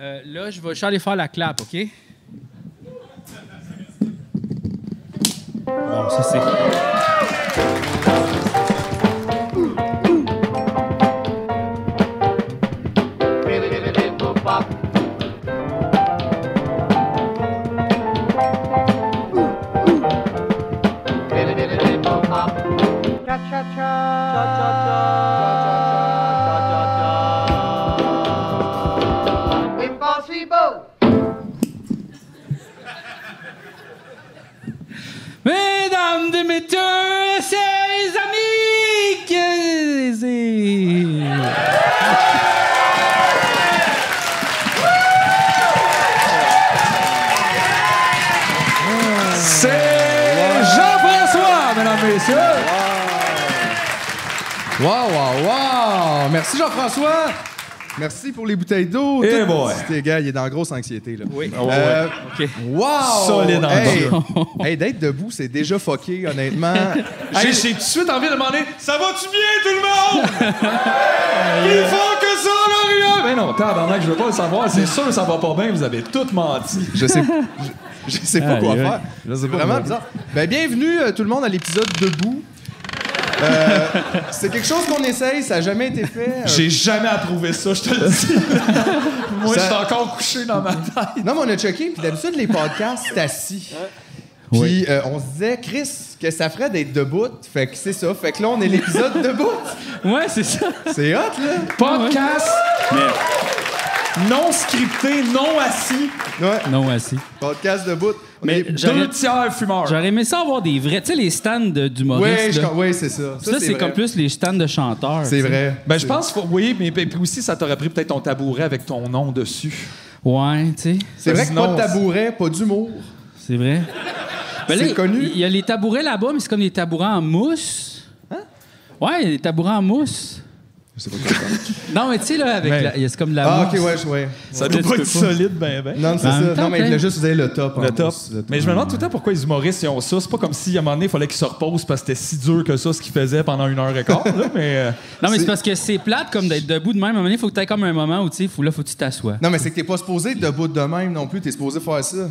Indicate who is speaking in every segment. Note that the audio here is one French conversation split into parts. Speaker 1: Euh, là, je vais juste aller faire la clap, OK? Bon, ça c'est.
Speaker 2: Impossible!
Speaker 1: Mesdames et messieurs, c'est amis! que- c'est-
Speaker 3: C'est Jean-François, mesdames, messieurs! Wow, wow, wow! Merci, Jean-François!
Speaker 4: Merci pour les bouteilles d'eau.
Speaker 3: Eh
Speaker 4: Tout-
Speaker 3: boy. Ah
Speaker 4: C'était, gars, il est dans grosse anxiété. Là.
Speaker 1: Oui.
Speaker 4: Euh,
Speaker 1: OK.
Speaker 3: Wow!
Speaker 4: Solide
Speaker 3: en
Speaker 4: hey, hey, d'être debout, c'est déjà fucké, honnêtement.
Speaker 3: J'ai j'ai tout de suite envie de demander Ça va-tu bien, tout le monde Plus fort que ça, Loriot Mais Eh non, tabarnak, je veux pas le savoir. C'est sûr que ça va pas bien, vous avez tout menti.
Speaker 4: je sais, je, je sais pas
Speaker 1: Aïe,
Speaker 4: quoi
Speaker 1: aïe.
Speaker 4: faire.
Speaker 3: Ah, Je sais
Speaker 4: C'est
Speaker 3: pas
Speaker 4: vraiment
Speaker 3: comment-
Speaker 4: bizarre. Ben, bienvenue euh, tout le monde à l'épisode debout. Euh, c'est quelque chose qu'on essaye, ça n'a jamais été fait. Euh,
Speaker 3: J'ai jamais approuvé ça, je te le dis. Moi,
Speaker 4: Ça-
Speaker 3: je suis encore couché dans ma tête.
Speaker 4: Non, mais on a checké, puis d'habitude, les podcasts, c'est assis. Puis
Speaker 1: Oui.
Speaker 4: euh, on se disait, Chris, que ça ferait d'être debout. Fait que c'est ça. Fait que là, on est l'épisode debout.
Speaker 1: Ouais, c'est ça.
Speaker 4: C'est hot, là.
Speaker 3: Podcast non scripté, non assis,
Speaker 4: Ouais,
Speaker 1: Non, assis.
Speaker 4: podcast debout. On
Speaker 1: Mais
Speaker 4: est-
Speaker 1: J'aurais-
Speaker 3: deux tiers fumeurs.
Speaker 1: J'aurais aimé ça avoir des vrais. Tu sais, les stands de- d'humoristes.
Speaker 4: Ouais, je
Speaker 1: là.
Speaker 4: com- ouais, c'est ça.
Speaker 1: Ça, c'est
Speaker 4: vrai.
Speaker 1: comme plus les stands de chanteurs.
Speaker 4: C'est
Speaker 1: tu sais.
Speaker 4: vrai.
Speaker 3: Ben, je
Speaker 4: C'est-
Speaker 3: pense, qu'il faut- oui, mais puis aussi, ça t'aurait pris peut-être ton tabouret avec ton nom dessus.
Speaker 1: Ouais, tu sais.
Speaker 4: C'est vrai que
Speaker 3: Sinon,
Speaker 4: pas de tabouret, pas d'humour.
Speaker 1: C'est vrai. Ben
Speaker 4: C'est
Speaker 1: là,
Speaker 4: connu.
Speaker 1: Il y a les tabourets là-bas, mais c'est comme des tabourets en mousse. Hein? Ouais, les tabourets en mousse.
Speaker 4: Je sais pas quoi faire.
Speaker 1: Non, mais tu sais, là, avec
Speaker 3: Ouais.
Speaker 1: la- il y a- c'est comme de la
Speaker 4: Ah,
Speaker 1: mousse.
Speaker 4: ok, ouais, je- ouais.
Speaker 3: Ça
Speaker 1: doit pas être
Speaker 3: solide, ben, ben.
Speaker 4: Non, c'est
Speaker 1: Ben, en
Speaker 4: ça.
Speaker 1: même temps,
Speaker 4: Non, mais il voulait
Speaker 1: t'es-
Speaker 4: juste dire le top. en
Speaker 3: Le top.
Speaker 4: plus, le top.
Speaker 3: Mais je me demande tout le temps pourquoi les humoristes ils ont ça. C'est pas comme si à un moment donné, il fallait qu'ils se reposent parce que c'était si dur que ça ce qu'ils faisaient pendant une heure et quart. là, mais euh,
Speaker 1: Non, mais c'est
Speaker 4: C'est-
Speaker 1: parce que c'est plate comme d'être debout de même. À un moment donné, faut que tu comme un moment où, tu sais, faut, là, faut que tu t'assoies.
Speaker 4: Non, mais c'est que t'es pas supposé être debout de même non plus. T'es supposé faire ça.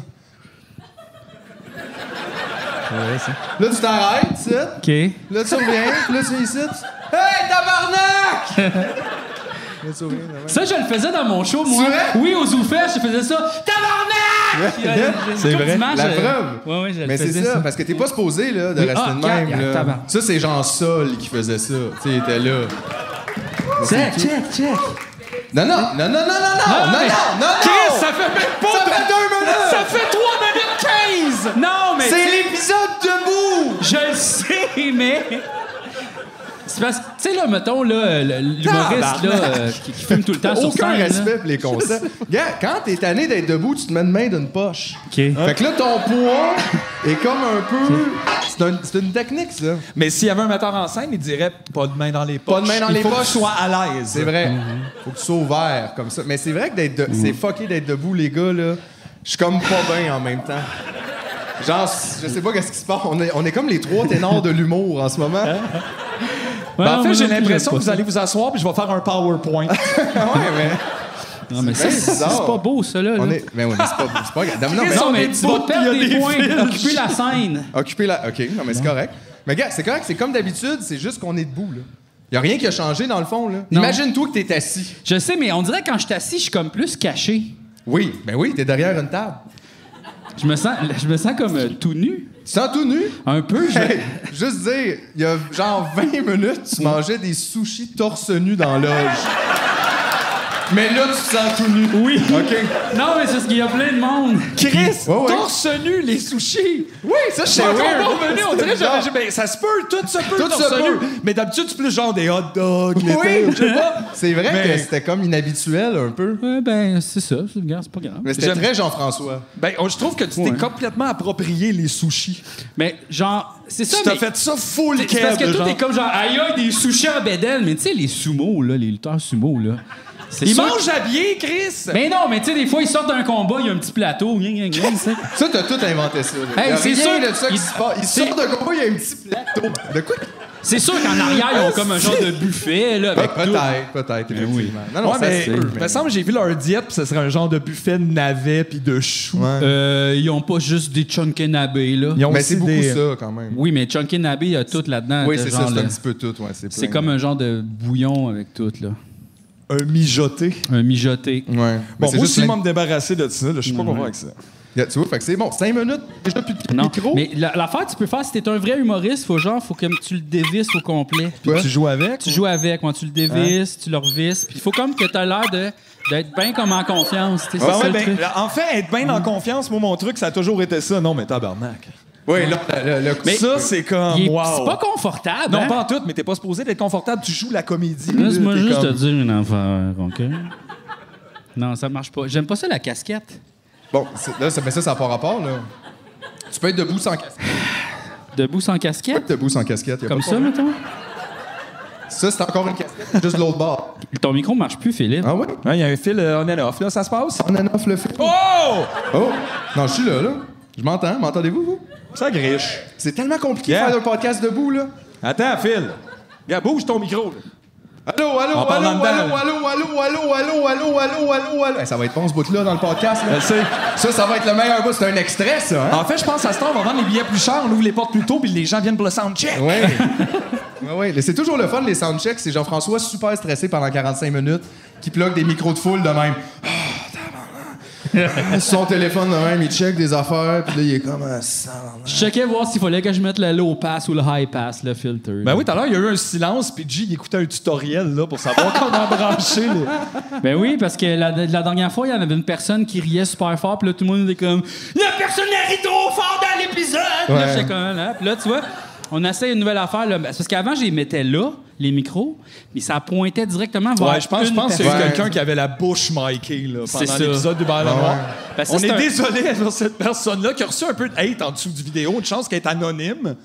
Speaker 4: Là, tu t'arrêtes, tu sais.
Speaker 1: OK.
Speaker 4: Là, tu reviens. puis là, tu viens ici. tu- Hey, tabarnak! là, tu reviens. là-bas.
Speaker 1: Ça, je le faisais dans mon show, moi.
Speaker 4: vrai?
Speaker 1: Oui, aux oufères, je faisais ça. Tabarnak! Puis, euh, j'ai une
Speaker 3: C'est
Speaker 1: couple
Speaker 3: vrai.
Speaker 1: d'images,
Speaker 4: La
Speaker 1: euh,
Speaker 4: preuve.
Speaker 1: Ouais, ouais, je le
Speaker 4: Mais c'est
Speaker 1: faisais,
Speaker 4: ça, parce que t'es pas supposé là, de
Speaker 1: Oui,
Speaker 4: rester
Speaker 1: ah,
Speaker 4: de même.
Speaker 1: quatre,
Speaker 4: là.
Speaker 1: tabarnak.
Speaker 4: Ça, c'est Jean Sol qui faisait ça. Tu sais, il était là.
Speaker 1: Check, check, check.
Speaker 4: Non, non, non, non, non, non, non, non,
Speaker 1: mais-
Speaker 4: non, non,
Speaker 3: Chris,
Speaker 1: Oh!
Speaker 3: ça fait même pas
Speaker 4: Ça fait deux minutes!
Speaker 3: Ça fait 3 minutes 15!
Speaker 1: Non, mais.
Speaker 4: C'est l'épisode debout!
Speaker 1: Je le sais, mais. C'est parce que, tu sais, là, mettons, là, le- l'humoriste, là, euh, qui, qui fume tout le temps sur
Speaker 4: Aucun
Speaker 1: scène, là.
Speaker 4: respect pour les concepts. Gars, quand t'es tanné d'être debout, tu te mets une main d'une poche.
Speaker 1: OK.
Speaker 4: Fait que là, ton poids est comme un peu. C'est un- c'est une technique, ça.
Speaker 3: Mais s'il y avait un metteur en scène, il dirait pas de main dans les poches.
Speaker 4: Pas de main dans
Speaker 3: il
Speaker 4: les
Speaker 3: faut que
Speaker 4: poches.
Speaker 3: tu sois à l'aise.
Speaker 4: C'est vrai.
Speaker 1: Mm-hmm.
Speaker 4: Faut que tu sois ouvert comme ça. Mais c'est vrai que d'être de-
Speaker 1: Mm.
Speaker 4: c'est fucké d'être debout, les gars, là. Je suis comme pas bien en même temps. Genre, je sais pas qu'est-ce qui se passe. On est, on est comme les trois ténors de l'humour en ce moment.
Speaker 1: Hein? Ouais,
Speaker 3: Ben, en
Speaker 1: non,
Speaker 3: fait,
Speaker 1: moi
Speaker 3: j'ai
Speaker 1: non plus,
Speaker 3: l'impression que
Speaker 1: j'aime
Speaker 3: vous allez vous asseoir puis je vais faire un PowerPoint.
Speaker 4: Ah ouais, mais.
Speaker 1: pas. Non, mais ça, c'est
Speaker 4: bien
Speaker 1: c'est
Speaker 4: bizarre.
Speaker 1: pas beau, ça, là.
Speaker 4: On
Speaker 1: là.
Speaker 4: est. Mais oui, mais c'est pas. C'est pas grave. Non, mais-
Speaker 1: Chris,
Speaker 3: Non,
Speaker 1: on
Speaker 3: mais
Speaker 1: est
Speaker 3: tu
Speaker 1: beau
Speaker 3: vas
Speaker 1: de perdre
Speaker 3: plier
Speaker 1: des
Speaker 3: des
Speaker 1: points, occuper la scène.
Speaker 4: Occuper la. OK, non, mais c'est correct. Mais gars, c'est correct, c'est comme d'habitude, c'est juste qu'on est debout, là. Y a rien qui a changé dans le fond, là.
Speaker 1: Non.
Speaker 4: Imagine-toi que t'es assis.
Speaker 1: Je sais, mais on dirait que quand je suis assis, je suis comme plus caché.
Speaker 4: Oui, ben oui, t'es derrière une table.
Speaker 1: Je me sens, je me sens comme euh, tout nu.
Speaker 4: Tu te sens tout nu?
Speaker 1: Un peu, je...
Speaker 4: Hey, juste dire, il y a genre 20 minutes, tu mangeais des sushis torse nu dans l'âge. Mais là, tu te sens tout nu.
Speaker 1: Oui.
Speaker 4: OK.
Speaker 1: Non, mais c'est parce qu'il y a plein de monde.
Speaker 3: Chris,
Speaker 4: Ouais, ouais.
Speaker 3: torse nu, les sushis!
Speaker 4: Oui, ça, je
Speaker 3: C'est
Speaker 4: suis
Speaker 3: encore
Speaker 4: weird.
Speaker 3: pas revenu, on dirait que
Speaker 4: Genre,
Speaker 3: j'avais- ben, ça se peut, tout se peut,
Speaker 4: Tout
Speaker 3: torse
Speaker 4: se
Speaker 3: nu.
Speaker 4: peut.
Speaker 3: Mais d'habitude, c'est plus genre des hot dogs, les
Speaker 4: Oui.
Speaker 3: trucs, je sais pas.
Speaker 4: C'est vrai
Speaker 3: Mais-
Speaker 4: que c'était comme inhabituel un peu.
Speaker 1: Ouais, ben, c'est ça. C'est regarde, c'est pas grave.
Speaker 4: Mais c'était
Speaker 3: J'aime-
Speaker 4: très Jean-François.
Speaker 3: Ben, on- je trouve que tu
Speaker 1: Ouais.
Speaker 3: t'es complètement approprié les sushis.
Speaker 1: Mais genre, c'est ça,
Speaker 3: Tu t'as
Speaker 1: mais-
Speaker 3: fait ça full
Speaker 1: C'est parce que
Speaker 3: câble,
Speaker 1: tout
Speaker 3: genre.
Speaker 1: est comme genre, aïe aïe, des sushis en bédaine. Mais tu sais, les sumo, là, les lutteurs sumo, là. c'est
Speaker 3: Ils
Speaker 1: sûr-
Speaker 3: mangent à bien, Chris!
Speaker 1: Mais non, mais tu sais, des fois, ils sortent d'un combat, il y a un petit plateau. gna, gna, gna, tu sais.
Speaker 4: Ça, t'as tout inventé ça. là.
Speaker 1: Hey,
Speaker 4: Y a
Speaker 1: c'est
Speaker 4: rien
Speaker 1: sûr-
Speaker 4: de ça qui
Speaker 1: il-
Speaker 4: se passe. Il
Speaker 1: c'est-
Speaker 4: sort de combat, il y a un petit plateau. De quoi?
Speaker 1: C'est sûr qu'en arrière, ils ont comme un genre de buffet, là, avec tout.
Speaker 4: Peut-être, peut-être,
Speaker 1: oui.
Speaker 4: effectivement. Non, non,
Speaker 3: Ouais,
Speaker 4: ça
Speaker 3: mais,
Speaker 4: se peut,
Speaker 3: il
Speaker 4: mais-
Speaker 3: me semble que j'ai vu leur diète, puis ce serait un genre de buffet de navets puis de choux.
Speaker 4: Ouais.
Speaker 1: Euh, ils ont pas juste des Chunkinabe, là.
Speaker 3: Ils ont
Speaker 4: Mais
Speaker 3: aussi
Speaker 4: c'est beaucoup
Speaker 3: des-
Speaker 4: ça, quand même.
Speaker 1: Oui, mais Chunkinabe, il y a tout là-dedans.
Speaker 4: Oui,
Speaker 1: de
Speaker 4: c'est
Speaker 1: genre,
Speaker 4: ça, c'est
Speaker 1: là.
Speaker 4: un petit peu tout, ouais, c'est
Speaker 1: C'est
Speaker 4: plein.
Speaker 1: comme un genre de bouillon avec tout, là.
Speaker 3: Un mijoté.
Speaker 1: Un mijoté.
Speaker 4: Ouais. Mais
Speaker 3: Bon,
Speaker 4: c'est
Speaker 3: moi
Speaker 4: juste
Speaker 3: aussi,
Speaker 4: plein-
Speaker 3: moi, me débarrasser de ça, là, je suis pas convaincu avec ça.
Speaker 4: Yeah, Tu vois, fait que c'est bon, 5 minutes, déjà plus de
Speaker 1: Non,
Speaker 4: micro.
Speaker 1: mais la- l'affaire que tu peux faire, si t'es un vrai humoriste, faut genre, faut que tu le dévisses au complet.
Speaker 3: Puis
Speaker 4: Ouais.
Speaker 3: tu joues avec?
Speaker 1: Tu joues avec, quand tu le dévisses, tu le revisses, puis il faut comme que t'as l'air de d'être bien comme en confiance, tu sais, c'est
Speaker 3: Ah
Speaker 1: ça
Speaker 3: ouais,
Speaker 1: le
Speaker 3: ben,
Speaker 1: truc. Mm.
Speaker 3: là, en fait, être bien en confiance, moi, mon truc, ça a toujours été ça. Non, mais tabarnak.
Speaker 4: Oui, là, le, le- le-
Speaker 3: Mais ça, c'est comme,
Speaker 1: Il est-
Speaker 3: wow.
Speaker 1: C'est pas confortable.
Speaker 3: Non,
Speaker 1: hein?
Speaker 3: pas en tout, mais t'es pas supposé d'être confortable, tu joues la comédie.
Speaker 1: Laisse-moi
Speaker 3: là, t'es
Speaker 1: juste te
Speaker 3: comme-
Speaker 1: dire une affaire, OK? Non, ça marche pas. J'aime pas ça, la casquette.
Speaker 4: Bon, c'est- là, ça, mais ça, ça n'a pas rapport, là. Tu peux être debout sans casquette.
Speaker 1: Debout sans casquette,
Speaker 4: Debout sans casquette, y a
Speaker 1: comme
Speaker 4: pas de
Speaker 1: ça, mettons.
Speaker 4: problème. Ça, c'est encore une casquette, juste l'autre bord.
Speaker 1: Ton micro marche plus, Philippe.
Speaker 4: Ah ouais?
Speaker 3: Ouais, Il y a un fil euh, on and off, là, ça se passe?
Speaker 4: On and off le fait.
Speaker 3: Oh!
Speaker 4: Oh! Non, je suis là, là. Je m'entends, m'entendez-vous, vous?
Speaker 3: Ça griche.
Speaker 4: C'est tellement compliqué
Speaker 3: Yeah.
Speaker 4: de faire un podcast debout, là.
Speaker 3: Attends, Phil. Regarde, bouge ton micro. là. En
Speaker 4: Allô, allô, allô,
Speaker 3: parlant
Speaker 4: allô,
Speaker 3: dedans,
Speaker 4: allô,
Speaker 3: là.
Speaker 4: allô, allô, allô, allô, allô, allô, allô, allô. Eh, ça va être bon, ce bout-là, dans le podcast, là.
Speaker 3: Je sais.
Speaker 4: Ça, ça va être le meilleur bout. C'est un extrait, ça, hein?
Speaker 3: En fait, je pense à ce temps, on va vendre les billets plus chers, on ouvre les portes plus tôt, puis les gens viennent pour le soundcheck.
Speaker 4: Ouais. Ouais, ouais. Mais C'est toujours le fun, les soundchecks. C'est Jean-François super stressé pendant 45 minutes qui plug des micros de foule de même. Ah, tabarnak. Son téléphone de même, il check des affaires, puis là, il est comme euh, un
Speaker 1: Je checkais voir s'il fallait que je mette le low pass ou le high pass, le filter.
Speaker 3: Ben oui, tout à l'heure, il y a eu un silence, puis G, il écoutait un tutoriel là, pour savoir comment brancher. les-
Speaker 1: Ben oui, parce que la, la dernière fois, il y en avait une personne qui riait super fort, puis là, tout le monde était comme La personne a ri trop fort dans l'épisode! Puis Là,
Speaker 4: Ouais.
Speaker 1: j'étais comme, là. Puis là, tu vois, on essaie une nouvelle affaire. Là. Ben, c'est Parce qu'avant, je les mettais là, les micros, mais ça pointait directement vers.
Speaker 3: Ouais, je pense, je
Speaker 1: une
Speaker 3: pense qu'il y a eu
Speaker 1: personne.
Speaker 4: Ouais.
Speaker 3: quelqu'un qui avait la bouche mikée là,
Speaker 1: C'est
Speaker 3: pendant
Speaker 1: ça.
Speaker 3: l'épisode du Bar
Speaker 4: Ah Ouais.
Speaker 3: Noir.
Speaker 1: Ben, ça,
Speaker 3: On est,
Speaker 1: c'est un-
Speaker 3: désolé pour cette personne-là qui a reçu un peu de hate en dessous du vidéo, une chance qu'elle est anonyme.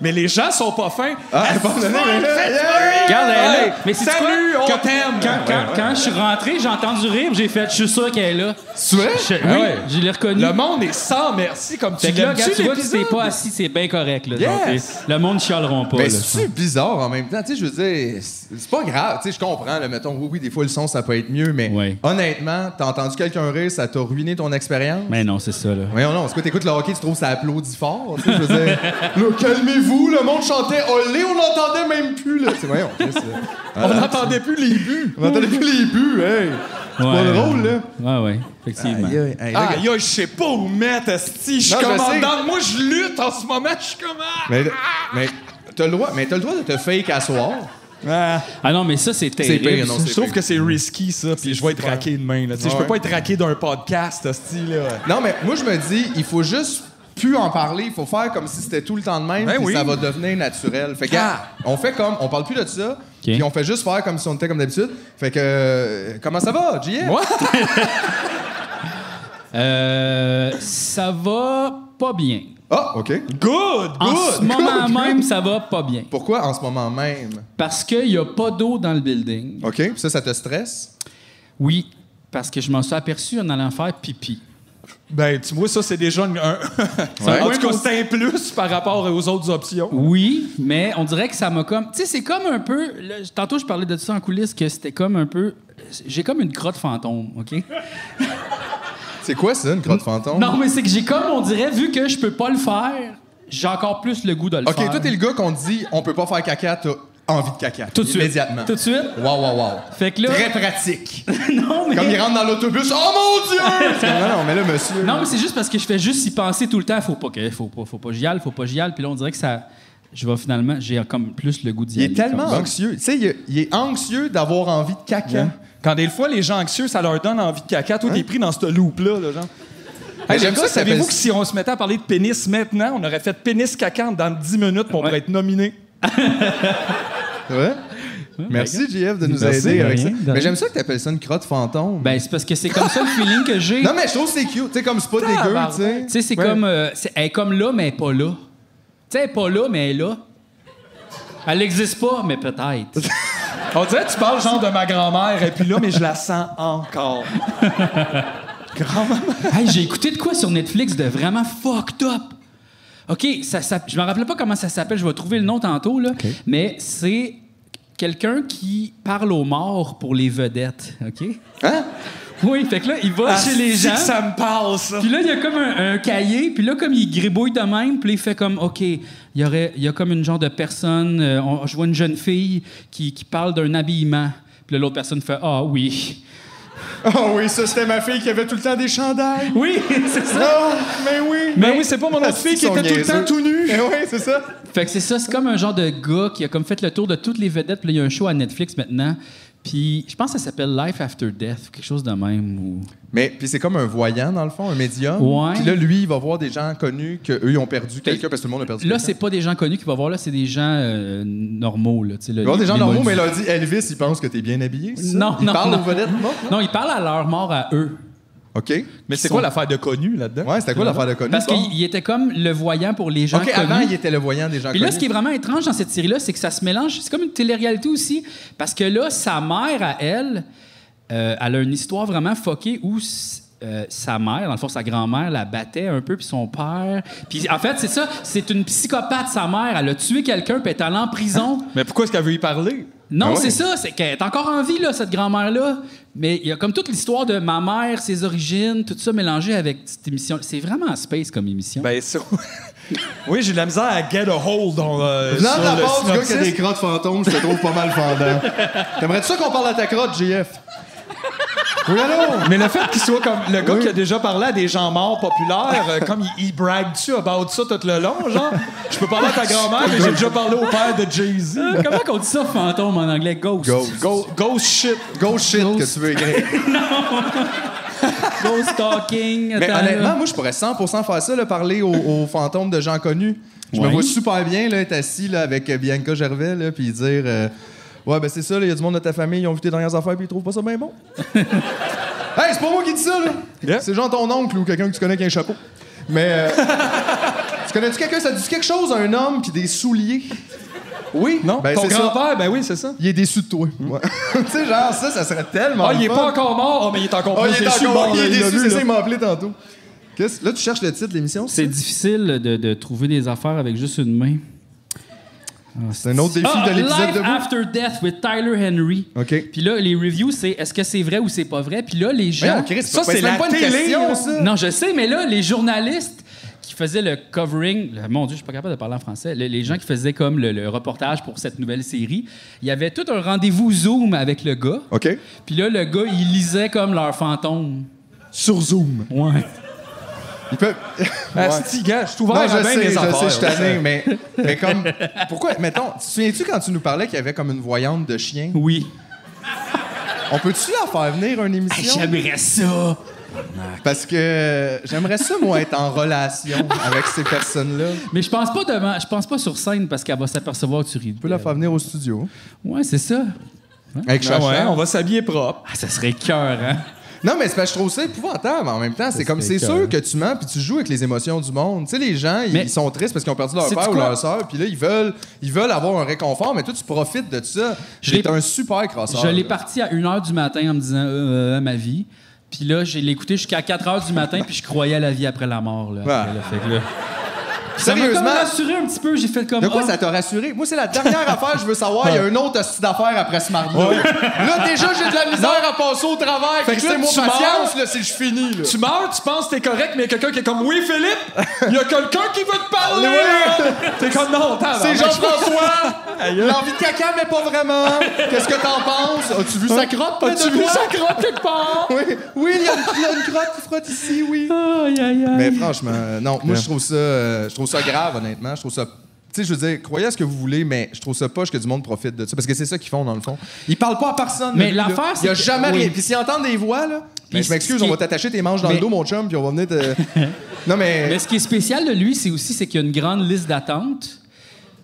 Speaker 3: Mais les gens sont pas fins.
Speaker 4: Ah, bon, non, non, mais là, yeah.
Speaker 1: Regarde, elle est
Speaker 3: Hey,
Speaker 1: là. Mais c'est
Speaker 3: salut, on t'aime.
Speaker 1: Quand, quand-
Speaker 3: Ouais, ouais.
Speaker 1: quand je suis rentré, j'ai entendu rire, j'ai fait, je suis sûr qu'elle est là.
Speaker 4: Tu vois? Ben,
Speaker 1: Je- oui,
Speaker 3: Ah ouais.
Speaker 1: je l'ai reconnu.
Speaker 3: Le monde est sans merci comme tu
Speaker 1: Fait que là, regarde, tu
Speaker 3: l'aimes-tu
Speaker 1: vois, si t'es
Speaker 3: l'épisode?
Speaker 1: pas assis, c'est bien correct. Là,
Speaker 3: Yes.
Speaker 1: Donc, le monde chialeront pas.
Speaker 4: Ben,
Speaker 1: là.
Speaker 4: c'est bizarre en même temps. Tu sais, je veux dire, c'est c'est pas grave. Tu sais, je comprends. Là, mettons, oui, oui, des fois, le son, ça peut être mieux, mais
Speaker 1: Ouais.
Speaker 4: honnêtement, t'as entendu quelqu'un rire, ça t'a ruiné ton expérience?
Speaker 1: Mais non, c'est ça, là.
Speaker 4: Voyons, non, parce que t'écoutes le hockey, tu trouves ça applaudit fort. tu sais, Je veux dire, là, calmez-vous, le monde chantait olé, on n'entendait même plus. Là. Tu sais, voyons, Chris, là.
Speaker 3: On n'entendait plus les buts.
Speaker 4: on n'entendait plus les buts, hey. C'est pas
Speaker 1: Ouais,
Speaker 4: drôle, là.
Speaker 1: Ouais, ouais, effectivement.
Speaker 4: Aïe, aïe, aïe, là,
Speaker 3: Ah,
Speaker 4: gars-
Speaker 3: yo, je sais pas où mettre, esti. Je suis
Speaker 4: Non, je
Speaker 3: comme en
Speaker 4: sais.
Speaker 3: dedans de Moi, je lutte en ce moment. Je suis comme... ah.
Speaker 4: Mais, mais t'as le droit, mais t'as le droit de te fake à soir.
Speaker 3: Ah.
Speaker 1: Ah non, mais ça, c'est terrible.
Speaker 4: pire, non,
Speaker 1: ça.
Speaker 4: c'est
Speaker 3: Je trouve
Speaker 4: pire.
Speaker 3: que c'est risky, ça, puis je vais être raqué demain. Là. Tu sais, Je peux
Speaker 4: Ouais.
Speaker 3: pas être raqué d'un podcast, hostie, là.
Speaker 4: Non, mais moi, je me dis, il faut juste plus en parler. Il faut faire comme si c'était tout le temps de même,
Speaker 3: Ben
Speaker 4: puis
Speaker 3: oui.
Speaker 4: ça va devenir naturel. Fait que,
Speaker 3: Ah.
Speaker 4: on fait comme, on parle plus de ça, puis on fait juste faire comme si on était comme d'habitude. Fait que, euh, comment ça va, JF?
Speaker 3: Moi?
Speaker 1: Euh, ça va pas bien.
Speaker 4: Ah, OK.
Speaker 3: Good,
Speaker 1: En
Speaker 3: good.
Speaker 1: ce moment
Speaker 4: good.
Speaker 1: même, ça va pas bien.
Speaker 4: Pourquoi en ce moment même?
Speaker 1: Parce qu'il y a pas d'eau dans le building.
Speaker 4: OK, puis ça, ça te stresse?
Speaker 1: Oui, parce que je m'en suis aperçu en allant faire pipi.
Speaker 3: Ben, tu vois, ça, c'est déjà une- un...
Speaker 4: Ouais.
Speaker 3: En tout cas, c'est un plus par rapport aux autres options.
Speaker 1: Oui, mais on dirait que ça m'a comme. Tu sais, c'est comme un peu. là, tantôt, je parlais de ça en coulisses, que c'était comme un peu. J'ai comme une crotte fantôme, OK?
Speaker 4: C'est quoi ça, une crotte fantôme?
Speaker 1: Non, mais c'est que j'ai comme, on dirait, vu que je peux pas le faire, j'ai encore plus le goût de le
Speaker 4: OK,
Speaker 1: faire.
Speaker 4: toi, t'es le gars qu'on dit on peut pas faire caca, t'as envie de caca.
Speaker 1: Tout de suite.
Speaker 4: Immédiatement.
Speaker 1: Tout de suite.
Speaker 4: Waouh, waouh, waouh.
Speaker 1: Fait que là-
Speaker 4: Très pratique.
Speaker 1: non, mais.
Speaker 4: Comme il rentre dans l'autobus, oh mon Dieu! C'est comme, non, non, mais là, monsieur.
Speaker 1: Non, mais c'est juste parce que je fais juste y penser tout le temps. Faut pas que, faut pas, faut pas j'y aille, faut pas j'y aille. Puis là, on dirait que ça, je vais finalement, j'ai comme plus le goût d'y
Speaker 4: il
Speaker 1: aller.
Speaker 4: est tellement
Speaker 1: comme ça.
Speaker 4: anxieux. Tu sais, il, est- il est anxieux d'avoir envie de caca.
Speaker 3: Hein? Quand des fois, les gens anxieux, ça leur donne envie de caca. Toi, t'es pris dans ce loop-là, là, genre.
Speaker 4: Mais
Speaker 3: Hey,
Speaker 4: j'aime
Speaker 3: les gars,
Speaker 4: ça que ça
Speaker 3: savez-vous
Speaker 4: fait-
Speaker 3: que si on se mettait à parler de pénis maintenant, on aurait fait pénis caca dans 10 minutes pour on pourrait être nominé?
Speaker 4: Ouais. Merci, JF, de nous
Speaker 1: Merci,
Speaker 4: aider
Speaker 1: de
Speaker 4: avec
Speaker 1: rien, de
Speaker 4: ça.
Speaker 1: rien.
Speaker 4: Mais j'aime ça que t'appelles ça une crotte fantôme.
Speaker 1: Ben, c'est parce que c'est comme ça le feeling que j'ai.
Speaker 4: non, mais je trouve que c'est cute. Tu sais, comme c'est pas dégueu,
Speaker 3: Tabarnak.
Speaker 4: tu sais.
Speaker 1: Tu sais, c'est
Speaker 4: Ouais.
Speaker 1: comme, euh, c'est- elle est comme là, mais elle est pas là. Tu sais, elle est pas là, mais elle est là. Elle n'existe pas, mais peut-être.
Speaker 3: On dirait que tu parles genre de ma grand-mère, et puis là, mais je la sens encore. grand-maman.
Speaker 1: hey, j'ai écouté de quoi sur Netflix de vraiment fucked up. OK, ça, s'app- je me rappelais pas comment ça s'appelle, je vais trouver le nom tantôt, là, mais c'est quelqu'un qui parle aux morts pour les vedettes, OK?
Speaker 4: Hein?
Speaker 1: Oui, fait que là, il va chez les gens.
Speaker 3: Ah, Ça me parle, ça.
Speaker 1: Puis là, il y a comme un, un cahier, puis là, comme il gribouille de même, puis là, il fait comme, OK, il y, aurait, il y a comme une genre de personne, euh, on- je vois une jeune fille qui, qui parle d'un habillement. Puis là, l'autre personne fait, ah oui.
Speaker 4: Oh oui, ça, c'était ma fille qui avait tout le temps des chandails.
Speaker 1: Oui, c'est ça.
Speaker 4: Non, Hein? mais oui.
Speaker 3: Mais Ben oui, c'est pas mon autre fille qui
Speaker 4: Ils sont
Speaker 3: était tout le
Speaker 4: niaiseux.
Speaker 3: temps tout nue.
Speaker 4: Mais oui, c'est ça.
Speaker 1: Fait que c'est ça, c'est comme un genre de gars qui a comme fait le tour de toutes les vedettes, puis là, il y a un show à Netflix maintenant. Puis je pense que ça s'appelle Life After Death, quelque chose de même. Ou...
Speaker 4: Mais puis c'est comme un voyant, dans le fond, un médium.
Speaker 1: Ouais.
Speaker 4: Puis là, lui, il va voir des gens connus qu'eux, ils ont perdu quelqu'un parce que tout le monde a perdu
Speaker 1: Là,
Speaker 4: quelqu'un.
Speaker 1: c'est pas des gens connus qui va voir, là, c'est des gens euh, normaux. Là, tu sais, là,
Speaker 4: Il va voir des gens
Speaker 1: les
Speaker 4: normaux, mais
Speaker 1: modifiés.
Speaker 4: il leur dit Elvis, il pense que t'es bien habillé. c'est ça?
Speaker 1: Non,
Speaker 4: il
Speaker 1: non,
Speaker 4: parle
Speaker 1: non.
Speaker 4: aux vedettes, non?
Speaker 1: Non, ils parlent à leur mort à eux.
Speaker 4: OK.
Speaker 3: Mais
Speaker 1: Qui
Speaker 3: c'est quoi
Speaker 1: sont-
Speaker 3: l'affaire de connu là-dedans?
Speaker 4: Ouais, c'était quoi l'affaire de connu?
Speaker 1: Parce
Speaker 4: bon?
Speaker 1: qu'il il était comme le voyant pour les gens
Speaker 4: OK,
Speaker 1: connus.
Speaker 4: avant, il était le voyant des gens
Speaker 1: Puis
Speaker 4: connus.
Speaker 1: là, ce qui est vraiment étrange dans cette série-là, c'est que ça se mélange. C'est comme une télé-réalité aussi. Parce que là, sa mère, à elle, euh, elle a une histoire vraiment foquée où s- euh, sa mère, dans le fond, sa grand-mère, la battait un peu, puis son père. Puis en fait, c'est ça. C'est une psychopathe, sa mère. Elle a tué quelqu'un, puis elle est allée en prison.
Speaker 3: Mais pourquoi est-ce qu'elle veut y parler?
Speaker 1: Non,
Speaker 4: Ah ouais?
Speaker 1: c'est ça. C'est qu'elle est encore en vie, là, cette grand-mère-là. Mais il y a comme toute l'histoire de ma mère, ses origines, tout ça mélangé avec cette émission. C'est vraiment space comme émission.
Speaker 3: Ben ça. oui, j'ai de la misère à get a hold on euh,
Speaker 4: Venant
Speaker 3: sur
Speaker 4: de la
Speaker 3: le
Speaker 4: part du gars qui a
Speaker 3: synopsis.
Speaker 4: des crottes fantômes, je te trouve pas mal fendant. T'aimerais-tu ça qu'on parle de ta crotte, JF? Oui, allô?
Speaker 3: Mais le fait qu'il soit comme le gars
Speaker 4: Oui.
Speaker 3: qui a déjà parlé à des gens morts populaires, euh, comme il, il brague-tu about ça tout le long, genre, je peux parler à ta grand-mère, mais j'ai déjà parlé au père de Jay-Z.
Speaker 1: Euh, Comment qu'on dit ça, fantôme, en anglais? Ghost.
Speaker 4: Ghost.
Speaker 3: Go- Ghost shit.
Speaker 4: Ghost shit que tu veux écrire.
Speaker 1: Ghost talking.
Speaker 4: Mais
Speaker 1: attends,
Speaker 4: honnêtement,
Speaker 1: là.
Speaker 4: moi, je pourrais 100% faire ça, là, parler aux, aux fantômes de gens connus. Je me
Speaker 1: Ouais.
Speaker 4: vois super bien là, être assis là, avec euh, Bianca Gervais, là, puis dire euh, Ouais, ben c'est ça, là, il y a du monde de ta famille, ils ont vu tes dernières affaires, puis ils trouvent pas ça bien bon. hey, c'est pas moi qui dis ça, là.
Speaker 3: Yeah.
Speaker 4: C'est genre ton oncle ou quelqu'un que tu connais qui a un chapeau. Mais. euh, tu connais-tu quelqu'un, ça te dit quelque chose, un homme, puis des souliers Oui,
Speaker 3: Non?
Speaker 4: ben,
Speaker 3: Ton
Speaker 4: c'est ça.
Speaker 3: grand-père, ben oui, c'est ça.
Speaker 4: Il est déçu de toi. Ouais. tu sais, genre, ça, ça serait tellement.
Speaker 3: Ah, il est
Speaker 4: fun.
Speaker 3: pas encore mort, Ah, mais il est encore
Speaker 4: Oh,
Speaker 3: plus
Speaker 4: il est
Speaker 3: déçu.
Speaker 4: encore-
Speaker 3: Bon,
Speaker 4: il est
Speaker 3: il l'a
Speaker 4: déçu,
Speaker 3: vu,
Speaker 4: c'est
Speaker 3: là.
Speaker 4: ça, il m'a appelé tantôt. Qu'est-ce- Là, tu cherches le titre de l'émission? Ah,
Speaker 1: C'est difficile de, de trouver des affaires avec juste une main.
Speaker 4: C'est un autre défi
Speaker 1: Ah,
Speaker 4: de l'épisode
Speaker 1: Life
Speaker 4: de vous.
Speaker 1: After Death with Tyler Henry.
Speaker 4: OK.
Speaker 1: Puis là, les reviews, c'est est-ce que c'est vrai ou c'est pas vrai? Puis là, les gens.
Speaker 4: Voyons, Chris,
Speaker 3: Ça, c'est
Speaker 4: même
Speaker 3: la
Speaker 4: pas une
Speaker 3: télé,
Speaker 4: question,
Speaker 3: là.
Speaker 4: ça.
Speaker 1: Non, je sais, mais là, les journalistes qui faisaient le covering, là, mon Dieu, je suis pas capable de parler en français, Le- les gens qui faisaient comme le, le reportage pour cette nouvelle série, il y avait tout un rendez-vous Zoom avec le gars.
Speaker 4: OK.
Speaker 1: Puis là, le gars, il lisait comme leur fantôme.
Speaker 3: Sur Zoom.
Speaker 1: Ouais.
Speaker 4: Ils peuvent...
Speaker 3: Asti, gars, je suis Ah, ouvert
Speaker 4: Non,
Speaker 3: à
Speaker 4: je
Speaker 3: bien
Speaker 4: sais,
Speaker 3: des
Speaker 4: je
Speaker 3: affaires.
Speaker 4: sais, je suis tanné, mais, mais comme... Pourquoi, mettons, tu te souviens-tu quand tu nous parlais qu'il y avait comme une voyante de chien?
Speaker 1: Oui.
Speaker 4: On peut-tu la faire venir une
Speaker 3: Ah,
Speaker 4: émission?
Speaker 1: J'aimerais ça.
Speaker 4: Parce que j'aimerais ça, moi, être en relation avec ces personnes-là. Tu
Speaker 1: Mais je pense pas devant, je pense pas sur scène parce qu'elle va s'apercevoir que tu ris.
Speaker 4: peux la faire venir au studio.
Speaker 1: Ouais, c'est ça.
Speaker 4: Avec
Speaker 3: Ah Euh. ouais,
Speaker 4: Chacha.
Speaker 3: on va s'habiller propre.
Speaker 1: Ah, ça serait cœur, hein.
Speaker 4: Non, mais c'est parce que je trouve ça épouvantable mais en même temps. C'est comme, c'est sûr que tu mens puis tu joues avec les émotions du monde. Tu sais, les gens, ils
Speaker 1: Mais-
Speaker 4: sont tristes parce qu'ils ont perdu leur
Speaker 1: Sais-tu
Speaker 4: père ou
Speaker 1: quoi?
Speaker 4: leur soeur, puis là, ils veulent, ils veulent avoir un réconfort, mais toi, tu profites de ça.
Speaker 1: Je
Speaker 4: T'es
Speaker 1: l'ai-
Speaker 4: un super crosseur.
Speaker 1: Je l'ai
Speaker 4: là.
Speaker 1: parti à 1h du matin en me disant euh, euh, ma vie. Puis là, j'ai l'écouté jusqu'à 4h du matin, puis je croyais à la vie après la mort. Là,
Speaker 4: Ah.
Speaker 1: après, là. Fait que là- Ça m'a comme
Speaker 4: Sérieusement,
Speaker 1: rassuré un petit peu. J'ai fait comme.
Speaker 4: de quoi
Speaker 1: ah.
Speaker 4: ça t'a rassuré? Moi, c'est la dernière affaire que je veux savoir. Il y a une autre hostie d'affaire après ce mardi-là. Là, déjà, j'ai de la misère à passer au travers.
Speaker 3: Fait que là,
Speaker 4: c'est mon
Speaker 3: tu meurs.
Speaker 4: patience, là, si je finis. là.
Speaker 3: Tu meurs, tu penses que t'es correct, mais il y a quelqu'un qui est comme Oui, Philippe, il y a quelqu'un qui veut te parler.
Speaker 4: Ouais.
Speaker 3: T'es comme Non, t'as
Speaker 4: C'est Jean-François! L'envie de caca, mais pas vraiment! Qu'est-ce que t'en penses? As-tu vu sa crotte? près
Speaker 3: As-tu
Speaker 4: de
Speaker 3: vu
Speaker 4: toi?
Speaker 3: sa crotte quelque part?
Speaker 4: Oui, oui, il y, a une- il y a une crotte qui frotte ici, oui.
Speaker 1: Aïe, aïe, aïe.
Speaker 4: Mais franchement, euh, non, moi je trouve ça, euh, je trouve ça grave, honnêtement. Je trouve ça. Tu sais, je veux dire, croyez à ce que vous voulez, mais je trouve ça poche que du monde profite de ça. Parce que c'est ça qu'ils font, dans le fond. Ils parlent pas à personne.
Speaker 1: Mais
Speaker 4: lui, là.
Speaker 1: l'affaire,
Speaker 4: Il y a
Speaker 1: c'est que-
Speaker 4: jamais
Speaker 1: oui.
Speaker 4: rien. Puis s'ils entendent des voix, là.
Speaker 1: Puis
Speaker 4: ben, je m'excuse,
Speaker 1: ce qui-
Speaker 4: on va t'attacher tes manches dans
Speaker 1: Mais-
Speaker 4: le dos, mon chum, puis on va venir te. non, mais.
Speaker 1: Mais ce qui est spécial de lui, c'est aussi c'est qu'il y a une grande liste d'attentes.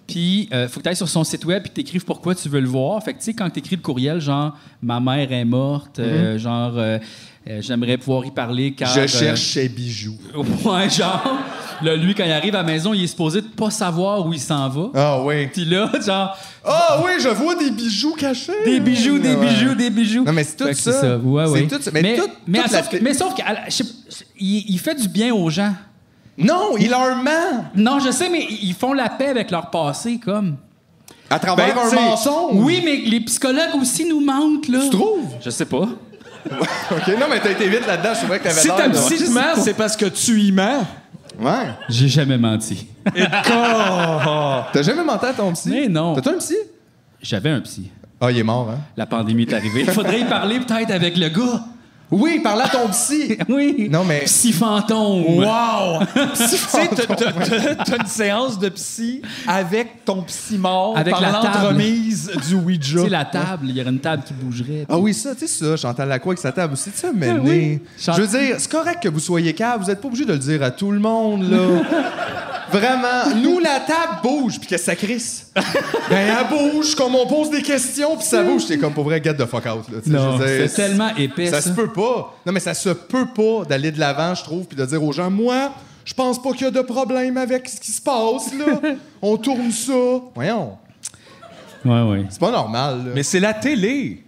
Speaker 1: Puis, euh, faut que tu ailles sur son site web puis t'écrives pourquoi tu veux le voir. Fait que, tu sais, quand t'écris le courriel, genre, ma mère est morte,
Speaker 4: Mhm.
Speaker 1: euh, genre, euh, euh, j'aimerais pouvoir y parler car.
Speaker 4: je
Speaker 1: euh,
Speaker 4: cherche ses bijoux.
Speaker 1: Ouais, genre. Là, lui, quand il arrive à la maison, il est supposé de pas savoir où il s'en va.
Speaker 4: Ah oui.
Speaker 1: Puis là, genre,
Speaker 4: Ah oui, je vois des bijoux cachés.
Speaker 1: des bijoux, des
Speaker 4: Ouais.
Speaker 1: bijoux, des bijoux.
Speaker 4: Non, mais c'est tout
Speaker 1: Fait que
Speaker 4: ça.
Speaker 1: Ouais,
Speaker 4: C'est
Speaker 1: ouais.
Speaker 4: tout ça. Mais tout-
Speaker 1: mais
Speaker 4: toute la
Speaker 1: sauf que-
Speaker 4: thé-
Speaker 1: mais sauf que, à la- je sais- il, il fait du bien aux gens.
Speaker 4: Non, il leur ment
Speaker 1: Non, je sais, mais ils font la paix avec leur passé, comme.
Speaker 4: à travers
Speaker 3: Ben,
Speaker 4: un
Speaker 3: t'sais,
Speaker 4: mensonge.
Speaker 1: Oui, mais les psychologues aussi nous mentent, là.
Speaker 4: Tu trouves?
Speaker 1: Je sais pas.
Speaker 4: OK, non, mais t'as été vite là-dedans. Je trouvais que t'avais
Speaker 3: Si
Speaker 4: l'air
Speaker 3: ta
Speaker 4: de-
Speaker 3: psy te ment, c'est parce que tu y mens.
Speaker 4: Ouais.
Speaker 1: J'ai jamais menti.
Speaker 4: T'as jamais menti à ton psy?
Speaker 1: Mais non.
Speaker 4: T'as-tu un psy?
Speaker 1: J'avais un psy.
Speaker 4: Ah, il est mort, hein?
Speaker 1: La pandémie est arrivée. Il faudrait y parler peut-être avec le gars.
Speaker 4: Oui, parle à ton psy.
Speaker 1: Oui.
Speaker 4: Non, mais-
Speaker 1: Psy fantôme.
Speaker 3: Wow! tu sais, t'as- t'as- t'as t'as une séance de psy avec ton psy mort
Speaker 1: Avec
Speaker 3: par
Speaker 1: la table.
Speaker 3: l'entremise du Ouija.
Speaker 1: Tu sais, la table, il y aurait une table qui bougerait.
Speaker 4: Ah oui, ça, tu sais ça, Chantal Lacroix avec sa table aussi, tu sais, mais
Speaker 1: Ah oui. Chant-
Speaker 4: Je veux dire, c'est correct que vous soyez cave, vous êtes pas obligé de le dire à tout le monde, là. Vraiment, nous, la table bouge, puis que ça crisse. ben, elle bouge, comme on pose des questions, puis ça bouge. C'est comme pour vrai, get the fuck out, là. tu sais,
Speaker 1: Non,
Speaker 4: je veux dire,
Speaker 1: c'est tellement épais,
Speaker 4: Ça
Speaker 1: ça.
Speaker 4: se peut pas. Non, mais ça se peut pas d'aller de l'avant, je trouve, puis de dire aux gens, moi, je pense pas qu'il y a de problème avec ce qui se passe, là. on tourne ça. Voyons,
Speaker 1: Ouais, ouais.
Speaker 4: c'est pas normal, là.
Speaker 3: Mais c'est la télé.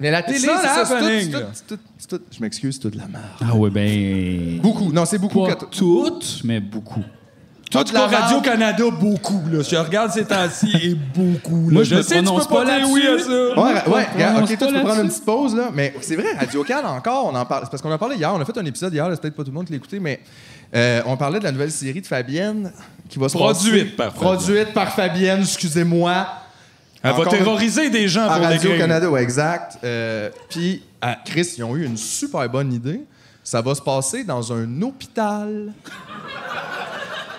Speaker 4: Mais la
Speaker 3: It's
Speaker 4: télé, c'est
Speaker 3: not
Speaker 4: ça, c'est
Speaker 3: happening,
Speaker 4: tout-
Speaker 3: là.
Speaker 4: c'est tout, c'est tout- Je m'excuse, c'est tout de la merde.
Speaker 1: Ah ouais, ben.
Speaker 4: Beaucoup. Non, c'est beaucoup.
Speaker 1: Pas
Speaker 4: que-
Speaker 1: toutes, mais beaucoup.
Speaker 4: Tout
Speaker 3: Tout
Speaker 4: de
Speaker 3: cas,
Speaker 4: la merde.
Speaker 3: Radio-Canada, beaucoup. Là. Si je regarde ces temps-ci, et beaucoup. Là.
Speaker 1: Moi, je me
Speaker 3: sais, tu peux
Speaker 1: prononce pas
Speaker 3: dire oui à
Speaker 1: là-dessus.
Speaker 3: ça.
Speaker 4: Ouais, ra- ouais,
Speaker 1: On
Speaker 4: regarde,
Speaker 1: commence pas
Speaker 4: ok, toi, tu peux prendre
Speaker 1: là-dessus.
Speaker 4: une petite pause, là. Mais c'est vrai, Radio Cal encore, on en parle. C'est parce qu'on en parlait hier, on a fait un épisode hier, là, c'est peut-être pas tout le monde qui l'écoutait, mais euh, on parlait de la nouvelle série de Fabienne qui va se
Speaker 3: Produite
Speaker 4: passer-
Speaker 3: par Fabienne.
Speaker 4: Produite par Fabienne, excusez-moi.
Speaker 3: Elle va
Speaker 4: Encore
Speaker 3: terroriser des gens
Speaker 4: à
Speaker 3: pour des crimes.
Speaker 4: Radio-Canada, ouais, exact. Euh, Puis, à Chris, ils ont eu une super bonne idée. Ça va se passer dans un hôpital.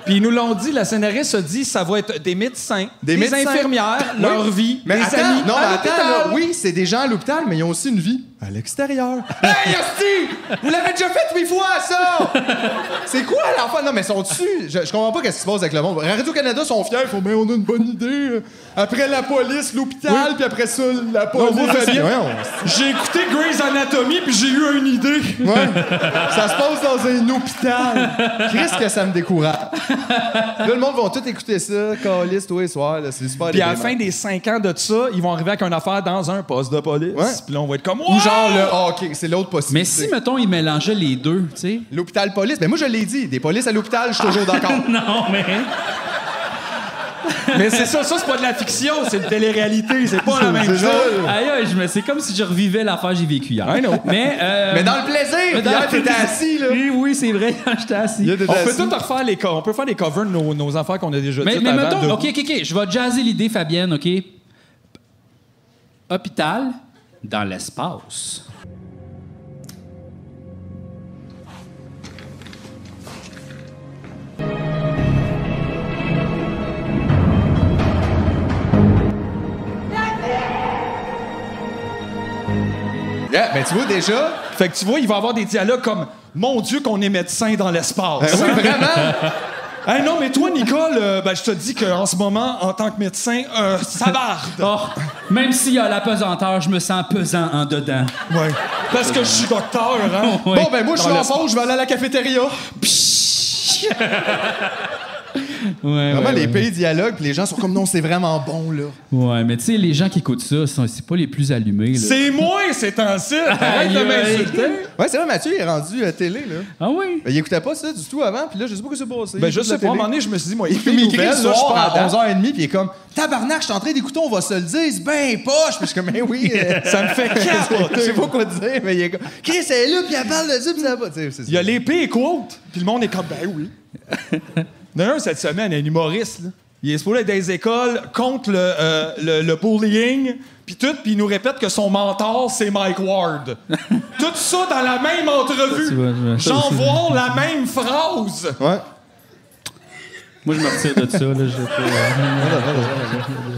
Speaker 3: Puis ils nous l'ont dit, la scénariste a dit ça va être des médecins, des,
Speaker 4: médecins.
Speaker 3: infirmières,
Speaker 4: Oui.
Speaker 3: leur vie,
Speaker 4: mais
Speaker 3: des
Speaker 4: attends,
Speaker 3: amis.
Speaker 4: Non,
Speaker 3: à
Speaker 4: mais attends,
Speaker 3: l'hôpital.
Speaker 4: là, oui, c'est des gens à l'hôpital, mais ils ont aussi une vie à l'extérieur. hey, hostie! Vous l'avez déjà fait huit fois, ça! c'est quoi, l'enfant? Non, mais sont dessus. Je, je comprends pas qu'est-ce qui se passe avec le monde. Radio-Canada sont fiers, ils font, mais on a une bonne idée. euh, Après la police, l'hôpital, puis après ça, la police.
Speaker 3: vous, Fabien.
Speaker 4: Voyons,
Speaker 3: J'ai écouté Grey's Anatomy, puis j'ai eu une idée.
Speaker 4: Ouais. Ça se passe dans un hôpital. Chris, que ça me décourage. Là, le monde va tout écouter ça, calice, tous les soirs. là, C'est super
Speaker 3: Puis à la
Speaker 4: déprimant.
Speaker 3: fin des 5 ans de ça, ils vont arriver avec une affaire dans un poste de police.
Speaker 4: Ouais.
Speaker 3: Puis là, on va être comme.
Speaker 4: Ou
Speaker 3: Wow!
Speaker 4: genre le hockey, c'est l'autre possibilité.
Speaker 1: Mais si, mettons, ils mélangeaient les deux, tu sais.
Speaker 4: L'hôpital police, mais moi je l'ai dit, des polices à l'hôpital, je suis toujours d'accord.
Speaker 1: Non, mais.
Speaker 3: Mais c'est ça, ça, c'est pas de la fiction, c'est de télé-réalité, c'est pas la même
Speaker 4: C'est ça.
Speaker 3: chose.
Speaker 1: Aïe, aïe, je me- c'est comme si je revivais l'affaire que j'ai vécue hier.
Speaker 3: I know.
Speaker 1: Mais, euh,
Speaker 4: mais dans le plaisir,
Speaker 1: mais dans
Speaker 4: hier,
Speaker 1: le-
Speaker 4: t'étais assis là.
Speaker 1: Oui, oui, c'est vrai, j'étais assis.
Speaker 4: Hier, t'étais
Speaker 3: On peut
Speaker 4: assis.
Speaker 3: tout refaire les co- on peut faire les covers de nos, nos affaires qu'on a déjà
Speaker 1: Mais,
Speaker 3: dites
Speaker 1: mais
Speaker 3: avant
Speaker 1: mettons,
Speaker 3: de-
Speaker 1: OK, OK, OK, je vais jazzer l'idée, Fabienne, OK? Hôpital dans l'espace.
Speaker 4: Yeah, ben, tu vois déjà,
Speaker 3: Fait que tu vois, il va y avoir des dialogues comme Mon Dieu, qu'on est médecin dans
Speaker 4: ben
Speaker 3: l'espace.
Speaker 4: oui, vraiment.
Speaker 3: Hey, non, mais toi, Nicole, euh, ben, je te dis qu'en ce moment, en tant que médecin, euh, ça barde.
Speaker 1: Oh, même s'il y a la pesanteur, je me sens pesant en dedans.
Speaker 3: Ouais. Parce que je suis docteur, hein.
Speaker 1: Ouais.
Speaker 4: Bon ben moi je suis
Speaker 3: Dans
Speaker 4: en pause, je vais aller à la cafétéria.
Speaker 1: Ouais,
Speaker 4: Vraiment
Speaker 1: ouais,
Speaker 4: les
Speaker 1: ouais.
Speaker 4: pays dialoguent, puis les gens sont comme non, c'est vraiment bon là.
Speaker 1: Ouais, mais tu sais, les gens qui écoutent ça, sont- c'est pas les plus allumés. Là.
Speaker 3: C'est moi, c'est ainsi. Arrête
Speaker 1: Aïe,
Speaker 3: de
Speaker 1: aïe.
Speaker 3: m'insulter.
Speaker 4: Ouais, c'est vrai Mathieu, il est rendu à télé là.
Speaker 1: Ah oui?
Speaker 4: Ben, il écoutait pas ça du tout avant, puis là je sais pas ce qui s'est passé.
Speaker 3: Ben,
Speaker 4: Il
Speaker 3: je
Speaker 4: écoute
Speaker 3: sais
Speaker 4: la
Speaker 3: pas, à un
Speaker 4: télé.
Speaker 3: moment donné, je me suis dit, moi, il
Speaker 4: Puis il m'écrit
Speaker 3: nouvelles,
Speaker 4: le
Speaker 3: là, je suis
Speaker 4: soir
Speaker 3: pas
Speaker 4: à
Speaker 3: à date.
Speaker 4: 11h30, puis il est comme Tabarnak, je suis en train d'écouter, on va se le dire, c'est ben poche. Puis je suis comme, ben oui. euh,
Speaker 3: Ça me fait
Speaker 4: Je sais
Speaker 3: capoter.
Speaker 4: pas quoi te dire, mais il est comme Chris, elle est là, puis elle parle de ça, puis ça va. Tu sais, c'est ça.
Speaker 3: Il y a l'épée et quote, puis le monde est comme, ben oui. D'un, cette semaine, un humoriste, là. Il est supposé être dans les écoles contre le, euh, le, le bullying, puis tout, puis il nous répète que son mentor, c'est Mike Ward. tout ça dans la même
Speaker 1: Ça, tu
Speaker 3: entrevue.
Speaker 1: vois, je- ça
Speaker 3: J'en
Speaker 1: aussi.
Speaker 3: vois la même phrase.
Speaker 4: Ouais.
Speaker 1: Moi, je me retire de ça. Là,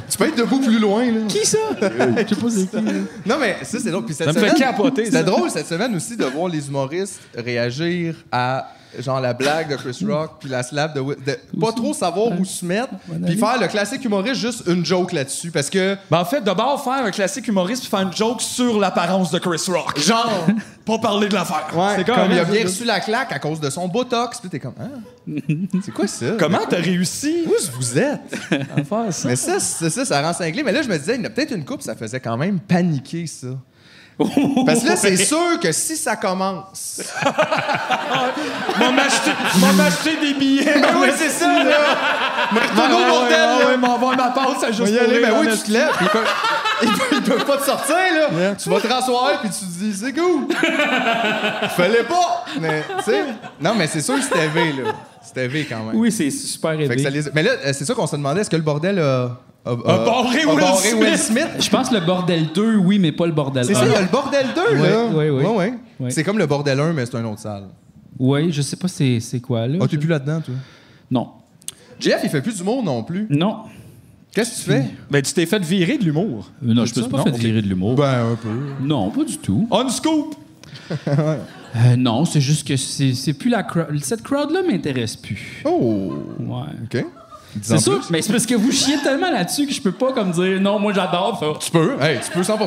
Speaker 4: Tu peux être debout plus loin, là.
Speaker 1: Qui ça? Je sais pas c'est qui. là.
Speaker 4: Non, mais ça, c'est drôle. Puis cette
Speaker 3: Ça me fait
Speaker 4: semaine,
Speaker 3: capoter, ça.
Speaker 4: C'était drôle cette semaine aussi de voir les humoristes réagir à genre la blague de Chris Rock puis la slap de, Will- de pas trop savoir où se mettre puis faire le classique humoriste juste une joke là-dessus parce que
Speaker 3: Ben en fait, d'abord, faire un classique humoriste puis faire une joke sur l'apparence de Chris Rock.
Speaker 4: genre
Speaker 3: Pas parler de l'affaire.
Speaker 4: ouais,
Speaker 3: C'est
Speaker 4: comme, il a bien
Speaker 3: ça.
Speaker 4: reçu la claque à cause de son botox puis t'es comme ah, c'est quoi ça
Speaker 3: Comment t'as réussi
Speaker 4: Où est-ce que vous êtes
Speaker 3: à faire ça?
Speaker 4: Mais ça, c'est ça, ça rend cinglé. Mais là, je me disais, il y en a peut-être une coupe, ça faisait quand même paniquer, ça. Parce que là, c'est sûr que si ça commence.
Speaker 3: M'en m'acheter, m'en m'acheter des billets.
Speaker 4: Ben oui, c'est ça, là! Mais retourne au bordel, là!
Speaker 3: m'envoie ma part, ça
Speaker 4: On
Speaker 3: juste
Speaker 4: va y
Speaker 3: pour
Speaker 4: aller,
Speaker 3: rire,
Speaker 4: mais oui, tu
Speaker 3: honnêtement.
Speaker 4: te lèves. puis Ils peuvent, ils peuvent- ils peuvent pas te sortir, là. Tu vas te rasseoir, puis tu te dis, c'est cool. Fallait pas. Mais, tu sais, non, mais c'est sûr que c'était V, là. C'était V quand même.
Speaker 1: Oui, c'est super
Speaker 4: Fait que ça
Speaker 1: élevé.
Speaker 4: les- Mais là, euh, c'est sûr qu'on se demandait, est-ce que le bordel a. A, a-
Speaker 3: barré
Speaker 4: a
Speaker 3: Will
Speaker 4: barré
Speaker 3: Smith.
Speaker 4: Will Smith?
Speaker 1: Je pense le bordel 2, oui, mais pas le bordel 1.
Speaker 4: C'est ça, il y a le bordel 2,
Speaker 1: Ouais,
Speaker 4: là.
Speaker 1: ouais, ouais.
Speaker 4: Ouais, ouais.
Speaker 1: Ouais.
Speaker 4: C'est comme le bordel 1, mais c'est un autre salle.
Speaker 1: Oui, je sais pas c'est c'est quoi, là.
Speaker 4: Ah, t'es plus là-dedans, toi?
Speaker 1: Non.
Speaker 4: Jeff, il fait plus d'humour non plus.
Speaker 1: Non.
Speaker 4: Qu'est-ce que tu fais?
Speaker 3: Ben, tu t'es fait virer de l'humour.
Speaker 1: Euh, Non, je peux
Speaker 3: ça?
Speaker 1: pas
Speaker 3: Non,
Speaker 1: faire
Speaker 3: ok.
Speaker 1: virer de l'humour.
Speaker 4: Ben, un peu.
Speaker 1: Non, pas du tout.
Speaker 3: On scoop!
Speaker 1: Euh, non, c'est juste que c'est c'est plus la crowd. Cette crowd-là m'intéresse plus.
Speaker 4: Oh!
Speaker 1: Ouais.
Speaker 4: OK. Dis en
Speaker 1: C'est sûr,
Speaker 4: plus.
Speaker 1: mais c'est parce que vous chiez tellement là-dessus que je peux pas comme dire non, moi j'adore ça.
Speaker 4: Tu peux. Hey, tu peux 100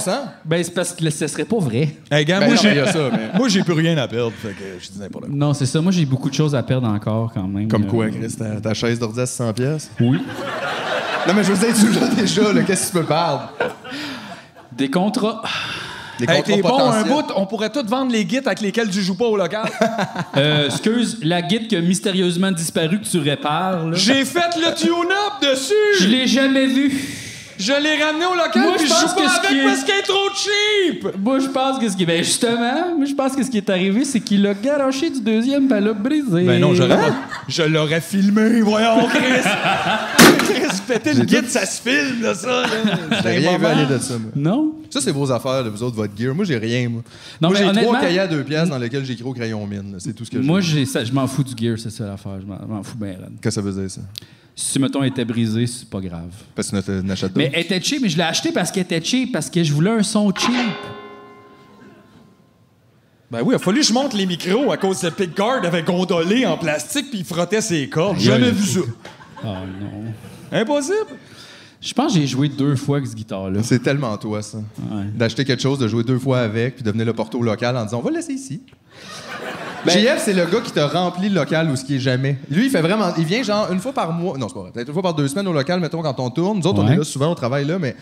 Speaker 1: Ben c'est parce que ce serait pas vrai.
Speaker 3: Hey, gars,
Speaker 4: Ben
Speaker 3: Ah, moi,
Speaker 4: non, mais il y
Speaker 3: j'ai,
Speaker 4: a ça, mais-
Speaker 3: moi, j'ai plus rien à perdre. Fait que je dis n'importe quoi.
Speaker 1: Non, c'est ça. Moi j'ai beaucoup de choses à perdre encore quand même.
Speaker 4: Comme
Speaker 1: Euh,
Speaker 4: quoi, Chris, ta, ta chaise d'ordi à 100 pièces
Speaker 1: Oui.
Speaker 4: Non, mais je veux dire, tu l'as déjà, là. Qu'est-ce que tu peux perdre?
Speaker 1: Des contrats.
Speaker 4: Des
Speaker 3: Hey, t'es bon un
Speaker 4: potentiels.
Speaker 3: bout, on pourrait tous vendre les guides avec lesquels tu joues pas au local.
Speaker 1: Euh, excuse, la guide qui a mystérieusement disparu que tu répares, là.
Speaker 3: J'ai fait le tune-up
Speaker 1: Je
Speaker 3: dessus!
Speaker 1: l'ai jamais vu.
Speaker 3: Je l'ai ramené au local,
Speaker 1: Moi,
Speaker 3: puis
Speaker 1: je
Speaker 3: je joue
Speaker 1: pense que ce
Speaker 3: pas
Speaker 1: qui est-
Speaker 3: avec parce qu'il est trop cheap!
Speaker 1: Moi, je pense que ce qui. Ben, justement, moi, je pense que ce qui est arrivé, c'est qu'il l'a garoché du deuxième, ben, l'a brisé.
Speaker 3: Ben non, j'aurais pas- Je l'aurais filmé, voyons, Chris! Chris, péter le guide, ça se filme, là, ça! là. C'est
Speaker 4: J'ai rien
Speaker 3: un
Speaker 4: vu
Speaker 3: moment.
Speaker 4: aller de ça, moi.
Speaker 1: Non?
Speaker 4: Ça, c'est vos affaires, de vous autres, votre gear. Moi, j'ai rien, moi.
Speaker 1: Non,
Speaker 4: moi,
Speaker 1: mais
Speaker 4: j'ai
Speaker 1: honnêtement-
Speaker 4: trois cahiers à deux pièces dans lesquels j'écris au crayon mine. là. C'est tout ce que j'ai.
Speaker 1: Moi, j'ai ça- je m'en fous du gear, c'est ça l'affaire. Je m'en je m'en fous bien, raide.
Speaker 4: Qu'est-ce que ça veut dire, ça?
Speaker 1: Si, mettons, elle était brisée, c'est pas grave.
Speaker 4: Parce que euh, tu n'as- n'achètes pas.
Speaker 1: Mais elle était cheap, mais je l'ai acheté parce qu'elle était cheap, parce que je voulais un son cheap.
Speaker 3: Ben oui, il a fallu que je monte les micros à cause que Pickguard avait gondolé en plastique puis il frottait ses cordes. J'ai Jamais
Speaker 1: aïe.
Speaker 3: vu ça.
Speaker 1: Oh
Speaker 4: Ah,
Speaker 1: non.
Speaker 3: Impossible.
Speaker 1: Je pense que j'ai joué deux fois avec ce guitare-là.
Speaker 4: C'est tellement toi, ça. D'acheter quelque chose, de jouer deux fois avec, puis de venir le porter au local en disant on va le laisser ici. JF, c'est le gars qui te remplit le local ou ce qui est jamais. Lui, il fait vraiment. Il vient genre une fois par mois. Non, c'est pas vrai. Peut-être une fois par deux semaines au local, mettons, quand on tourne. Nous autres, on
Speaker 1: Ouais.
Speaker 4: est là souvent, on travaille là, mais.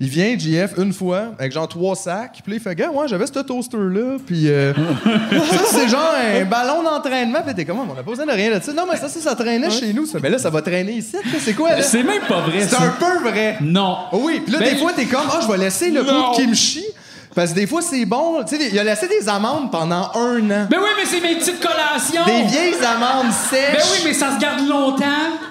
Speaker 4: Il vient, JF, une fois, avec genre trois sacs. Puis là, il fait Gars, ouais, j'avais ce toaster-là. Puis euh, ça, c'est genre un ballon d'entraînement. Puis t'es comme, on a pas besoin de rien là-dessus. Non, mais ça, ça, ça traînait chez nous. Tu fais, Mais là, ça va traîner ici. tu sais, C'est quoi, là?
Speaker 1: C'est même pas vrai,
Speaker 4: C'est
Speaker 1: ça.
Speaker 4: un peu vrai.
Speaker 1: Non.
Speaker 4: Oh Oui, puis là,
Speaker 1: Ben,
Speaker 4: des fois, t'es comme, ah, je vais laisser le
Speaker 3: Non.
Speaker 4: bout de kimchi. Parce que des fois, c'est bon. Tu sais, il a laissé des amandes pendant un an.
Speaker 1: Ben oui, mais c'est mes petites collations!
Speaker 4: Des vieilles amandes sèches.
Speaker 1: Ben oui, mais ça se garde longtemps!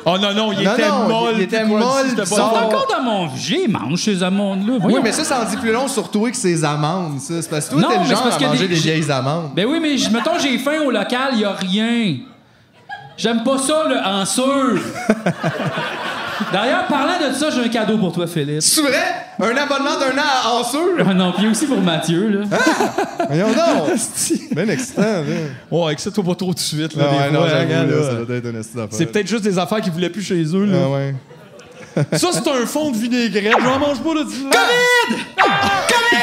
Speaker 3: Oh non, non, il
Speaker 4: Non,
Speaker 3: était
Speaker 4: non,
Speaker 3: molle.
Speaker 4: il était
Speaker 3: puis quoi,
Speaker 4: molle,
Speaker 3: c'était
Speaker 1: Ils sont
Speaker 4: Oh.
Speaker 3: bon.
Speaker 1: encore dans mon. J'ai mange ces amandes-là.
Speaker 4: Oui,
Speaker 1: voyons.
Speaker 4: mais ça, ça en dit plus long sur toi que ces amandes, ça. C'est parce que toi,
Speaker 1: Non,
Speaker 4: t'es le
Speaker 1: mais c'est
Speaker 4: genre
Speaker 1: parce
Speaker 4: à
Speaker 1: qu'il y a
Speaker 4: manger
Speaker 1: des-
Speaker 4: des, vieilles amandes.
Speaker 1: Ben oui, mais je- mettons, j'ai faim au local, il a rien. J'aime pas ça, le en sûr. D'ailleurs, parlant de ça, j'ai un cadeau pour toi, Philippe.
Speaker 4: C'est vrai? Un abonnement d'un an à en sûr?
Speaker 1: Ah non, puis aussi pour Mathieu, là.
Speaker 4: Hein? Voyons donc. Ben excitant, là.
Speaker 3: Ouais, avec ça, toi, pas trop de suite. Là,
Speaker 4: Ah
Speaker 3: des
Speaker 4: ouais,
Speaker 3: fois,
Speaker 4: non, j'avoue,
Speaker 3: regarde,
Speaker 4: là,
Speaker 3: là.
Speaker 4: ça doit être un esti d'affaire.
Speaker 3: C'est peut-être juste des affaires qu'ils voulaient plus chez eux.
Speaker 4: Ah
Speaker 3: Là.
Speaker 4: ouais.
Speaker 3: Ça, c'est un fond de vinaigrette. J'en mange pas, là. dis-le.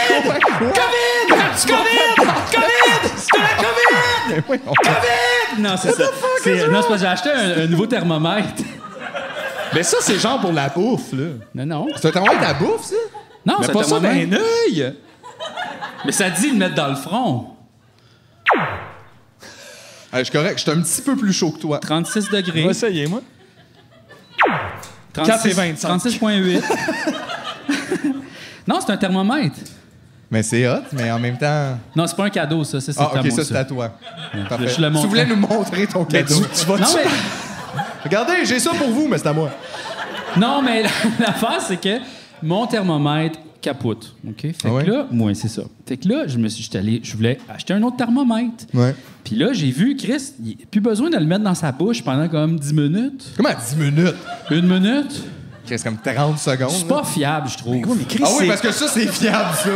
Speaker 1: COVID! COVID! COVID! C'était la COVID! COVID! Non, c'est ça. C'est- Non, c'est parce que j'ai acheté un, un nouveau thermomètre.
Speaker 3: Mais ça, c'est genre pour la bouffe, là.
Speaker 1: Non, non.
Speaker 4: C'est un travail de la bouffe, ça?
Speaker 1: Non,
Speaker 3: Mais
Speaker 1: c'est un
Speaker 3: pas ça dans
Speaker 1: thermomètre.
Speaker 3: un œil.
Speaker 1: Mais ça dit de le mettre dans le front.
Speaker 4: Ah, je suis correct. Je suis un petit peu plus chaud que toi.
Speaker 1: 36
Speaker 3: Je
Speaker 1: degrés.
Speaker 3: vais essayer, moi. 4 et 25.
Speaker 1: 36,8. non, c'est un thermomètre.
Speaker 4: Mais c'est hot, mais en même temps...
Speaker 1: Non, c'est pas un cadeau, ça. Ça, c'est
Speaker 4: Ah,
Speaker 1: à
Speaker 4: OK,
Speaker 1: moi,
Speaker 4: ça,
Speaker 1: ça.
Speaker 4: c'est à toi. Parfait.
Speaker 1: Je le montre.
Speaker 4: Tu voulais nous montrer ton
Speaker 3: Mais tu,
Speaker 4: cadeau.
Speaker 3: tu vas
Speaker 1: Non, mais,
Speaker 4: Regardez, j'ai ça pour vous, mais c'est à moi.
Speaker 1: non, mais l'affaire, c'est que mon thermomètre capote. OK? Fait
Speaker 4: Ah ouais?
Speaker 1: que là, moi, c'est ça. Fait que là, je me suis j'étais allé, je voulais acheter un autre thermomètre.
Speaker 4: Ouais.
Speaker 1: Puis là, j'ai vu Chris, il a plus besoin de le mettre dans sa bouche pendant comme 10 minutes.
Speaker 4: Comment 10 minutes?
Speaker 1: Une minute?
Speaker 4: C'est comme 30
Speaker 1: C'est
Speaker 4: secondes. là.
Speaker 1: pas fiable, je trouve.
Speaker 4: Ah oui, parce que ça, c'est fiable, ça.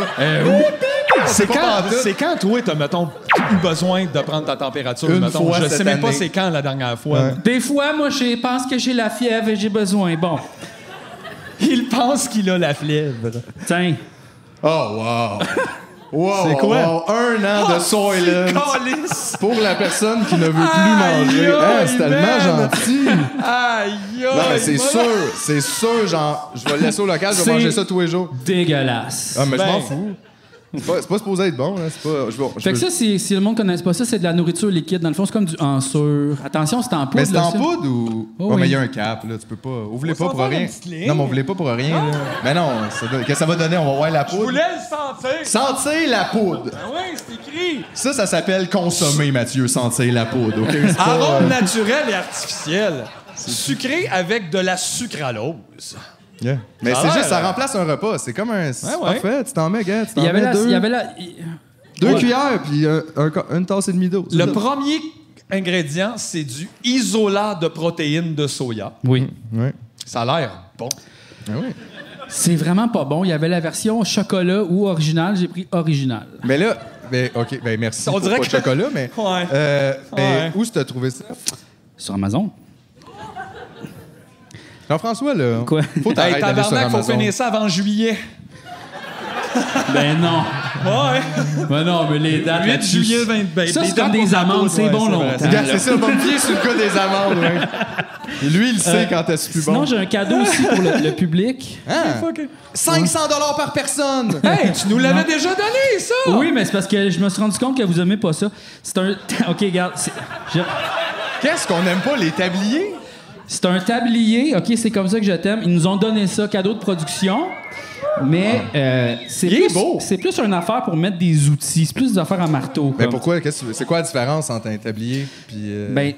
Speaker 3: C'est
Speaker 4: pas
Speaker 3: quand,
Speaker 4: pantoute.
Speaker 3: c'est quand, toi, t'as, mettons, eu besoin de prendre ta température,
Speaker 4: Une
Speaker 3: mettons.
Speaker 4: fois
Speaker 3: je
Speaker 4: cette
Speaker 3: sais même pas
Speaker 4: année.
Speaker 3: c'est quand la dernière fois.
Speaker 4: Ouais.
Speaker 1: Des fois, moi, je pense que j'ai la fièvre et j'ai besoin. Bon,
Speaker 3: Il pense qu'il a la fièvre.
Speaker 1: tiens.
Speaker 4: Oh, wow. Wow,
Speaker 3: C'est quoi?
Speaker 4: wow, Un an de Soylent
Speaker 3: Calice!
Speaker 4: pour la personne qui ne veut plus
Speaker 3: Aïe,
Speaker 4: manger.
Speaker 3: aïe,
Speaker 4: Hein, c'est tellement
Speaker 3: man.
Speaker 4: gentil.
Speaker 3: Aïe,
Speaker 4: Non, mais c'est
Speaker 3: voilà.
Speaker 4: sûr, c'est sûr, genre, je vais le laisser au local, je
Speaker 1: C'est-
Speaker 4: vais manger ça tous les jours.
Speaker 1: Dégueulasse.
Speaker 4: Ah, mais je m'en
Speaker 3: Ben.
Speaker 4: fous. C'est pas, c'est pas supposé être bon, là. C'est pas. Je, veux- je
Speaker 1: Fait que ça,
Speaker 4: veux-
Speaker 1: c'est- si le monde ne connaisse pas ça, c'est de la nourriture liquide. Dans le fond, c'est comme du en sur. Attention, c'est en poudre.
Speaker 4: mais c'est
Speaker 1: là,
Speaker 4: en
Speaker 1: ça.
Speaker 4: poudre ou.
Speaker 1: Oh
Speaker 4: Ouais,
Speaker 1: oui.
Speaker 4: mais il y a un cap, là. Tu peux pas. Ouvre-les
Speaker 3: Faut
Speaker 4: pas
Speaker 3: s'en
Speaker 4: pour
Speaker 3: faire
Speaker 4: rien.
Speaker 3: une petite ligne.
Speaker 4: Non, mais ouvre-les pas pour rien, là. Mais non, ça donne- qu'est-ce que ça va donner? On va voir la
Speaker 3: Je
Speaker 4: poudre.
Speaker 3: voulais le sentir.
Speaker 4: Sentir la poudre.
Speaker 3: Ah oui, c'est écrit.
Speaker 4: Ça, ça s'appelle consommer, Mathieu, sentir la poudre. OK? C'est pas, euh,
Speaker 3: Arôme naturel et artificiel. Sucré avec de la sucralose.
Speaker 4: yeah. Mais
Speaker 3: Ah
Speaker 4: c'est
Speaker 3: ouais,
Speaker 4: juste, ça
Speaker 3: là.
Speaker 4: remplace un repas. C'est comme un. C'est
Speaker 3: Ouais, ouais.
Speaker 4: parfait. Tu t'en mets, gars. Tu t'en
Speaker 1: Il y avait
Speaker 4: mets
Speaker 1: la.
Speaker 4: deux,
Speaker 1: il y avait la- il-
Speaker 4: deux
Speaker 3: Ouais.
Speaker 4: cuillères, puis un- un co- une tasse et demie d'eau.
Speaker 3: Le
Speaker 4: C'est ça.
Speaker 3: premier ingrédient, c'est du isolat de protéines de soya.
Speaker 1: Oui.
Speaker 4: Ouais.
Speaker 3: Ça a l'air bon.
Speaker 4: Ah oui.
Speaker 1: C'est vraiment pas bon. Il y avait la version chocolat ou original. J'ai pris original.
Speaker 4: Mais là, ben, OK, ben merci.
Speaker 3: On
Speaker 4: pour
Speaker 3: dirait
Speaker 4: pas
Speaker 3: que-
Speaker 4: le chocolat, mais.
Speaker 3: Ouais.
Speaker 4: euh, ben,
Speaker 3: Ouais.
Speaker 4: Où tu as trouvé ça?
Speaker 1: Sur Amazon.
Speaker 4: Jean-François, là.
Speaker 1: Quoi?
Speaker 4: Faut t'arrêter
Speaker 3: Hey,
Speaker 4: d'aller sur
Speaker 3: tabarnak, faut
Speaker 4: Amazon.
Speaker 3: finir ça avant juillet.
Speaker 1: Ben non.
Speaker 3: Ouais.
Speaker 1: Ben non, mais les dates.
Speaker 3: 8
Speaker 1: là-dessus,
Speaker 3: juillet 20 ben,
Speaker 1: Ça,
Speaker 3: les
Speaker 1: c'est
Speaker 3: dates
Speaker 1: comme
Speaker 3: pour
Speaker 1: des
Speaker 3: la
Speaker 1: amandes.
Speaker 3: poudre,
Speaker 1: C'est
Speaker 3: ouais,
Speaker 1: bon
Speaker 3: c'est vrai,
Speaker 1: longtemps.
Speaker 3: c'est
Speaker 4: Regarde,
Speaker 1: là.
Speaker 4: c'est ça, mon pied sur le cas des amandes, ouais. Lui, il sait quand est-ce plus
Speaker 1: Euh, Sinon,
Speaker 4: bon.
Speaker 1: j'ai un cadeau aussi pour le, le public.
Speaker 4: Hein? 500 dollars par personne!
Speaker 3: Hey, tu nous l'avais déjà donné, ça!
Speaker 1: Ah. Oui, mais c'est parce que je me suis rendu compte que vous aimez pas ça. C'est un. OK, regarde. c'est- je-
Speaker 4: Qu'est-ce qu'on aime pas, les tabliers?
Speaker 1: C'est un tablier, ok, c'est comme ça que je t'aime. Ils nous ont donné ça, cadeau de production. Mais euh, c'est
Speaker 4: Il est
Speaker 1: plus,
Speaker 4: beau.
Speaker 1: c'est plus une affaire pour mettre des outils, c'est plus des affaires à marteau.
Speaker 4: Mais
Speaker 1: comme.
Speaker 4: Ben, pourquoi? Qu'est-ce que- C'est quoi la différence entre un tablier puis euh, ben,
Speaker 1: Ben,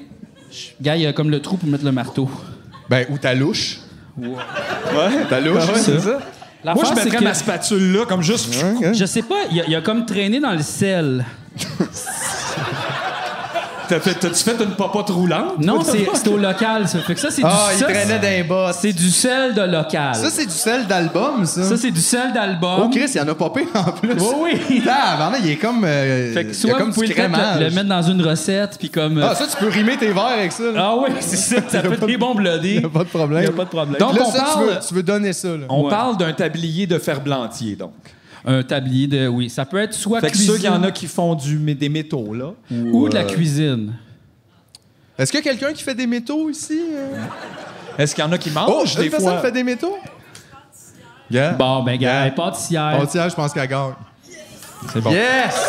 Speaker 1: je- gars, il y a comme le trou pour mettre le marteau.
Speaker 4: ben, ou ta louche?
Speaker 3: Ouais,
Speaker 4: Ta louche,
Speaker 1: Ah
Speaker 4: c'est ça?
Speaker 3: Moi, je
Speaker 1: L'affaire, c'est
Speaker 3: mettrais
Speaker 1: que-
Speaker 3: ma spatule là, comme juste.
Speaker 4: Hein?
Speaker 1: Je sais pas, il y a- il y, a comme traîné dans le sel.
Speaker 3: Ah, T'as fait- T'as-tu fait une popote roulante?
Speaker 1: Non, c'est c'est au local, ça. Fait que ça, c'est
Speaker 4: Ah,
Speaker 1: du
Speaker 4: il
Speaker 1: ça,
Speaker 4: traînait d'un bas.
Speaker 1: C'est du sel de local.
Speaker 4: Ça, c'est du sel d'album, ça.
Speaker 1: Ça, c'est du sel d'album.
Speaker 4: Oh, Chris, il en a popé en plus.
Speaker 1: Oui, oui.
Speaker 4: avant, il est comme. euh,
Speaker 1: Fait que
Speaker 4: il y
Speaker 1: soit
Speaker 4: a comme
Speaker 1: vous pouvez
Speaker 4: du
Speaker 1: le, mettre-
Speaker 4: crémage.
Speaker 1: le mettre dans une recette, puis comme. euh,
Speaker 4: Ah, ça, tu peux rimer tes verres avec ça. là.
Speaker 1: Ah oui, c'est ça, ça fait des bons
Speaker 4: Il
Speaker 1: bloodés.
Speaker 4: y a pas de problème.
Speaker 1: Y a pas de problème.
Speaker 3: Donc,
Speaker 4: Là,
Speaker 3: on
Speaker 4: ça,
Speaker 3: parle.
Speaker 4: tu, veux, tu veux donner ça, là.
Speaker 3: On
Speaker 1: Ouais.
Speaker 3: parle d'un tablier de ferblantier, donc.
Speaker 1: Un tablier de. Oui, ça peut être soit
Speaker 3: Fait que
Speaker 1: cuisine
Speaker 3: ceux qui en a qui font du, mais des métaux, là.
Speaker 1: ou euh, de la cuisine.
Speaker 4: Est-ce qu'il y a quelqu'un qui fait des métaux ici? euh?
Speaker 3: Est-ce qu'il y en a qui
Speaker 4: Oh,
Speaker 3: mangent
Speaker 4: une
Speaker 3: des
Speaker 4: personne
Speaker 3: fois?
Speaker 4: fait des métaux? Yeah.
Speaker 1: Bon, ben, gars,
Speaker 4: Yeah.
Speaker 1: elle part d'ici hier.
Speaker 4: Bon, tiens, je pense qu'elle gagne.
Speaker 1: C'est bon.
Speaker 4: Yes!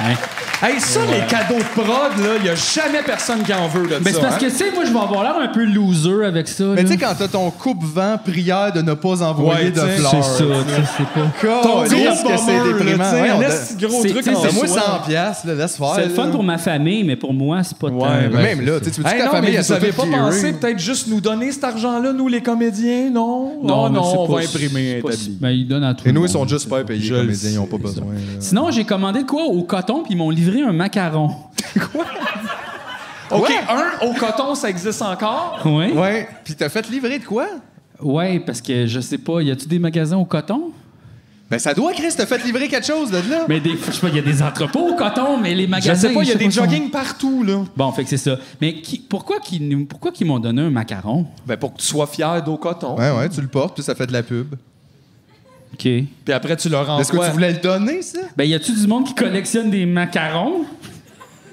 Speaker 1: Hein.
Speaker 3: Hey, ça, les cadeaux de prod, là, il y a jamais personne qui en veut de
Speaker 1: Mais
Speaker 3: ça.
Speaker 1: c'est parce
Speaker 3: hein?
Speaker 1: que, tu sais, moi, je vais avoir l'air un peu loser avec ça.
Speaker 4: Mais
Speaker 1: là.
Speaker 4: tu sais, quand t'as ton coupe-vent, prière de ne pas envoyer
Speaker 3: Ouais,
Speaker 4: de
Speaker 3: tu sais,
Speaker 4: fleurs.
Speaker 1: C'est ça, tu sais, c'est pas.
Speaker 3: Ton
Speaker 4: Ton
Speaker 3: gros
Speaker 4: Oh, que c'est
Speaker 3: bummer,
Speaker 4: déprimant.
Speaker 3: là, tu sais,
Speaker 4: Ouais, on
Speaker 3: un
Speaker 4: a-
Speaker 3: esti de gros
Speaker 1: C'est-
Speaker 3: truc
Speaker 1: c'est-
Speaker 3: en
Speaker 1: c'est
Speaker 4: Donne-moi
Speaker 3: soi.
Speaker 4: 100 piastres, là, laisse faire.
Speaker 1: C'est le fun
Speaker 4: là.
Speaker 1: pour ma famille, mais pour moi, c'est pas tant.
Speaker 3: Ouais,
Speaker 1: là.
Speaker 3: ben,
Speaker 4: Même là, tu sais, tu veux
Speaker 3: Hey,
Speaker 4: que ta
Speaker 3: non,
Speaker 4: famille
Speaker 3: mais
Speaker 4: elle
Speaker 3: vous
Speaker 4: soit
Speaker 3: avez
Speaker 4: toute
Speaker 3: pas pensé
Speaker 4: gearée.
Speaker 3: peut-être juste nous donner cet argent-là, nous, les comédiens? Non? Ah,
Speaker 1: Non,
Speaker 3: Non, non,
Speaker 1: mais c'est
Speaker 3: on
Speaker 1: pas-
Speaker 3: va imprimer
Speaker 1: c'est
Speaker 3: un
Speaker 1: pas-
Speaker 3: tablier.
Speaker 1: Ben, ils donnent à tout.
Speaker 4: Et
Speaker 1: le
Speaker 4: nous, ils
Speaker 1: monde.
Speaker 4: sont juste super payés,
Speaker 3: Je
Speaker 4: comme
Speaker 3: le
Speaker 4: ils ils n'ont
Speaker 3: sais,
Speaker 4: pas besoin. là.
Speaker 1: Sinon, j'ai commandé de quoi au coton, puis ils m'ont livré un macaron.
Speaker 3: OK,
Speaker 4: Ouais.
Speaker 3: un, au coton, ça existe encore.
Speaker 1: Ouais. ouais.
Speaker 4: Ouais, puis t'as fait livrer de quoi?
Speaker 1: parce que je sais pas, y a-tu des magasins au coton?
Speaker 4: Ben ça doit, Chris, t'as fait livrer quelque chose de là.
Speaker 1: Mais des, je sais pas, y a des entrepôts au coton, mais les
Speaker 3: Je
Speaker 1: magasins.
Speaker 3: sais pas, il y a des
Speaker 1: sont-
Speaker 3: joggings partout, là.
Speaker 1: Bon, fait que c'est ça. Mais qui- pourquoi qu'ils nous- pourquoi qu'ils m'ont donné un macaron?
Speaker 3: Ben, pour que tu sois fier d'au coton.
Speaker 4: Ouais, ouais, tu le portes, puis ça fait de la pub.
Speaker 1: OK. Ben,
Speaker 3: Puis après, tu leur
Speaker 4: Est-ce que
Speaker 3: envoies.
Speaker 4: tu voulais le donner, ça?
Speaker 1: y a-tu du monde qui collectionne des macarons?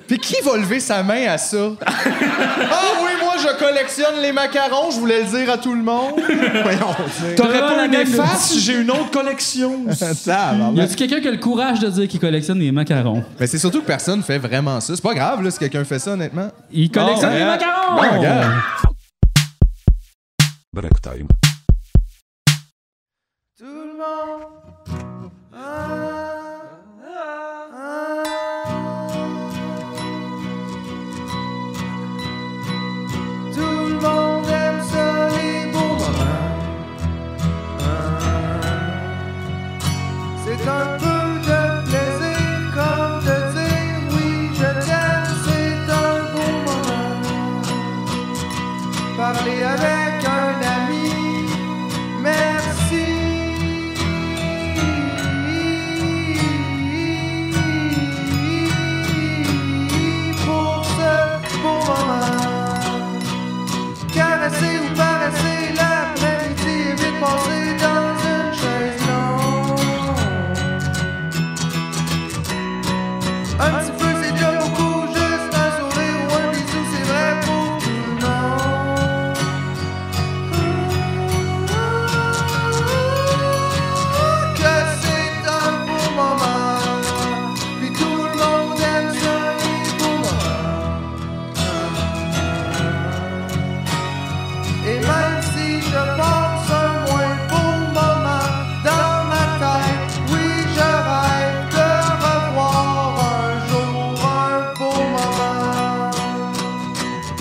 Speaker 4: Puis qui va lever sa main à ça? ah oui, moi, je collectionne les macarons, je voulais le dire à tout le monde. Voyons,
Speaker 3: T'aurais
Speaker 1: Ah, la
Speaker 3: pas une
Speaker 1: gang de-
Speaker 3: efface, j'ai une autre collection.
Speaker 4: c'est ça,
Speaker 1: Y a-tu quelqu'un qui a le courage de dire qu'il collectionne des macarons?
Speaker 4: Mais c'est surtout que personne fait vraiment ça. C'est pas grave, là, si quelqu'un fait ça, honnêtement.
Speaker 1: Il collectionne
Speaker 3: ouais.
Speaker 1: des macarons!
Speaker 4: Bon, regarde.
Speaker 2: Break time.
Speaker 5: C'est un peu de plaisir comme de dire oui je t'aime, c'est un bon moment. Parler avec un ami,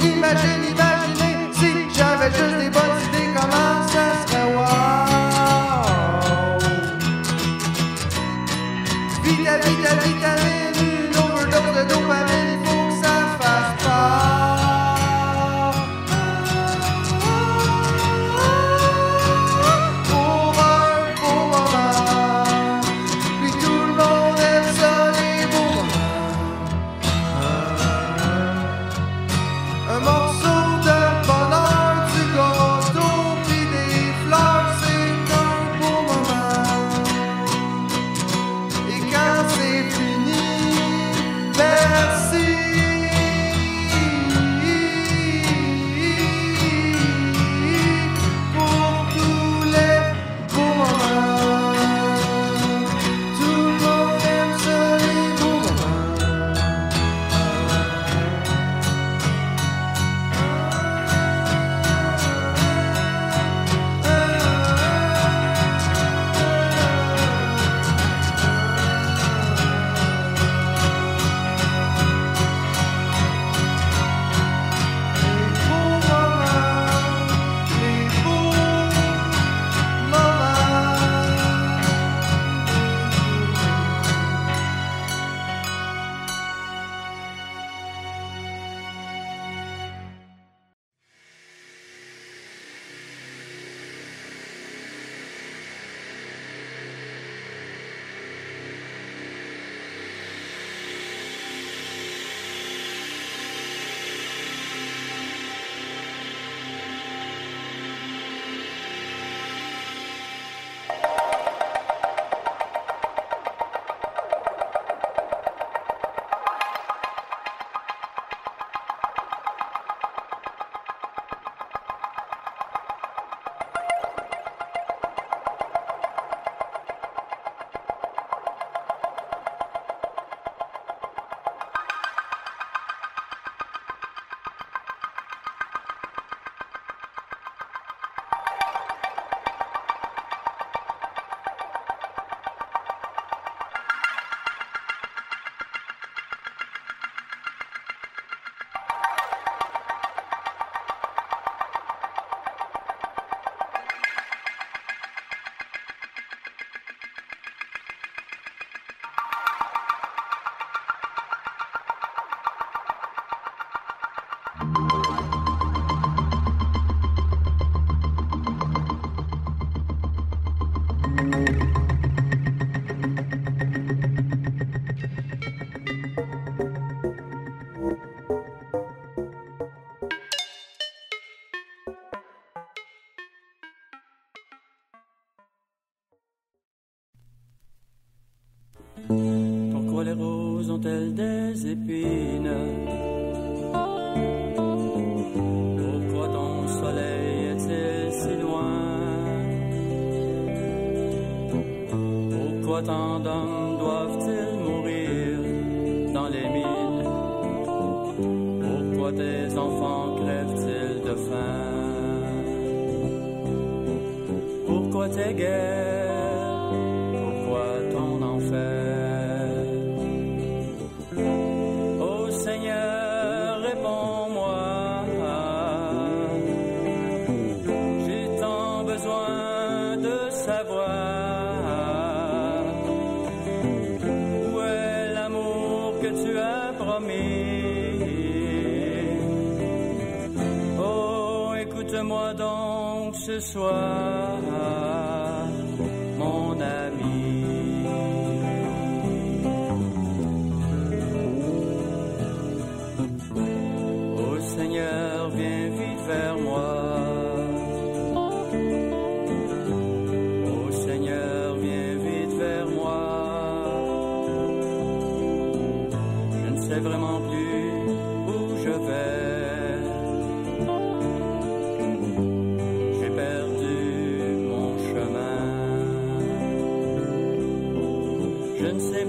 Speaker 5: imagine, imaginez si j'avais juste des bonnes idées, comment ça serait wow. Vita, vita, vitamine, une overdose de dopamine, il faut que ça fasse pas. Pour un beau moment, puis tout le monde aime ça, les beaux moments. Un morceau de bonheur, du gâteau puis des fleurs, c'est un beau moment. Et quand c'est fini, merci. Pour tous les beaux moments, tout le monde aime ça, les beaux moments.
Speaker 2: Pourquoi les roses ont-elles des épines Pourquoi ton soleil est-il si loin Pourquoi tant d'hommes doivent-ils mourir dans les mines Pourquoi tes enfants crèvent-ils de faim Pourquoi tes guerres pourquoi ton enfer Ô Seigneur, réponds-moi. J'ai tant besoin de savoir où est l'amour que tu as promis. Oh, écoute-moi donc ce soir mon ami. Ô Seigneur, viens vite vers moi. Ô Seigneur, viens vite vers moi. Je ne sais vraiment plus où je vais. J'ai perdu mon chemin. Oh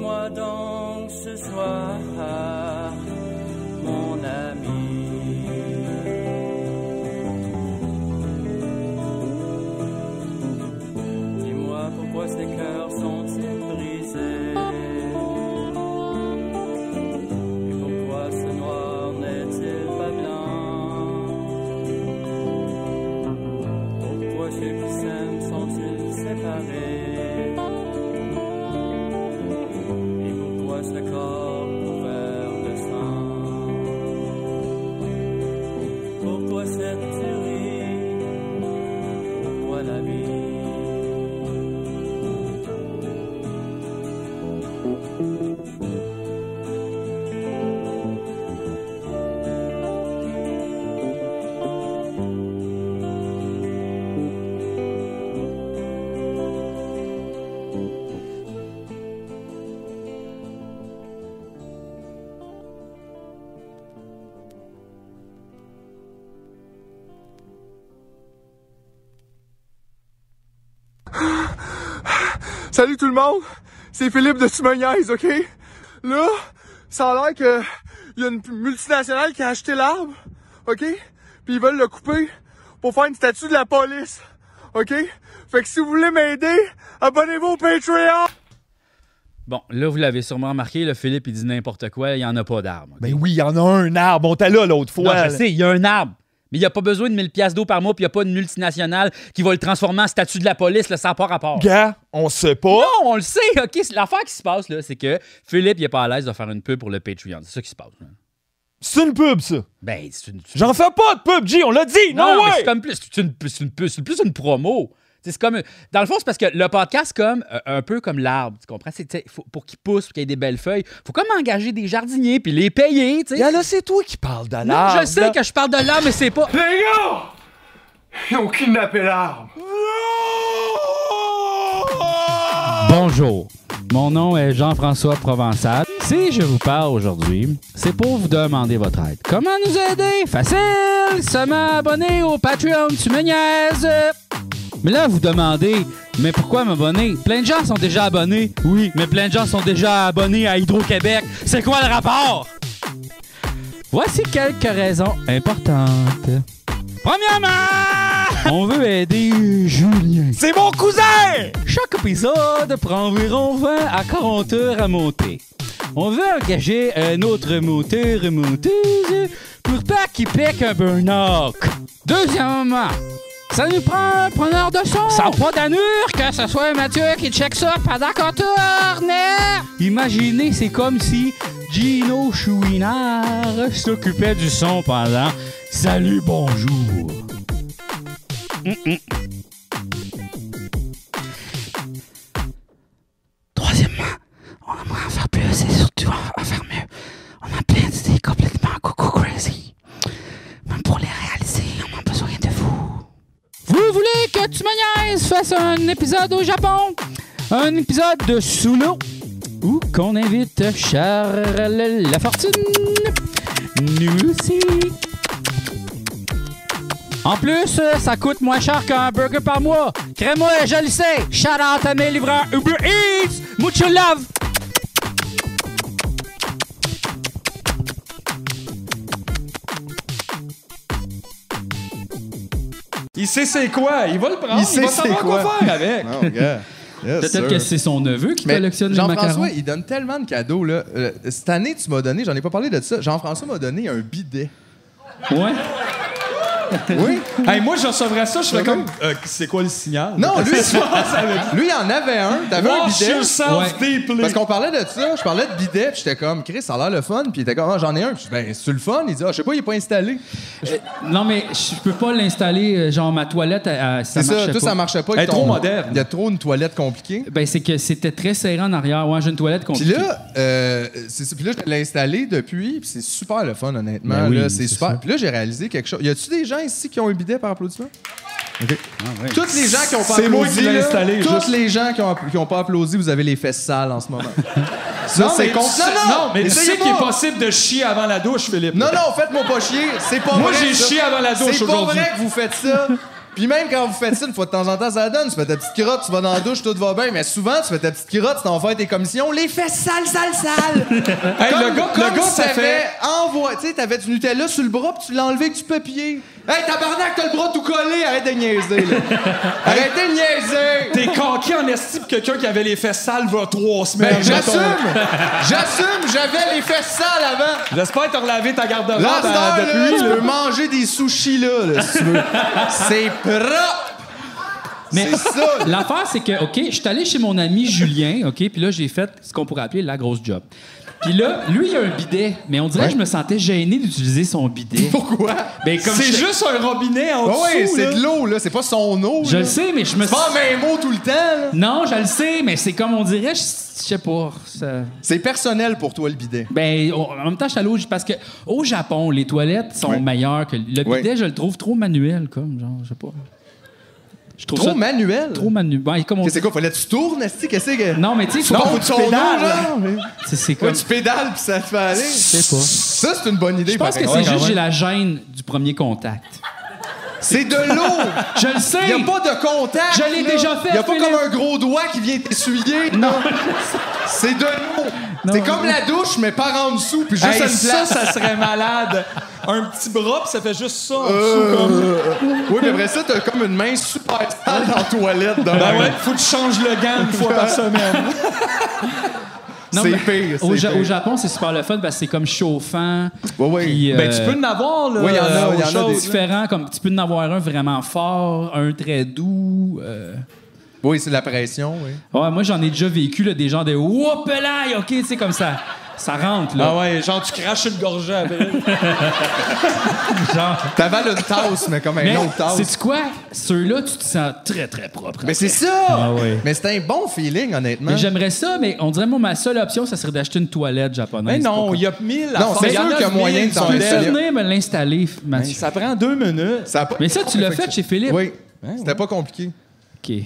Speaker 2: Bois Oh, donc ce soir, mon ami. Dis-moi pourquoi ces cœurs sont-ils brisés Et pourquoi ce noir n'est-il pas blanc Pourquoi chez Pissem sont-ils séparés et pourquoi ce corps couvert de sang Pourquoi cette tuerie Pourquoi la vie
Speaker 6: Salut tout le monde, c'est Philippe de Timoniaise, ok? Là, ça a l'air que il y a une multinationale qui a acheté l'arbre, ok? Puis ils veulent le couper pour faire une statue de la police, ok? Fait que si vous voulez m'aider, abonnez-vous au Patreon!
Speaker 1: Bon, là, vous l'avez sûrement remarqué, le Philippe, il dit n'importe quoi, il n'y en a pas d'arbre. ok?
Speaker 3: Ben oui, il y en a un arbre. On t'a là l'autre fois.
Speaker 1: Non,
Speaker 3: là.
Speaker 1: je sais, il y a un arbre. Mais il n'y a pas besoin de 1000 pièces d'eau par mois, puis il n'y a pas de multinationale qui va le transformer en statut de la police, là, ça n'a pas rapport.
Speaker 3: Gars, on sait pas.
Speaker 1: Non, on le sait, OK? c'est- L'affaire qui se passe, là, c'est que Philippe, il n'est pas à l'aise de faire une pub pour le Patreon. C'est ça qui se passe. là.
Speaker 3: C'est une pub, ça.
Speaker 1: Ben, c'est une...
Speaker 3: J'en fais pas de pub, G, on l'a dit.
Speaker 1: Non,
Speaker 3: Non,
Speaker 1: mais
Speaker 3: ouais.
Speaker 1: c'est comme plus, c'est une, c'est une- c'est plus une promo. C'est comme, dans le fond, c'est parce que le podcast, comme euh, un peu comme l'arbre, tu comprends? C'est, tu sais, faut- pour qu'il pousse, pour qu'il y ait des belles feuilles, faut comme engager des jardiniers puis les payer. tu sais.
Speaker 3: Gars, là, c'est toi qui parles de
Speaker 1: Non,
Speaker 3: l'arbre.
Speaker 1: je sais
Speaker 3: là.
Speaker 1: que je parle de l'arbre, mais c'est pas.
Speaker 6: Les gars! Ils ont kidnappé l'arbre!
Speaker 1: Bonjour, mon nom est Jean-François Provençal. Si je vous parle aujourd'hui, c'est pour vous demander votre aide. Comment nous aider? Facile! Seulement abonner au Patreon, tu me niaises! Mais là, vous demandez, mais pourquoi m'abonner? Plein de gens sont déjà abonnés. Oui, mais plein de gens sont déjà abonnés à Hydro-Québec. C'est quoi le rapport? Voici quelques raisons importantes. Premièrement, on veut aider Julien.
Speaker 3: C'est mon cousin.
Speaker 1: Chaque épisode prend environ 20 à 40 heures à monter. On veut engager un autre monteur monteuse pour pas qu'il pique un burn-out. Deuxièmement, ça nous prend un preneur de son. Ça n'a pas d'annure que ce soit Mathieu qui check ça pendant qu'on tourne. Imaginez, c'est comme si Gino Chouinard s'occupait du son pendant Salut, bonjour. Troisièmement, on aimerait en faire plus et surtout en, en faire mieux. On a plein d'idées complètement coco crazy. Même pour les réaliser, on a besoin de vous. Vous voulez que tu me niaises fasse un épisode au Japon? Un épisode de sous l'eau? Ou qu'on invite Charles Lafortune? Nous aussi. En plus, euh, ça coûte moins cher qu'un burger par mois. Crée-moi, je le sais. Shout out à mes livreurs Uber Eats. Mucho love.
Speaker 3: Il sait c'est quoi. Il va le prendre. Il,
Speaker 4: sait
Speaker 3: va
Speaker 4: c'est
Speaker 3: savoir quoi,
Speaker 4: quoi.
Speaker 3: faire avec.
Speaker 4: Non, gars. Yes,
Speaker 1: Peut-être
Speaker 4: sir.
Speaker 1: que c'est son neveu qui
Speaker 4: Mais
Speaker 1: collectionne les macarons.
Speaker 4: Jean-François, il donne tellement de cadeaux. Là. Euh, cette année, tu m'as donné, j'en ai pas parlé de ça, Jean-François m'a donné un bidet.
Speaker 1: Ouais.
Speaker 4: Oui?
Speaker 3: Hey, moi, je recevrais ça, je ferais comme. Ah, euh, c'est quoi le signal?
Speaker 4: Ben Non, lui, lui, il en avait un. T'avais un
Speaker 3: Wash
Speaker 4: bidet.
Speaker 3: yourself deeply.
Speaker 4: Parce qu'on parlait de ça, je parlais de bidet, puis j'étais comme, Chris, ça a l'air le fun, puis il était comme, Ah, j'en ai un, puis je dis, ben, c'est le fun, il dit, ah, je sais pas, il est pas installé.
Speaker 1: Non, mais je peux pas l'installer, euh, genre ma toilette, euh, ça
Speaker 4: C'est
Speaker 1: marchait
Speaker 4: ça, tout
Speaker 1: pas.
Speaker 4: ça marchait pas.
Speaker 3: Elle est
Speaker 4: Ton-
Speaker 3: trop moderne.
Speaker 4: Il y a trop une toilette compliquée.
Speaker 1: Ben, c'est que c'était très serré en arrière. Ouais, j'ai une toilette
Speaker 4: Puis
Speaker 1: compliquée.
Speaker 4: là, euh, c'est ça. Puis là, je l'ai installé depuis, puis c'est super le fun, honnêtement.
Speaker 1: Ben oui,
Speaker 4: là, c'est
Speaker 1: c'est ça.
Speaker 4: super. Puis là, j'ai réalisé quelque chose. Y a-tu des gens ici qui ont un bidet par applaudissement? Toutes les gens qui ont pas
Speaker 3: C'est moi
Speaker 4: applaudi,
Speaker 3: qui l'ai
Speaker 4: là,
Speaker 3: installé,
Speaker 4: toutes
Speaker 3: juste.
Speaker 4: les gens qui ont, qui ont pas applaudi, vous avez les fesses sales en ce moment. ça,
Speaker 3: Non, mais
Speaker 4: con-
Speaker 3: tu sais- non, mais tu
Speaker 4: essayez
Speaker 3: sais qu'il est
Speaker 4: pas.
Speaker 3: possible de chier avant la douche, Philippe.
Speaker 4: Non, non, faites-moi pas chier. C'est pas
Speaker 3: Moi,
Speaker 4: vrai.
Speaker 3: j'ai
Speaker 4: ça.
Speaker 3: chié avant la douche
Speaker 4: C'est pas
Speaker 3: aujourd'hui.
Speaker 4: vrai que vous faites ça. Puis même quand vous faites ça, une fois de temps en temps, ça donne. Tu fais ta petite carotte, tu vas dans la douche, tout va bien. Mais souvent, tu fais ta petite carotte, tu t'en fais tes commissions, les fesses sales, sales, sales.
Speaker 3: Hey, le gars, le gars, ça fait.
Speaker 4: envoie, tu sais, t'avais du Nutella sur le bras, puis tu l'as enlevé avec du papier. Hey, tabarnak, t'as le bras tout collé, arrête de niaiser, là. Arrêtez de niaiser.
Speaker 3: T'es conquis en esti pour quelqu'un qui avait les fesses sales il y a trois semaines.
Speaker 4: Ben, j'assume! J'assume, j'avais les fesses sales avant!
Speaker 3: J'espère t'as relavé ta garde-robe
Speaker 4: ben, Là,
Speaker 3: à-
Speaker 4: cette heure-là,
Speaker 3: depuis.
Speaker 4: tu
Speaker 3: là.
Speaker 4: peux manger des sushis là, là, si tu veux. C'est propre!
Speaker 1: Mais
Speaker 4: C'est ça!
Speaker 1: l'affaire, c'est que, OK, je suis allé chez mon ami Julien, OK, puis là, j'ai fait ce qu'on pourrait appeler la grosse job. Puis là, lui, il a un bidet, mais on dirait que je me sentais gêné d'utiliser son bidet.
Speaker 4: Pourquoi?
Speaker 1: Ben, comme
Speaker 3: C'est
Speaker 1: je-
Speaker 3: juste un robinet en
Speaker 4: Ah
Speaker 3: dessous.
Speaker 4: ouais, c'est
Speaker 3: là.
Speaker 4: de l'eau, là, c'est pas son eau.
Speaker 1: Je
Speaker 4: là.
Speaker 1: le sais, mais je me
Speaker 4: C'est pas le même mot tout le temps, là.
Speaker 1: Non, je le sais, mais c'est comme on dirait, je je sais pas. ça-
Speaker 4: C'est personnel pour toi, le bidet.
Speaker 1: Ben, on- en même temps, je suis allé au- parce que au Japon, les toilettes sont meilleures que le bidet.
Speaker 4: Ouais.
Speaker 1: Je le trouve trop manuel, comme genre, je sais pas. Je trouve
Speaker 4: Trop
Speaker 1: ça
Speaker 4: manuel.
Speaker 1: trop manuel. Ben, comme on...
Speaker 4: C'est quoi, fallait que tu tournes, est-ce que c'est que.
Speaker 1: Non, mais tu sais, faut-
Speaker 4: Non, faut que tu pédales, genre.
Speaker 1: c'est- c'est
Speaker 4: Faut
Speaker 1: comme.
Speaker 4: que tu pédales puis ça te fait aller.
Speaker 1: Je sais pas.
Speaker 4: Ça, c'est une bonne idée,
Speaker 1: Je pense que
Speaker 4: pareil.
Speaker 1: c'est
Speaker 4: Ouais,
Speaker 1: juste j'ai
Speaker 4: ouais.
Speaker 1: la gêne du premier contact.
Speaker 4: C'est de l'eau!
Speaker 1: Je le sais.
Speaker 4: Il n'y a pas de contact.
Speaker 1: Je l'ai
Speaker 4: là.
Speaker 1: déjà fait,
Speaker 4: Il a pas
Speaker 1: Philippe.
Speaker 4: comme un gros doigt qui vient t'essuyer. Non. C'est de l'eau.
Speaker 1: Non.
Speaker 4: C'est comme la douche, mais pas en dessous, puis juste
Speaker 3: Hey,
Speaker 4: à une
Speaker 3: ça,
Speaker 4: place.
Speaker 3: ça serait malade. Un petit bras, puis ça fait juste ça en dessous. Comme...
Speaker 4: Euh, Oui, mais après ça, t'as comme une main super sale en toilette. dans
Speaker 3: Ben
Speaker 4: la-
Speaker 3: ouais, faut que tu changes le gant une fois par semaine.
Speaker 1: Non,
Speaker 4: c'est
Speaker 1: mais
Speaker 4: pire,
Speaker 1: Au,
Speaker 4: c'est
Speaker 1: Ja-
Speaker 4: pire.
Speaker 1: au Japon, c'est super le fun parce que c'est comme chauffant.
Speaker 4: Ouais, ouais.
Speaker 1: puis,
Speaker 3: Ben, tu
Speaker 1: euh,
Speaker 3: peux en avoir, là.
Speaker 4: Ouais, y en a,
Speaker 3: euh,
Speaker 4: y en a
Speaker 3: autre chose, là.
Speaker 1: différent, comme tu peux en avoir un vraiment fort, un très doux. euh.
Speaker 4: Oui, c'est de la pression, oui.
Speaker 1: Ouais, moi j'en ai déjà vécu là, des gens de Whoop là, ok, tu sais comme ça, ça rentre là.
Speaker 3: Ah ouais, genre, tu craches sur le gorget après.
Speaker 1: Genre.
Speaker 4: T'avales une tasse, mais comme un
Speaker 1: Mais
Speaker 4: autre tasse.
Speaker 1: c'est quoi Ceux-là, tu te sens très très propre.
Speaker 4: Mais c'est ça!
Speaker 1: Ah ouais.
Speaker 4: Mais c'est un bon feeling, honnêtement.
Speaker 1: Mais j'aimerais ça, mais on dirait moi ma seule option, ça serait d'acheter une toilette japonaise.
Speaker 3: Mais Eh non, il
Speaker 1: il
Speaker 3: y a mille
Speaker 4: Non,
Speaker 3: affaires.
Speaker 4: c'est
Speaker 3: Y en
Speaker 4: sûr
Speaker 3: a
Speaker 4: qu'il y a
Speaker 3: mille
Speaker 4: moyen de s'en
Speaker 1: peux
Speaker 3: toilettes.
Speaker 4: installer.
Speaker 1: venir me l'installer,
Speaker 4: Ben,
Speaker 1: Mathieu.
Speaker 3: Ça prend deux minutes.
Speaker 4: Ça a pas-
Speaker 1: Mais ça, tu l'as fait chez Philippe. Ben
Speaker 4: Oui.
Speaker 3: Ouais,
Speaker 4: C'était pas compliqué.
Speaker 1: Ok.
Speaker 4: Tu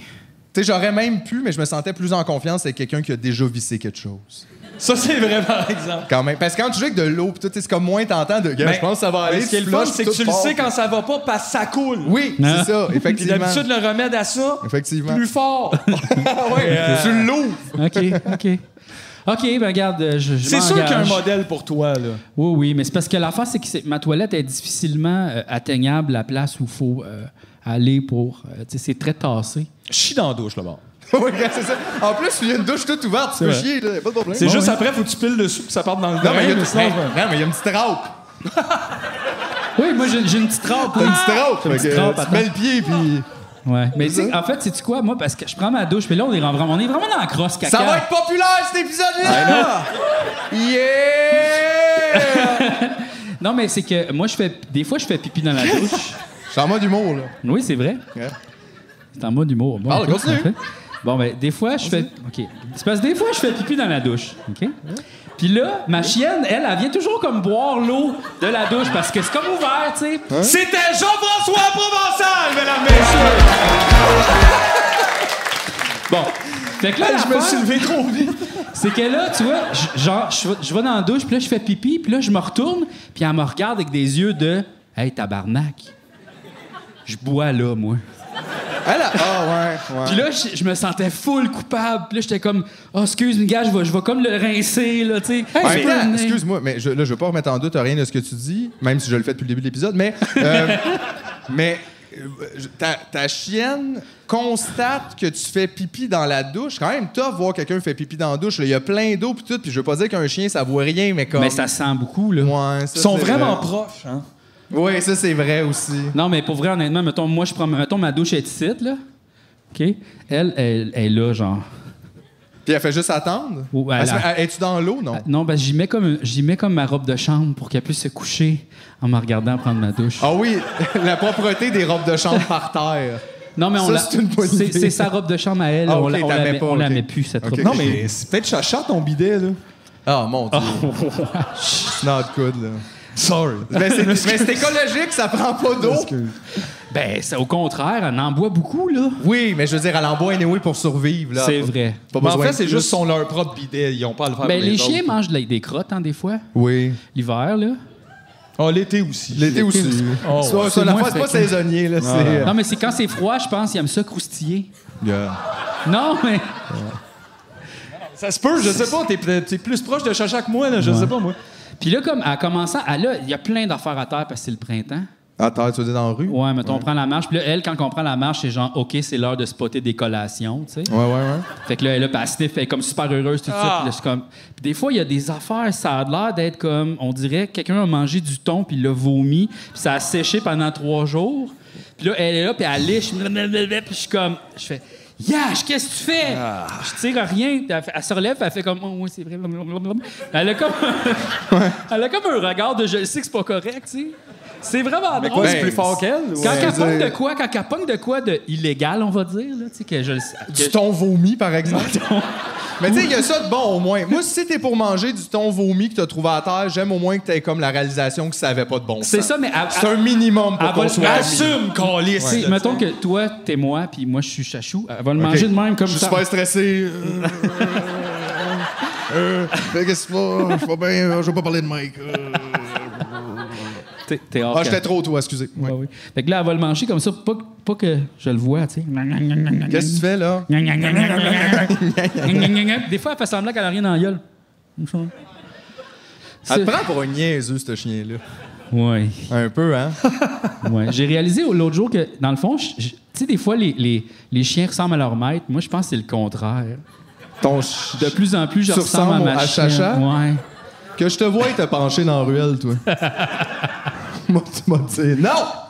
Speaker 4: sais, j'aurais même pu, mais je me sentais plus en confiance avec quelqu'un qui a déjà vissé quelque chose.
Speaker 3: Ça, c'est vrai, par exemple.
Speaker 4: Quand même. Parce que quand tu joues avec de l'eau, pis tout, tu sais, c'est comme moins tentant de. Gars,
Speaker 3: Ben,
Speaker 4: je pense que ça va
Speaker 3: ben,
Speaker 4: aller.
Speaker 3: Ce qui est le fun,
Speaker 4: flushes,
Speaker 3: c'est que
Speaker 4: tout
Speaker 3: tu le
Speaker 4: part.
Speaker 3: sais quand ça va pas, parce que ça coule.
Speaker 4: Oui,
Speaker 1: Ah.
Speaker 4: c'est ça,
Speaker 3: Puis
Speaker 4: effectivement.
Speaker 3: d'habitude, le remède à ça,
Speaker 4: Effectivement.
Speaker 3: plus fort.
Speaker 4: ouais, Tu l'ouvres.
Speaker 1: Ok, ok. Ok, ben regarde, euh, je, je
Speaker 3: C'est sûr qu'il y a un
Speaker 1: m'engage.
Speaker 3: modèle pour toi, là.
Speaker 1: Oui, oui, mais c'est parce que l'affaire, c'est que c'est- ma toilette est difficilement euh, atteignable, la place où il faut euh, aller pour. euh, tu sais, c'est très tassé.
Speaker 3: Chie dans la douche, là-bas.
Speaker 4: Oui, c'est ça. En plus, il y a une douche toute ouverte, tu peux
Speaker 3: C'est vrai.
Speaker 4: chier, là, y a pas de problème.
Speaker 3: C'est
Speaker 4: Bon,
Speaker 3: juste
Speaker 4: ouais.
Speaker 3: après, faut que tu piles dessus puis ça parte dans le
Speaker 4: Non, mais il y
Speaker 3: drain,
Speaker 4: a une-
Speaker 3: mais sinon,
Speaker 4: Hey,
Speaker 3: ben-
Speaker 4: non, mais il y a une petite rampe.
Speaker 1: Oui, moi, j'ai j'ai une petite rampe.
Speaker 4: T'as une petite
Speaker 3: Ah,
Speaker 4: rampe.
Speaker 1: J'ai une
Speaker 4: fait
Speaker 1: petite
Speaker 4: que
Speaker 1: rampe,
Speaker 4: Tu
Speaker 1: attends.
Speaker 4: mets le pied, puis.
Speaker 1: Ouais. Mais tu sais, en fait, c'est-tu quoi, moi, parce que je prends ma douche, puis là, on est vraiment, on est vraiment dans la crosse caca.
Speaker 4: Ça va être populaire, cet épisode-là! Yeah!
Speaker 1: Non, mais c'est que moi, je fais. Des fois, je fais pipi dans la douche.
Speaker 4: C'est en mode humour, là.
Speaker 1: Oui, c'est vrai.
Speaker 4: Ouais.
Speaker 1: C'est en mode humour. Bon,
Speaker 4: Parle,
Speaker 1: ok,
Speaker 4: continue.
Speaker 1: parfait. Bon, ben, des fois, je fais. OK. C'est parce que des fois, je fais pipi dans la douche. OK? Puis là, ma chienne, elle, elle vient toujours comme boire l'eau de la douche parce que c'est comme ouvert, tu sais.
Speaker 4: Hein?
Speaker 3: Hein? C'était Jean-François Provençal, mesdames, messieurs!
Speaker 1: Bon. Fait que là,
Speaker 3: Je me
Speaker 1: l'affaire,
Speaker 3: suis levé trop vite.
Speaker 1: c'est que là, tu vois, je- genre, je, vais- je vais dans la douche, puis là, je fais pipi, puis là, je me retourne, puis elle me regarde avec des yeux de Hey, tabarnak. Je bois là, moi.
Speaker 4: Elle a- Ah, ouais, ouais.
Speaker 1: Puis là, je, je me sentais full coupable. Puis là, j'étais comme, oh, excuse, moi gars, je vais, je vais comme le rincer, là, tu sais.
Speaker 4: En
Speaker 1: Je
Speaker 4: même
Speaker 1: peux
Speaker 4: temps,
Speaker 1: venir.
Speaker 4: excuse-moi, mais je, là, je veux pas remettre en doute rien de ce que tu dis, même si je le fais depuis le début de l'épisode, mais, euh, mais euh, je- ta, ta chienne constate que tu fais pipi dans la douche. quand même tough voir quelqu'un fait pipi dans la douche. là. Il y a plein d'eau puis tout, puis je veux pas dire qu'un chien, ça voit rien, mais comme...
Speaker 1: Mais ça sent beaucoup, là.
Speaker 4: Ouais, ça,
Speaker 3: Ils sont
Speaker 4: c'est
Speaker 3: vraiment
Speaker 4: vrai.
Speaker 3: proches, hein.
Speaker 4: Oui, ça, c'est vrai aussi.
Speaker 1: Non, mais pour vrai, honnêtement, mettons, moi, je prends, mettons, ma douche est ici, là. OK? Elle, elle, elle est là, genre.
Speaker 4: Puis elle fait juste attendre.
Speaker 1: Ou elle
Speaker 4: Elle se
Speaker 1: a-
Speaker 4: met- elle- Es-tu dans l'eau, non?
Speaker 1: Non, ben, j'y mets comme, j'y mets comme ma robe de chambre pour qu'elle puisse se coucher en me regardant prendre ma douche.
Speaker 4: Ah oui, la propreté des robes de chambre par terre.
Speaker 1: Non, mais on
Speaker 4: ça,
Speaker 1: la-
Speaker 4: c'est une bonne
Speaker 1: c'est,
Speaker 4: idée.
Speaker 1: c'est sa robe de chambre à elle.
Speaker 4: Ah,
Speaker 1: on
Speaker 4: ok,
Speaker 1: la, on
Speaker 4: t'en
Speaker 1: la
Speaker 4: mets
Speaker 1: met,
Speaker 4: pas,
Speaker 1: on la
Speaker 4: ok.
Speaker 1: met plus, cette
Speaker 4: Ok.
Speaker 1: robe de
Speaker 4: Non,
Speaker 1: chambre.
Speaker 4: mais
Speaker 3: c'est peut-être chacha ton bidet, là.
Speaker 4: Ah, mon Dieu. Not good, là.
Speaker 3: Sorry.
Speaker 4: Mais c'est mais c'est écologique, ça prend pas d'eau.
Speaker 1: Ben, ça, au contraire, elle en boit beaucoup, là.
Speaker 4: Oui, mais je veux dire, elle en boit anyway pour survivre. Là.
Speaker 1: C'est
Speaker 4: Pas-
Speaker 1: vrai.
Speaker 4: Pas
Speaker 3: Mais
Speaker 4: besoin
Speaker 3: en fait,
Speaker 4: de
Speaker 3: c'est
Speaker 4: plus.
Speaker 3: juste son leur
Speaker 4: ah,
Speaker 3: propre bidet. Ils ont pas à le faire
Speaker 1: Ben,
Speaker 3: pour
Speaker 1: les
Speaker 3: autres.
Speaker 1: chiens mangent de la- des crottes, hein, des fois,
Speaker 4: Oui.
Speaker 1: l'hiver, là.
Speaker 3: Ah, l'été aussi.
Speaker 4: L'été aussi.
Speaker 3: Oh,
Speaker 4: ça,
Speaker 3: ouais.
Speaker 4: ça,
Speaker 1: C'est
Speaker 4: la
Speaker 1: moins
Speaker 4: fois, c'est pas
Speaker 1: fréquent.
Speaker 4: saisonnier, là. c'est, euh,
Speaker 1: Non, mais c'est quand c'est froid, je pense, ils aiment ça croustiller. Non, mais.
Speaker 3: Ça se peut, je sais pas. T'es, peut- t'es plus proche de Chacha que moi, là, je sais pas, moi.
Speaker 1: Puis là, comme, en commençant, elle a- il y a plein d'affaires à terre parce que c'est le printemps.
Speaker 4: Attends, tu veux dire dans la rue? Ouais,
Speaker 1: Ouais, mettons, on prend la marche. Puis là, elle, quand on prend la marche, c'est genre, OK, c'est l'heure de spotter des collations, tu sais.
Speaker 4: ouais, ouais.
Speaker 1: Fait que là, elle est là, puis elle sniff, elle est comme super heureuse, tout
Speaker 3: Ah.
Speaker 1: ça. Puis là, je suis comme... Puis des fois, il y a des affaires, ça a l'air d'être comme, on dirait, que quelqu'un a mangé du thon, puis il l'a vomi, puis ça a séché pendant trois jours. Puis là, elle est là, puis elle liche, puis je suis comme, je fais, Yash, qu'est-ce que tu fais?
Speaker 3: Ah.
Speaker 1: Je tire à rien. Puis elle, fait- elle se relève, puis elle fait comme, oh, oui, c'est vrai. blablabla. Elle a comme, elle a comme un regard de je le sais que c'est pas correct, tu sais. C'est vraiment drôle.
Speaker 3: Quoi, c'est
Speaker 4: Ben,
Speaker 3: plus fort qu'elle? ou- euh,
Speaker 1: Quand
Speaker 4: Ouais,
Speaker 1: elle
Speaker 4: je veux
Speaker 1: pogne
Speaker 4: dire-
Speaker 1: de quoi, quand elle pogne de quoi de illégal, on va dire, là, tu sais, que je le sais.
Speaker 4: Du
Speaker 1: que-
Speaker 4: thon vomi, par exemple. Mais tu sais, il y a ça de bon au moins. Moi, si t'es pour manger du thon vomi que t'as trouvé à terre, j'aime au moins que t'aies comme la réalisation que ça avait pas de bon
Speaker 1: C'est
Speaker 4: sens.
Speaker 1: ça, mais. elle-
Speaker 4: C'est
Speaker 1: elle-
Speaker 4: un minimum pour
Speaker 1: elle va
Speaker 4: qu'on
Speaker 1: le-
Speaker 4: soit amis.
Speaker 3: Assume, câlisse.
Speaker 1: Tu sais,
Speaker 3: là,
Speaker 1: mettons
Speaker 3: tu
Speaker 1: que toi, t'es moi, puis moi, je suis chachou. Elle va le manger de même comme
Speaker 4: Je suis
Speaker 1: ça.
Speaker 4: super stressé. Euh, euh, euh, Qu'est-ce que c'est pas? Je vais pas bien. euh, Je vais pas parler de Mike. euh.
Speaker 1: T'es- T'es hors
Speaker 4: Ah, j'étais
Speaker 1: cam-
Speaker 4: trop toi, excusez. Ouais.
Speaker 1: Ah oui. Fait que là, elle va le manger comme ça, pas, que- pas que je le vois, tu sais.
Speaker 4: Qu'est-ce que tu fais là?
Speaker 1: Des fois, elle fait semblant qu'elle a rien dans la gueule. Ah,
Speaker 4: Elle te prend pour un niaiseux, ce chien-là.
Speaker 1: Ouais.
Speaker 4: Un peu, hein?
Speaker 1: Ouais. J'ai réalisé l'autre jour que, dans le fond, je- je- tu sais, des fois, les, les, les chiens ressemblent à leur maître. Moi, je pense que c'est le contraire.
Speaker 4: Ton ch-
Speaker 1: De plus en plus, je
Speaker 4: Tu
Speaker 1: ressemble à
Speaker 4: ressembles
Speaker 1: ma
Speaker 4: au- à
Speaker 1: chienne.
Speaker 4: Chacha?
Speaker 1: Ouais.
Speaker 4: Que je te vois te pencher dans la ruelle, toi. Moi, tu m'as dit non!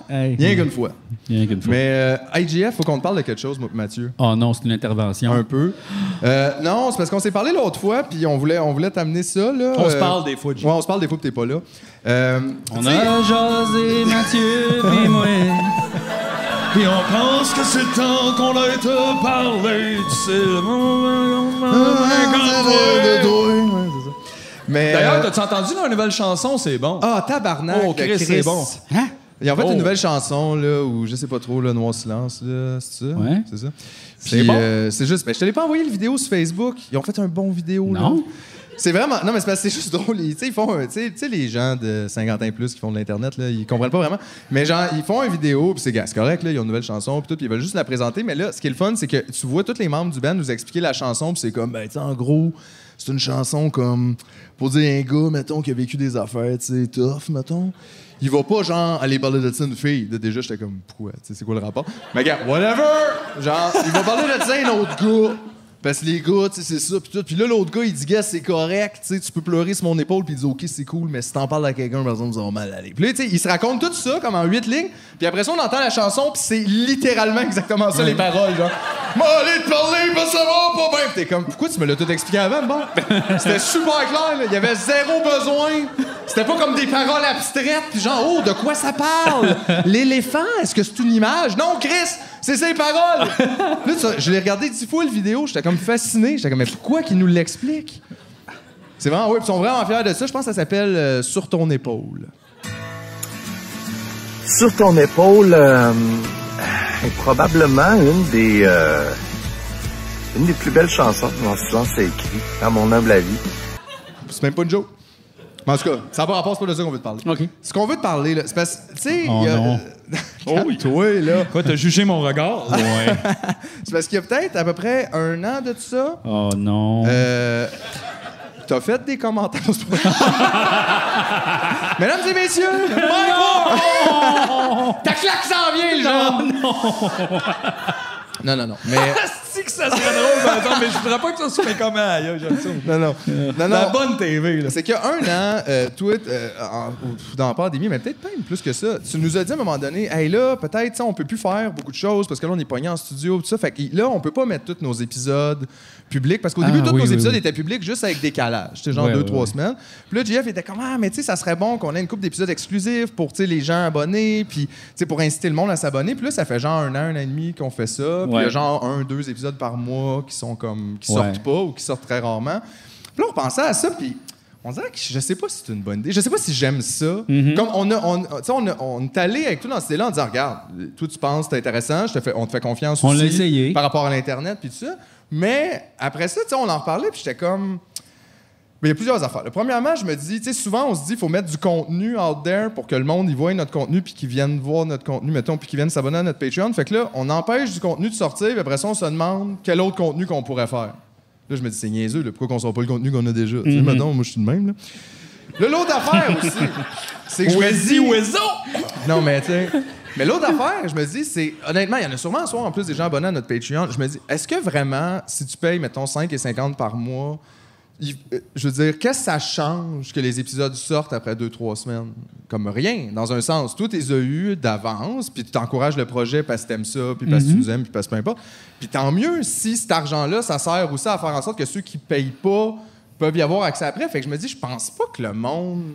Speaker 1: Hey.
Speaker 4: Rien qu'une fois.
Speaker 1: Rien qu'une fois.
Speaker 4: Mais euh, IGF, faut qu'on te parle de quelque chose, moi, Mathieu.
Speaker 1: Oh non, c'est une intervention.
Speaker 4: Un peu. Euh, non, c'est parce qu'on s'est parlé l'autre fois, puis on voulait, on voulait t'amener ça. Là,
Speaker 3: On
Speaker 4: Euh,
Speaker 3: se parle des fois, Jim.
Speaker 4: Ouais, on se parle des fois, puis t'es pas là. Euh,
Speaker 1: On a jasé Mathieu, puis moi.
Speaker 3: sais. Et on pense que c'est le temps qu'on a été parlé. Tu sais, le moment- ah,
Speaker 4: Mais.
Speaker 3: D'ailleurs,
Speaker 4: euh,
Speaker 3: t'as-tu entendu la nouvelle chanson? C'est bon.
Speaker 4: ah, tabarnak!
Speaker 3: Oh, Chris, c'est bon.
Speaker 1: Hein?
Speaker 4: Ils ont fait
Speaker 3: Oh.
Speaker 4: une nouvelle chanson, là, ou je sais pas trop, le Noir Silence, là, c'est ça?
Speaker 1: Ouais.
Speaker 4: C'est ça.
Speaker 3: C'est
Speaker 4: Puis,
Speaker 3: bon.
Speaker 4: euh, c'est juste, ben, je te l'ai pas envoyé le vidéo sur Facebook. Ils ont fait un bon vidéo, là.
Speaker 1: Non.
Speaker 4: C'est vraiment. Non, mais c'est parce que c'est juste drôle. Ils, tu sais, ils font. un- Tu sais- tu sais, les gens de 50 ans et plus qui font de l'Internet, là, ils comprennent pas vraiment. Mais genre, ils font une vidéo, puis c'est gars, c'est correct, là, ils ont une nouvelle chanson, puis tout, puis ils veulent juste la présenter. Mais là, ce qui est le fun, c'est que tu vois tous les membres du band nous expliquer la chanson, puis c'est comme, ben, tu sais, en gros, c'est une chanson comme. Pour dire un gars, mettons, qui a vécu des affaires, tu sais, tough, mettons. Il va pas, genre, aller parler de ça à une fille. Là, Déjà, j'étais comme, pourquoi? Tu sais, c'est quoi le rapport? Mais gars, whatever! Genre, il va parler de ça à un autre gars. Parce que les gars, tu sais, c'est ça, puis tout. Puis là, l'autre gars, il dit, gars, c'est correct, tu sais, tu peux pleurer sur mon épaule, puis il dit, ok, c'est cool, mais si t'en parles à quelqu'un, par exemple, ça va mal aller. Puis là, tu sais, il se raconte tout ça, comme en huit lignes, puis après ça, on entend la chanson, puis c'est littéralement exactement ça, les paroles, genre. Moi, allez te parler, parce que ça va pas bien. Puis t'es comme, pourquoi tu me l'as tout expliqué avant, bon? C'était super clair, là. Il y avait zéro besoin. C'était pas comme des paroles abstraites, puis genre, oh, de quoi ça parle? L'éléphant, est-ce que c'est une image? Non, Chris, c'est ses paroles! Là, tu- je l'ai regardé dix fois, le vidéo. J'étais comme fasciné. J'étais comme, mais pourquoi qu'il nous l'explique? C'est vraiment, oui, ils sont vraiment fiers de ça. Je pense que ça s'appelle euh, Sur ton épaule.
Speaker 7: Sur ton épaule euh, est probablement une des euh, une des plus belles chansons que Mon silence a écrit, à mon humble avis.
Speaker 4: C'est même pas une joke. Mais En tout cas, ça n'a pas rapport, c'est pas de ça qu'on veut te parler.
Speaker 1: OK.
Speaker 4: Ce qu'on veut te parler, là, c'est parce que, tu sais,
Speaker 1: Oh
Speaker 4: il y a-
Speaker 1: non.
Speaker 4: Calme-toi, là.
Speaker 3: Oh Quoi, t'as jugé mon regard? Ouais.
Speaker 4: C'est parce qu'il y a peut-être à peu près un an de tout ça,
Speaker 1: Oh non.
Speaker 4: Euh, T'as fait des commentaires. c'est pas vrai. Mesdames et messieurs, Mike Ward! Ta claque s'en vient, le genre! Non, non! non, non, Mais,
Speaker 3: Ah, Si que ça serait drôle, mais attends, mais je voudrais pas que ça se fait comment, aïe, j'aime ça.
Speaker 4: non, non. non,
Speaker 3: La
Speaker 4: non.
Speaker 3: bonne TV, là.
Speaker 4: C'est qu'il y a un an, euh, toi, euh, en- ou- dans la pandémie, mais peut-être même plus que ça, tu nous as dit à un moment donné, hey là, peut-être, ça, on peut plus faire beaucoup de choses parce que là, on est pogné en studio, tout ça. Fait que là, on peut pas mettre tous nos épisodes publics parce qu'au
Speaker 1: Ah,
Speaker 4: début, tous
Speaker 1: oui,
Speaker 4: nos
Speaker 1: oui,
Speaker 4: épisodes
Speaker 1: oui.
Speaker 4: étaient publics juste avec décalage, tu sais, genre
Speaker 1: Ouais,
Speaker 4: deux,
Speaker 1: ouais,
Speaker 4: trois
Speaker 1: ouais.
Speaker 4: semaines. Puis là, JF était comme, ah, mais tu sais, ça serait bon qu'on ait une couple d'épisodes exclusifs pour, tu sais, les gens abonnés, puis, tu sais, pour inciter le monde à s'abonner. Puis là, ça fait genre un an, un an et demi qu'on fait ça. Puis il y a
Speaker 1: Ouais.
Speaker 4: genre un, deux épisodes par mois qui sont comme, qui
Speaker 1: Ouais.
Speaker 4: sortent pas ou qui sortent très rarement. Puis là, on pensait à ça, puis on dirait que je sais pas si c'est une bonne idée. Je sais pas si j'aime ça. Comme on a, on, tu sais, on, a- on est allé avec tout dans cette idée-là en disant, regarde, toi, tu penses, c'est intéressant, je te fais, on te fait confiance
Speaker 1: On
Speaker 4: aussi
Speaker 1: l'a essayé.
Speaker 4: par rapport à l'Internet, puis tout ça. Mais après ça, tu sais, on en reparlait, puis j'étais comme... Mais il y a plusieurs affaires. Le premièrement, je me dis, tu sais, souvent, on se dit, il faut mettre du contenu out there pour que le monde y voie notre contenu, puis qu'ils viennent voir notre contenu, mettons, puis qu'ils viennent s'abonner à notre Patreon. Fait que là, on empêche du contenu de sortir, puis après ça, on se demande quel autre contenu qu'on pourrait faire. Là, je me dis, c'est niaiseux, là, pourquoi qu'on sort pas le contenu qu'on a déjà? Tu sais, mettons, moi, je suis de même, là. Là, l'autre affaire aussi, c'est que je me dis... Non, mais tu sais. Mais l'autre affaire, je me dis, c'est. Honnêtement, il y en a sûrement soit en plus des gens abonnés à notre Patreon. Je me dis, est-ce que vraiment, si tu payes, mettons, 5 et 50 par mois, il- euh, je veux dire, qu'est-ce que ça change que les épisodes sortent après 2-3 semaines? Comme rien, dans un sens. Tout les as eu d'avance, puis tu t'encourages le projet parce que t'aimes ça, puis parce que tu nous aimes, puis parce que peu importe. Puis tant mieux si cet argent-là, ça sert aussi à faire en sorte que ceux qui payent pas peuvent y avoir accès après. Fait que je me dis, je pense pas que le monde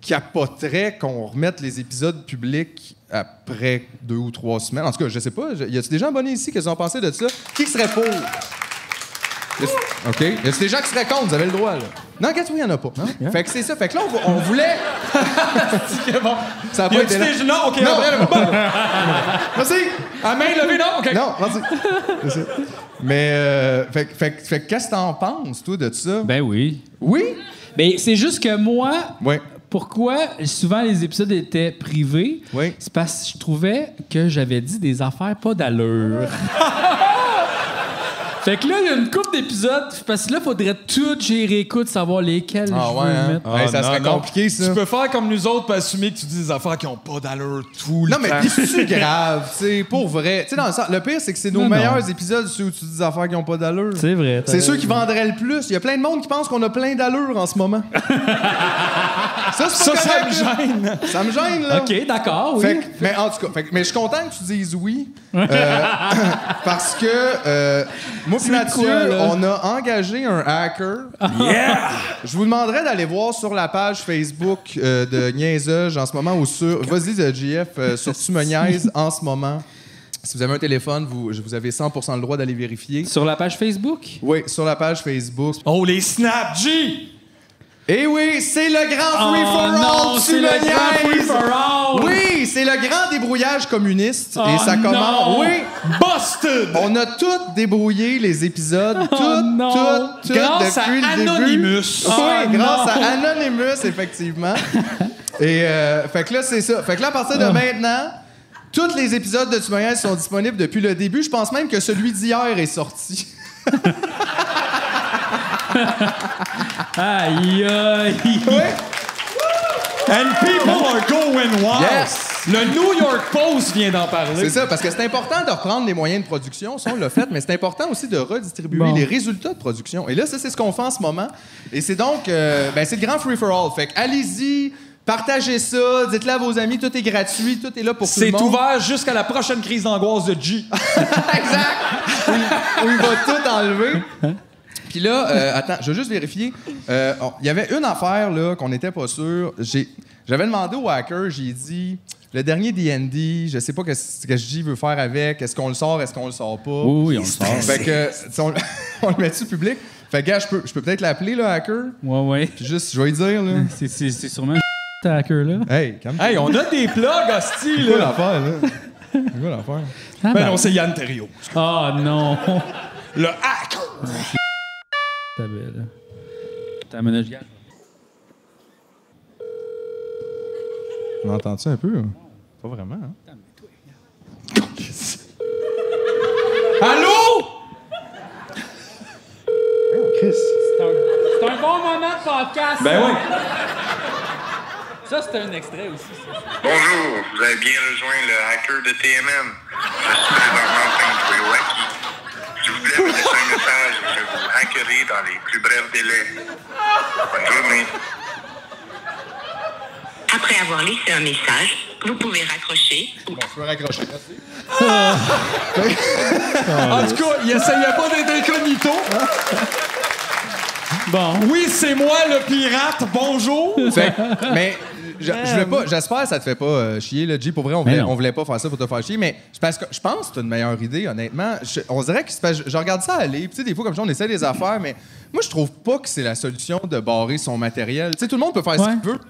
Speaker 4: capoterait qu'on remette les épisodes publics après deux ou trois semaines. En tout cas, je sais pas. je- Y a-tu des gens abonnés ici qui ont pensé de ça? Qui qui serait pour? Y a- OK. Y a-tu des gens qui seraient contre? Vous avez le droit, là. Non, qu'est-ce qu'il y en a pas? Non? Fait que c'est ça. Fait que là, on, vou- on voulait... Ça a
Speaker 3: Y
Speaker 4: pas
Speaker 3: a-tu
Speaker 4: été... là.
Speaker 3: des- Non, OK,
Speaker 4: Non,
Speaker 3: non.
Speaker 4: vraiment pas. Merci.
Speaker 3: À main levée, non? OK.
Speaker 4: Non, merci. Merci. Mais, euh, fait, que- fait, que- fait que qu'est-ce que t'en penses, toi, de ça?
Speaker 1: Ben oui.
Speaker 4: Oui?
Speaker 1: Ben, c'est juste que moi,
Speaker 4: Ouais.
Speaker 1: pourquoi souvent les épisodes étaient privés,
Speaker 4: Oui.
Speaker 1: c'est parce que je trouvais que j'avais dit des affaires pas d'allure. fait que là, il y a une couple d'épisodes, parce que là, faudrait tout gérer, écoute, savoir lesquels
Speaker 4: Ah
Speaker 1: je
Speaker 4: ouais,
Speaker 1: veux
Speaker 4: hein?
Speaker 1: mettre.
Speaker 4: Ouais, ça serait compliqué, ça.
Speaker 3: Tu peux faire comme nous autres, pas assumer que tu dis des affaires qui ont pas d'allure tout le
Speaker 4: Non,
Speaker 3: temps.
Speaker 4: mais pis c'est grave, c'est pour vrai. Tu sais, dans le sens, le pire, c'est que c'est nos
Speaker 1: Non,
Speaker 4: meilleurs épisodes, ceux où tu dis des affaires qui n'ont pas d'allure.
Speaker 1: C'est vrai.
Speaker 4: C'est ceux qui vendraient le plus. Il y a plein de monde qui pense qu'on a plein d'allure en ce moment. ça, c'est
Speaker 3: Ça,
Speaker 4: pas
Speaker 3: ça me
Speaker 4: correct, là.
Speaker 3: gêne.
Speaker 4: Ça me gêne, là.
Speaker 1: OK, d'accord, oui.
Speaker 4: Fait que- mais en tout cas, fait que- mais je suis content que tu dises oui. euh, parce que euh, moi puis Mathieu,
Speaker 1: quoi, là?
Speaker 4: on a engagé un hacker. Je vous demanderai d'aller voir sur la page Facebook euh, de Niaiseuge en ce moment ou sur. Vas-y, de JF, euh, sur Tu me niaises en ce moment. Si vous avez un téléphone, vous, vous avez 100 le droit d'aller vérifier.
Speaker 1: Sur la page Facebook?
Speaker 4: Oui, sur la page Facebook.
Speaker 3: Oh, les Snap G! Ah,
Speaker 4: Et Eh oui, c'est le
Speaker 1: Oh
Speaker 4: grand free for all, tu me niaises! Oui, c'est le grand débrouillage communiste.
Speaker 1: Oh
Speaker 4: et ça commence.
Speaker 1: non!
Speaker 4: Oui!
Speaker 3: Ah, Busted!
Speaker 4: On a tous débrouillé les épisodes, tout,
Speaker 1: Oh non!
Speaker 4: tout, tout,
Speaker 3: Grâce à
Speaker 4: depuis le
Speaker 3: Anonymous.
Speaker 4: début.
Speaker 3: Oh
Speaker 4: oui, grâce
Speaker 3: non!
Speaker 4: à Anonymous, effectivement. Et euh, fait que là, c'est ça. Fait que là, à partir de
Speaker 1: Oh.
Speaker 4: maintenant, tous les épisodes de Tumoyen sont disponibles depuis le début. Je pense même que celui d'hier est sorti.
Speaker 1: Aïe, aïe.
Speaker 3: And people are going wild!
Speaker 4: Yes!
Speaker 3: Le New York Post vient d'en
Speaker 4: C'est
Speaker 3: parler.
Speaker 4: ça, parce que c'est important de reprendre les moyens de production, ça on l'a fait, mais c'est important aussi de redistribuer les résultats de production. Et là, ça, c'est ce qu'on fait en ce moment. Et c'est donc, euh, ben, c'est le grand free-for-all. Fait que allez-y, partagez ça, dites-le à vos amis, tout est gratuit, tout est là pour tout le
Speaker 3: C'est
Speaker 4: monde.
Speaker 3: ouvert jusqu'à la prochaine crise d'angoisse de G.
Speaker 4: exact. Où il- où il va tout enlever. Puis là, euh, attends, je veux juste vérifier. Euh, on- Il y avait une affaire là qu'on n'était pas sûr. J'ai- J'avais demandé au hacker, j'ai dit le dernier D&D, je sais pas ce que je veut faire avec. Est-ce qu'on le sort, est-ce qu'on le sort pas
Speaker 1: Oui, oui, on le sort.
Speaker 4: Fait que si on, on le met sur public. Fait que gars, je peux, je peux peut-être l'appeler le hacker.
Speaker 1: Ouais, ouais.
Speaker 4: Puis juste, je vais lui dire là.
Speaker 1: C'est- C'est c'est sûrement un hacker, là.
Speaker 4: Hey, calme-toi.
Speaker 3: Hey, on a des plugs, hostie,
Speaker 4: C'est quoi
Speaker 3: là.
Speaker 4: l'affaire là C'est quoi l'affaire
Speaker 1: Ah,
Speaker 3: Ben non, c'est Yann Terrio.
Speaker 1: Ah, non.
Speaker 3: Le hacker!
Speaker 1: Ta belle. Ta minute, je garde.
Speaker 4: On entend-tu un peu Pas vraiment. Hein?
Speaker 3: Allô?
Speaker 1: C'est un, c'est un bon moment de podcast.
Speaker 3: Ben oui.
Speaker 1: Ça, c'est un extrait aussi.
Speaker 8: Bonjour, vous avez bien rejoint le hacker de TMM. Je suis présentement en train de jouer au Wacky. Si vous voulez me laisser un message, je vous hackerai dans les plus brefs délais. Bonne journée.
Speaker 9: Après avoir laissé un message, vous pouvez raccrocher ou
Speaker 4: Je peux raccrocher.
Speaker 3: En tout cas, il essayait pas d'être incognito.
Speaker 1: Bon.
Speaker 3: Oui, c'est moi le pirate, bonjour.
Speaker 4: Fait que- mais je- je voulais pas- j'espère que ça te fait pas euh, chier, le G. Pour vrai, on voulait,
Speaker 1: non.
Speaker 4: on voulait pas faire ça pour te faire chier, mais c'est parce que je pense que t'as une meilleure idée, honnêtement. Je- on dirait que c'est parce que je, je regarde ça aller, puis tu sais, des fois, comme ça, on essaie des
Speaker 1: Mm-hmm.
Speaker 4: affaires, mais moi, je trouve pas que c'est la solution de barrer son matériel. Tu sais, tout le monde peut faire ce
Speaker 1: Ouais.
Speaker 4: qu'il veut.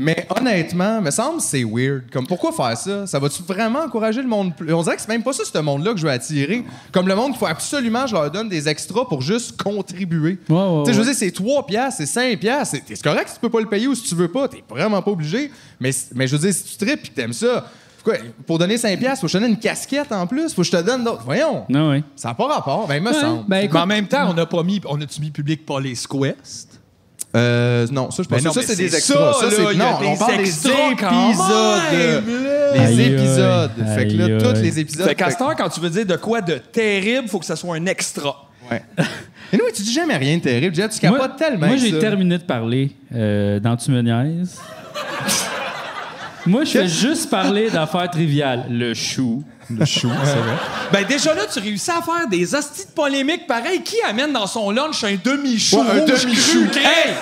Speaker 4: Mais honnêtement, me semble que c'est weird. Comme pourquoi faire ça Ça va-tu vraiment encourager le monde plus- On dirait que c'est même pas ça ce monde-là que je veux attirer. Comme le monde, il faut absolument que je leur donne des extras pour juste contribuer.
Speaker 1: Ouais, ouais,
Speaker 4: tu sais, je veux
Speaker 1: ouais.
Speaker 4: dire, c'est 3 piastres, c'est 5 piastres. C'est- C'est correct si tu peux pas le payer ou si tu veux pas. T'es vraiment pas obligé. Mais, mais je veux dire, si tu tripes et que t'aimes ça, pourquoi- pour donner 5 piastres, faut que je te donne une casquette en plus. Faut que je te donne d'autres. Voyons.
Speaker 1: Non, oui.
Speaker 4: Ça n'a pas rapport. Ben, il me
Speaker 1: Ouais,
Speaker 4: semble.
Speaker 1: ben, écoute-
Speaker 3: Mais en même temps, on a pas mis. On a-tu mis public pas les Quest?
Speaker 4: Euh, non, ça, je pense
Speaker 3: Ben non,
Speaker 4: que ça,
Speaker 3: mais
Speaker 4: c'est
Speaker 3: c'est
Speaker 4: des
Speaker 3: ça,
Speaker 4: extras. Ça,
Speaker 3: là,
Speaker 4: c'est,
Speaker 3: il y a
Speaker 4: non,
Speaker 3: des
Speaker 4: on parle des euh,
Speaker 3: extras
Speaker 4: épisodes.
Speaker 3: quand même,
Speaker 4: Les
Speaker 1: Aïe, aïe,
Speaker 4: épisodes. fait que là,
Speaker 1: aïe,
Speaker 4: tous
Speaker 1: aïe.
Speaker 4: les épisodes.
Speaker 3: Fait qu'à cette heure, quand tu veux dire de quoi de terrible, faut que ça soit un extra.
Speaker 4: Ouais. Mais nous, tu dis jamais rien de terrible. Jeff, tu capotes tellement.
Speaker 1: moi,
Speaker 4: que
Speaker 1: j'ai
Speaker 4: ça.
Speaker 1: terminé de parler euh, dans Tu me niaises. moi, je fais juste parler d'affaires triviales. Le chou. Le chou, c'est vrai.
Speaker 3: Ben déjà là, tu réussis à faire des hosties de polémiques pareil. Qui amène dans son lunch un demi-chou
Speaker 4: Ouais, un
Speaker 3: rouge
Speaker 4: demi-chou.
Speaker 3: cru? Hey!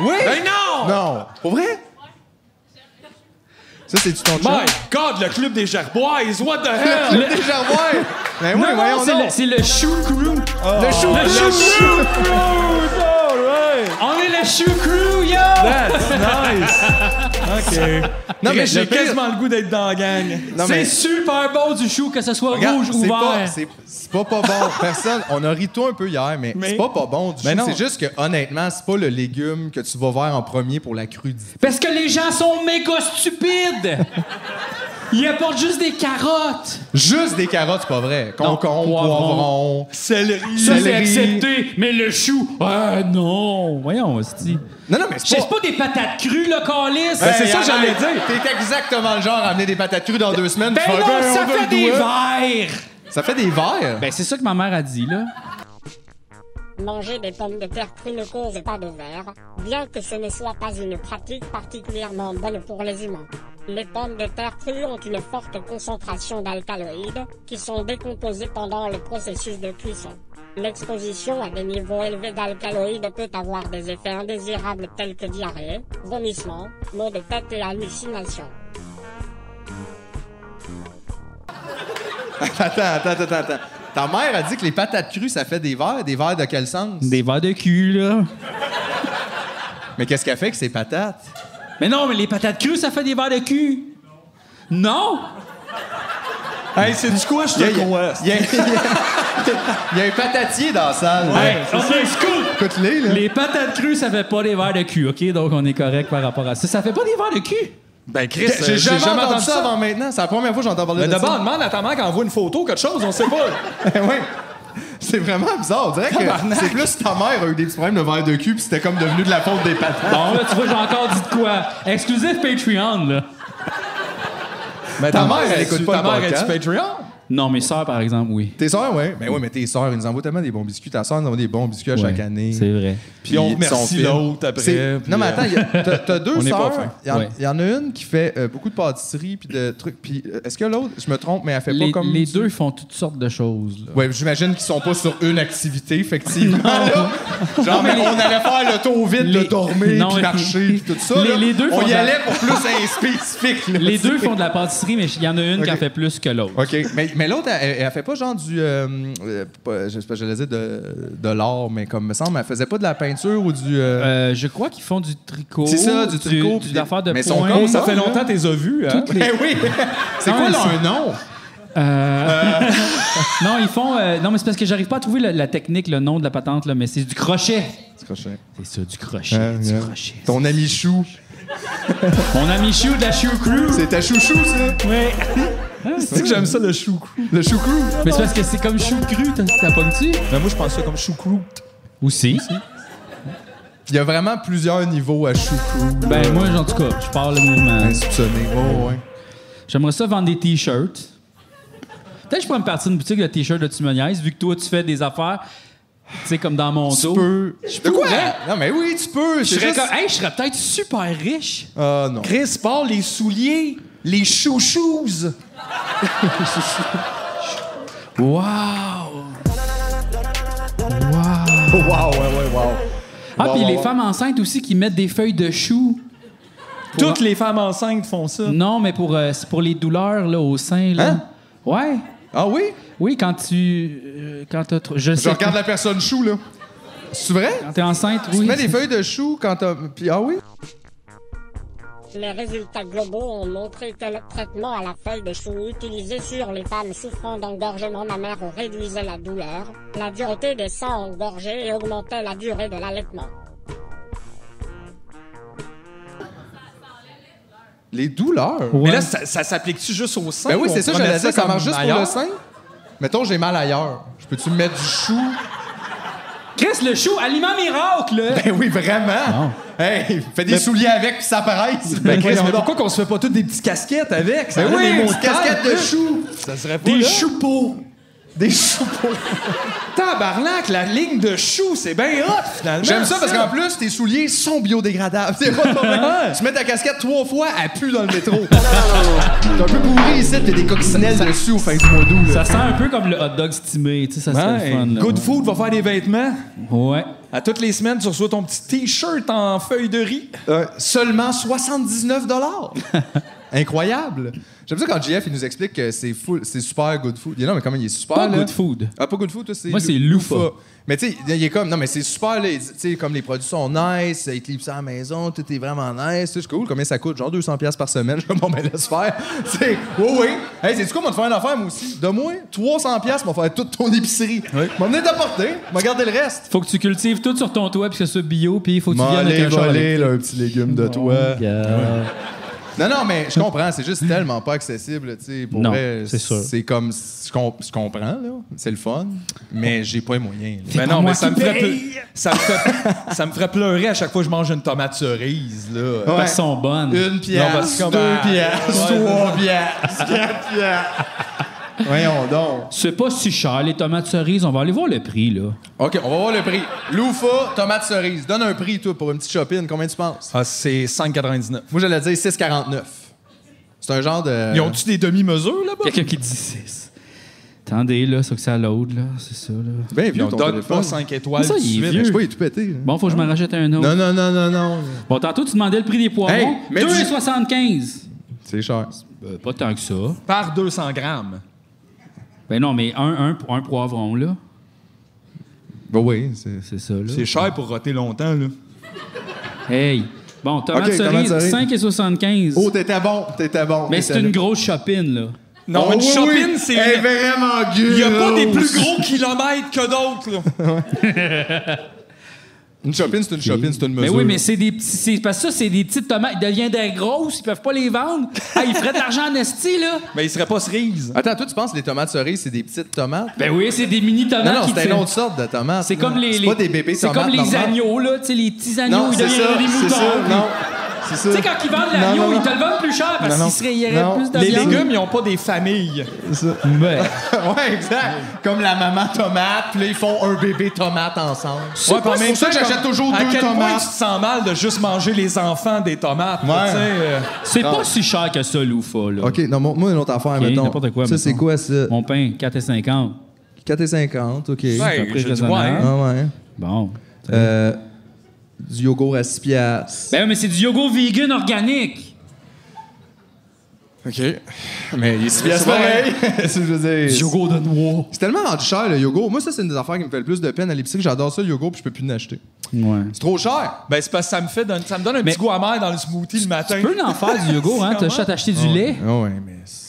Speaker 4: Oui!
Speaker 3: Ben non!
Speaker 4: Non! Pour vrai? Ça, c'est-tu ton chum?
Speaker 3: My God, le club des Gerboises, what the hell?
Speaker 4: Le déjà ouais! Ben oui,
Speaker 1: Non,
Speaker 4: voyons
Speaker 1: c'est
Speaker 4: donc. Oh.
Speaker 1: le- c'est le, chou crew.
Speaker 4: Le chou!
Speaker 1: le
Speaker 4: le
Speaker 1: chou-
Speaker 4: chou!
Speaker 1: On est le chou crew, yo!
Speaker 4: Non,
Speaker 3: J'ai
Speaker 4: mais j'ai
Speaker 3: quasiment le goût d'être dans la gang.
Speaker 4: Non,
Speaker 1: c'est
Speaker 4: mais-
Speaker 1: super bon du chou, que ce soit
Speaker 4: Regarde,
Speaker 1: rouge ou
Speaker 4: c'est pas-
Speaker 1: vert.
Speaker 4: C'est c'est pas pas bon. Personne, on a ri tout un peu hier, mais,
Speaker 3: Mais-
Speaker 4: c'est pas pas bon. du
Speaker 3: Ben
Speaker 4: chou.
Speaker 3: non.
Speaker 4: c'est juste que honnêtement, c'est pas le légume que tu vas voir en premier pour la crudité.
Speaker 1: Parce que les gens sont méga stupides. Ils apportent juste des carottes.
Speaker 4: Juste des carottes, c'est pas vrai. Concombre,
Speaker 1: poivron.
Speaker 4: poivron.
Speaker 3: Céleri.
Speaker 1: Ça, c'est
Speaker 4: Céleri.
Speaker 1: accepté. Mais le chou, ah non. Voyons, hostie.
Speaker 4: Non, non, mais
Speaker 1: C'est
Speaker 4: c'est pas.
Speaker 1: pas des patates crues, le calice.
Speaker 4: Ben,
Speaker 3: c'est ça que j'allais
Speaker 4: arrête. T'es exactement le genre à amener des patates crues dans deux semaines.
Speaker 1: Ben
Speaker 4: tu vas-
Speaker 1: non,
Speaker 4: ben, on
Speaker 1: ça
Speaker 4: veut
Speaker 1: fait
Speaker 4: le
Speaker 1: des
Speaker 4: doigt.
Speaker 1: verres.
Speaker 4: Ça fait des verres.
Speaker 1: Ben, c'est ça que ma mère a dit, là.
Speaker 10: Manger des pommes de terre crues ne cause pas de verre, bien que ce ne soit pas une pratique particulièrement bonne pour les humains. Les pommes de terre crues ont une forte concentration d'alcaloïdes qui sont décomposés pendant le processus de cuisson. L'exposition à des niveaux élevés d'alcaloïdes peut avoir des effets indésirables tels que diarrhée, vomissements, maux de tête et hallucinations.
Speaker 4: Attends, attends, attends, attends. Ta mère a dit que les patates crues, ça fait des verres. Des verres de quel sens?
Speaker 1: Des verres de cul, là.
Speaker 4: Mais qu'est-ce qu'elle fait avec ces patates?
Speaker 1: Mais non, mais les patates crues, ça fait des verres de cul. Non!
Speaker 3: Hey, c'est du quoi je
Speaker 4: Il y a-
Speaker 3: te crois?
Speaker 4: il y a- il y a un patatier dans la salle.
Speaker 1: Hey, on fait un scoop!
Speaker 4: Écoute-les, là.
Speaker 1: Les patates crues, ça fait pas des verres de cul, OK? Donc, on est correct par rapport à ça. Ça fait pas des verres de cul?
Speaker 3: Ben Chris, euh,
Speaker 4: J'ai jamais, entendu ça avant maintenant. C'est la première fois que j'entends parler
Speaker 3: Mais
Speaker 4: de ça.
Speaker 3: d'abord, demande à ta mère qu'elle envoie une photo, quelque chose, on sait pas.
Speaker 4: Ben ouais. C'est vraiment bizarre. On dirait que c'est plus ta mère a eu des petits problèmes de verre de cul, puis c'était comme devenu de la faute des patates.
Speaker 1: Bon, là, tu vois, j'ai encore dit de quoi? Exclusif Patreon, là.
Speaker 4: Mais ta, mère, elle écoute pas
Speaker 3: ta mère
Speaker 4: le podcast.
Speaker 3: est du Patreon?
Speaker 1: Non, mes sœurs, par exemple, oui.
Speaker 4: Tes sœurs, ouais. Ben ouais, mais tes sœurs, ils nous envoient tellement des bons biscuits. Ta sœur, ils nous envoie des bons biscuits à chaque
Speaker 1: Ouais,
Speaker 4: année.
Speaker 1: C'est vrai.
Speaker 3: Puis on
Speaker 4: son
Speaker 3: remercie
Speaker 4: film.
Speaker 3: l'autre après.
Speaker 4: C'est-
Speaker 3: puis,
Speaker 4: Non, mais
Speaker 3: euh,
Speaker 4: attends, il y a- t'as t'as deux
Speaker 3: On est pas
Speaker 4: sœurs.
Speaker 3: fin.
Speaker 4: Il y en-
Speaker 1: Ouais.
Speaker 4: il y, en a une qui fait euh, beaucoup de pâtisserie puis de trucs. Puis euh, est-ce que l'autre, je me trompe, mais elle fait
Speaker 1: Les,
Speaker 4: pas comme.
Speaker 1: les deux font toutes sortes de choses, là.
Speaker 4: Ouais, j'imagine qu'ils sont pas sur une activité, effectivement. là. Genre, mais on allait faire le tour vide
Speaker 1: Les-
Speaker 4: de dormir,
Speaker 1: Non,
Speaker 4: puis
Speaker 1: mais-
Speaker 4: marcher, puis tout ça.
Speaker 1: Les-
Speaker 4: là.
Speaker 1: les deux
Speaker 4: on
Speaker 1: font
Speaker 4: y
Speaker 1: de la-
Speaker 4: allait pour plus un spécifique. là,
Speaker 1: Les
Speaker 4: tu
Speaker 1: deux
Speaker 4: sais.
Speaker 1: font de la pâtisserie, mais il y en a une qui en
Speaker 4: Ok.
Speaker 1: fait plus que l'autre.
Speaker 4: OK. Mais, mais l'autre, elle, elle fait pas genre du. euh, euh, pas- je sais pas, j'allais dire de, de l'art, mais comme me semble, elle faisait pas de la peinture ou du. euh,
Speaker 1: Euh, je crois qu'ils font du tricot.
Speaker 4: C'est ça, du tricot,
Speaker 1: Du,
Speaker 4: puis
Speaker 1: de l'affaire de
Speaker 4: mais son
Speaker 1: points.
Speaker 4: con,
Speaker 3: Ça fait
Speaker 4: Non,
Speaker 3: longtemps que t'es as vus, hein?
Speaker 4: Ben oui! C'est quoi
Speaker 1: Non,
Speaker 4: leur nom?
Speaker 1: Non, ils font. euh, non, mais c'est parce que j'arrive pas à trouver la, la technique, le nom de la patente, là, mais c'est du crochet. C'est ça, du crochet.
Speaker 4: Ah,
Speaker 1: du crochet.
Speaker 4: Ton ami Chou.
Speaker 1: Mon ami Chou de la Chou Crew. Hein?
Speaker 4: C'est ta chouchou, ça?
Speaker 3: Tu sais que j'aime ça, le choucrou.
Speaker 4: Le choucrou?
Speaker 1: Mais c'est parce que c'est comme Chou Cru, t'as- t'as pas tu
Speaker 3: Ben moi, je pense ça comme choucrou.
Speaker 1: Aussi.
Speaker 4: Il y a vraiment plusieurs niveaux à choucrou.
Speaker 1: Ben, moi, en tout cas, je parle le mouvement.
Speaker 4: Un soupçonné. Oh, ouais.
Speaker 1: J'aimerais ça vendre des t-shirts. Peut-être que je pourrais me partir d'une boutique de t-shirts de Tumoniaise, vu que toi, tu fais des affaires, tu sais, comme dans mon
Speaker 4: Tu
Speaker 1: dos.
Speaker 4: peux.
Speaker 1: Je
Speaker 4: De quoi?
Speaker 1: pourrais.
Speaker 4: Hein? Non, mais oui, tu peux.
Speaker 1: Je
Speaker 4: C'est
Speaker 1: serais
Speaker 4: juste...
Speaker 1: comme, hey, je serais peut-être super riche.
Speaker 4: Ah, non.
Speaker 3: Chris, part les souliers, les chouchous.
Speaker 1: Wow!
Speaker 4: Wow, ouais, ouais, wow.
Speaker 1: Ah,
Speaker 4: Wow,
Speaker 1: puis
Speaker 4: wow,
Speaker 1: les
Speaker 4: wow.
Speaker 1: femmes enceintes aussi qui mettent des feuilles de chou.
Speaker 3: Toutes les femmes enceintes font ça.
Speaker 1: Non, mais pour, euh, c'est pour les douleurs là, au sein. Là.
Speaker 4: Hein?
Speaker 1: Ouais.
Speaker 4: Ah oui?
Speaker 1: Oui, quand tu. euh, quand t'as trop- Je,
Speaker 4: Je
Speaker 1: sais.
Speaker 4: regarde la personne chou, là. C'est vrai?
Speaker 1: Quand t'es enceinte,
Speaker 4: Tu
Speaker 1: oui.
Speaker 4: mets des feuilles de chou quand t'as. Puis, ah oui?
Speaker 10: Les résultats globaux ont montré que le traitement à la feuille de chou utilisé sur les femmes souffrant d'engorgement mammaire réduisait la douleur, la dureté des sangs engorgés et augmentait la durée de l'allaitement.
Speaker 4: Les douleurs.
Speaker 3: Mais là, ça, ça s'applique-tu juste au sein?
Speaker 4: Ben oui,
Speaker 3: ou on
Speaker 4: c'est ça,
Speaker 3: pourrait
Speaker 4: j'allais
Speaker 3: mettre
Speaker 4: dire, ça
Speaker 3: comme
Speaker 4: marche juste pour
Speaker 3: ailleurs?
Speaker 4: le sein. Mettons, j'ai mal ailleurs. Je peux-tu me mettre du chou?
Speaker 1: Chris, le chou, aliment miracle!
Speaker 4: Ben oui, vraiment! Hey, fais des souliers avec, puis ça paraisse!
Speaker 3: Ben, Chris, mais pourquoi qu'on se fait pas toutes des petites casquettes avec? Ça
Speaker 4: Ben
Speaker 3: aurait
Speaker 4: oui,
Speaker 3: des
Speaker 4: une
Speaker 3: mots
Speaker 4: petite casquette
Speaker 3: tête,
Speaker 4: de
Speaker 3: là.
Speaker 4: chou! Ça serait pas
Speaker 3: Des
Speaker 4: là.
Speaker 3: choupeaux.
Speaker 4: Des choupeaux!
Speaker 3: Tabarnak, la ligne de chou, c'est bien hot, finalement.
Speaker 4: J'aime ça parce qu'en plus, tes souliers sont biodégradables. C'est pas de problème. Tu mets ta casquette trois fois, elle pue dans le métro. T'es un peu pourri ici, t'as des coccinelles dessus au fin du mois d'août. là.
Speaker 1: Ça sent un peu comme le hot dog stimé, tu sais, ça serait
Speaker 3: Ouais,
Speaker 1: le fun. Là,
Speaker 3: Good
Speaker 1: ouais.
Speaker 3: Food va faire des vêtements.
Speaker 1: Ouais.
Speaker 4: Ah,
Speaker 3: À toutes les semaines, tu reçois ton petit T-shirt en feuille de riz.
Speaker 4: Euh, seulement 79 dollars. Incroyable. J'aime ça quand JF il nous explique que c'est full- c'est super good food. Il dit, non mais comment il est super
Speaker 1: Pas
Speaker 4: là.
Speaker 1: good food.
Speaker 4: Ah pas good food toi c'est
Speaker 1: Moi,
Speaker 4: lou-
Speaker 1: c'est loufa.
Speaker 4: Mais tu sais il est comme non mais c'est super là, il dit, tu sais comme les produits sont nice, il te livre ça à la maison, tout est vraiment nice, c'est cool, combien ça coûte Genre 200 pièces par semaine. Je dis, bon ben laisse faire. Tu sais oui oui. Hey, c'est du coup moi te faire une affaire moi aussi. De moi 300 pièces pour faire toute ton épicerie. M'en venez t'apporter, m'a garder le reste.
Speaker 1: Faut que tu cultives tout sur ton toit, puis que ce soit bio, puis il faut que tu viennes avec
Speaker 4: M'aller
Speaker 1: un char
Speaker 4: voler
Speaker 1: avec.
Speaker 4: là, un petit légume de toi.
Speaker 1: Yeah.
Speaker 4: Non, non, mais je comprends. C'est juste tellement pas accessible, tu sais. Pour
Speaker 1: Non,
Speaker 4: vrai,
Speaker 1: c'est sûr.
Speaker 4: C'est comme... Je, com- je comprends, là. C'est le fun. Mais j'ai pas les moyens. là.
Speaker 3: Mais
Speaker 1: pas
Speaker 3: non,
Speaker 1: moi
Speaker 3: mais ça
Speaker 1: qui
Speaker 3: me, ferait
Speaker 1: paye.
Speaker 3: ple- ça, me ferait- ça me ferait pleurer à chaque fois que je mange une tomate cerise. Là.
Speaker 4: Ouais.
Speaker 1: Parce qu'elles sont bonnes.
Speaker 4: euh, Une pièce,
Speaker 3: parce que comme
Speaker 4: deux
Speaker 3: à-
Speaker 4: pièces,
Speaker 3: Ouais,
Speaker 4: trois pièces, quatre pièces. Voyons donc.
Speaker 1: C'est pas si cher, les tomates cerises. On va aller voir le prix, là.
Speaker 4: OK, on va voir le prix. Loufa, tomate cerise. Donne un prix, toi, pour une petite shopping. Combien tu penses?
Speaker 3: Ah, c'est 5,99.
Speaker 4: Moi, j'allais dire 6,49. C'est un genre de...
Speaker 3: Ils ont-tu des demi-mesures là-bas?
Speaker 1: Quelqu'un qui dit 6. Attendez, là, c'est que ça l'aude, là. C'est ça, là.
Speaker 4: bien
Speaker 3: Ils
Speaker 4: vieux,
Speaker 3: ont
Speaker 4: Ben, ton
Speaker 3: donne
Speaker 4: téléphone.
Speaker 3: pas 5 étoiles.
Speaker 1: Ça,
Speaker 3: tout de
Speaker 1: il est
Speaker 3: suite.
Speaker 1: vieux.
Speaker 4: Je sais pas, il est tout pété. là.
Speaker 1: Bon, faut que je m'en rachète un autre.
Speaker 4: Non, non, non, non, non.
Speaker 1: Bon, tantôt, tu demandais le prix des poivrons.
Speaker 4: Hey, mais tu-
Speaker 1: 2,75.
Speaker 4: C'est cher.
Speaker 1: Ben, pas tant que ça.
Speaker 3: Par 200 grammes.
Speaker 1: Ben non, mais un, un, un poivron, là.
Speaker 4: Ben oui, c'est...
Speaker 1: C'est ça, là.
Speaker 3: C'est cher pour roter longtemps. Là.
Speaker 1: Hey! Bon, tomate
Speaker 4: Ok, tomate
Speaker 1: cerise,
Speaker 4: cerise.
Speaker 1: 5,75.
Speaker 4: Oh, t'étais bon, t'étais bon.
Speaker 1: mais
Speaker 4: t'étais
Speaker 1: c'est une
Speaker 4: là.
Speaker 1: grosse chopine, là.
Speaker 3: Non,
Speaker 4: Oh,
Speaker 3: une
Speaker 4: oui,
Speaker 3: shopping,
Speaker 4: oui.
Speaker 3: c'est.
Speaker 4: Elle est vraiment gueule.
Speaker 3: Il n'y a pas des plus gros kilomètres que d'autres. là.
Speaker 4: Une shopping, c'est une shopping, c'est une mesure.
Speaker 1: Mais oui, mais c'est des petits. c'est- Parce que ça, c'est des petites tomates. Ils deviennent des grosses, ils peuvent pas les vendre. ah, ils feraient de l'argent en esti, là.
Speaker 3: Mais il serait pas cerise.
Speaker 4: Attends, toi, tu penses que les tomates cerises, c'est des petites tomates?
Speaker 1: Ben oui, c'est des mini tomates.
Speaker 4: Non, non,
Speaker 1: qui
Speaker 4: c'est
Speaker 1: te-
Speaker 4: une autre sorte de tomates.
Speaker 1: C'est comme les.
Speaker 4: C'est
Speaker 1: les-
Speaker 4: pas des bébés
Speaker 1: C'est
Speaker 4: tomates.
Speaker 1: comme les
Speaker 4: normales.
Speaker 1: agneaux, là. Tu sais, les petits agneaux,
Speaker 4: Non,
Speaker 1: ils
Speaker 4: c'est ça,
Speaker 1: deviennent des
Speaker 4: c'est
Speaker 1: moutons.
Speaker 4: ça, non. C'est ça.
Speaker 1: Tu sais, quand ils vendent
Speaker 4: Non, non,
Speaker 1: l'agneau,
Speaker 4: non.
Speaker 1: ils te le vendent plus cher parce
Speaker 4: Non, non.
Speaker 1: qu'ils seraient- il y aurait
Speaker 4: Non.
Speaker 1: plus de
Speaker 3: Les
Speaker 1: viande.
Speaker 3: légumes, ils n'ont pas des familles.
Speaker 4: ouais, exact. Comme la maman tomate, puis là, ils font un bébé tomate ensemble.
Speaker 3: Ouais, puis en
Speaker 4: c'est
Speaker 3: même
Speaker 4: pour ça
Speaker 3: temps,
Speaker 4: que j'achète
Speaker 3: comme-
Speaker 4: toujours
Speaker 3: à
Speaker 4: deux
Speaker 3: quel Point
Speaker 4: tomates.
Speaker 3: tu te sens mal de juste manger les enfants des tomates. là,
Speaker 4: Ouais.
Speaker 3: tu sais, euh.
Speaker 1: C'est pas si cher que ça, Loufa, là.
Speaker 4: OK, non, mon- moi, une autre affaire,
Speaker 1: Ok,
Speaker 4: mettons.
Speaker 1: n'importe quoi,
Speaker 4: Ça, c'est
Speaker 1: mettons.
Speaker 4: quoi, ça?
Speaker 1: Mon pain, 4,50.
Speaker 4: 4,50, OK.
Speaker 1: C'est un
Speaker 3: Ouais,
Speaker 1: prix
Speaker 3: je dis,
Speaker 1: raisonnable.
Speaker 4: Ah ouais.
Speaker 1: Bon.
Speaker 4: Euh, du yogourt à 6 piastres.
Speaker 1: Ben oui, mais c'est du yogourt vegan organique.
Speaker 4: OK. Mais il se passe pareil.
Speaker 3: pareil.
Speaker 4: C'est- je veux dire,
Speaker 1: yogourt de noix.
Speaker 4: c'est tellement rendu cher, le yogourt. Moi, ça, c'est une des affaires qui me fait le plus de peine à l'épicerie. J'adore ça, le yogourt, puis je peux plus en acheter.
Speaker 1: Ouais.
Speaker 4: C'est trop cher.
Speaker 3: Ben, c'est parce que ça me, fait d'un- ça me donne un
Speaker 1: Mais-
Speaker 3: petit goût amer dans le smoothie le matin.
Speaker 1: Tu peux en faire du yogourt, hein? T'as juste acheté du lait.
Speaker 4: Ah ouais, mais... c'est-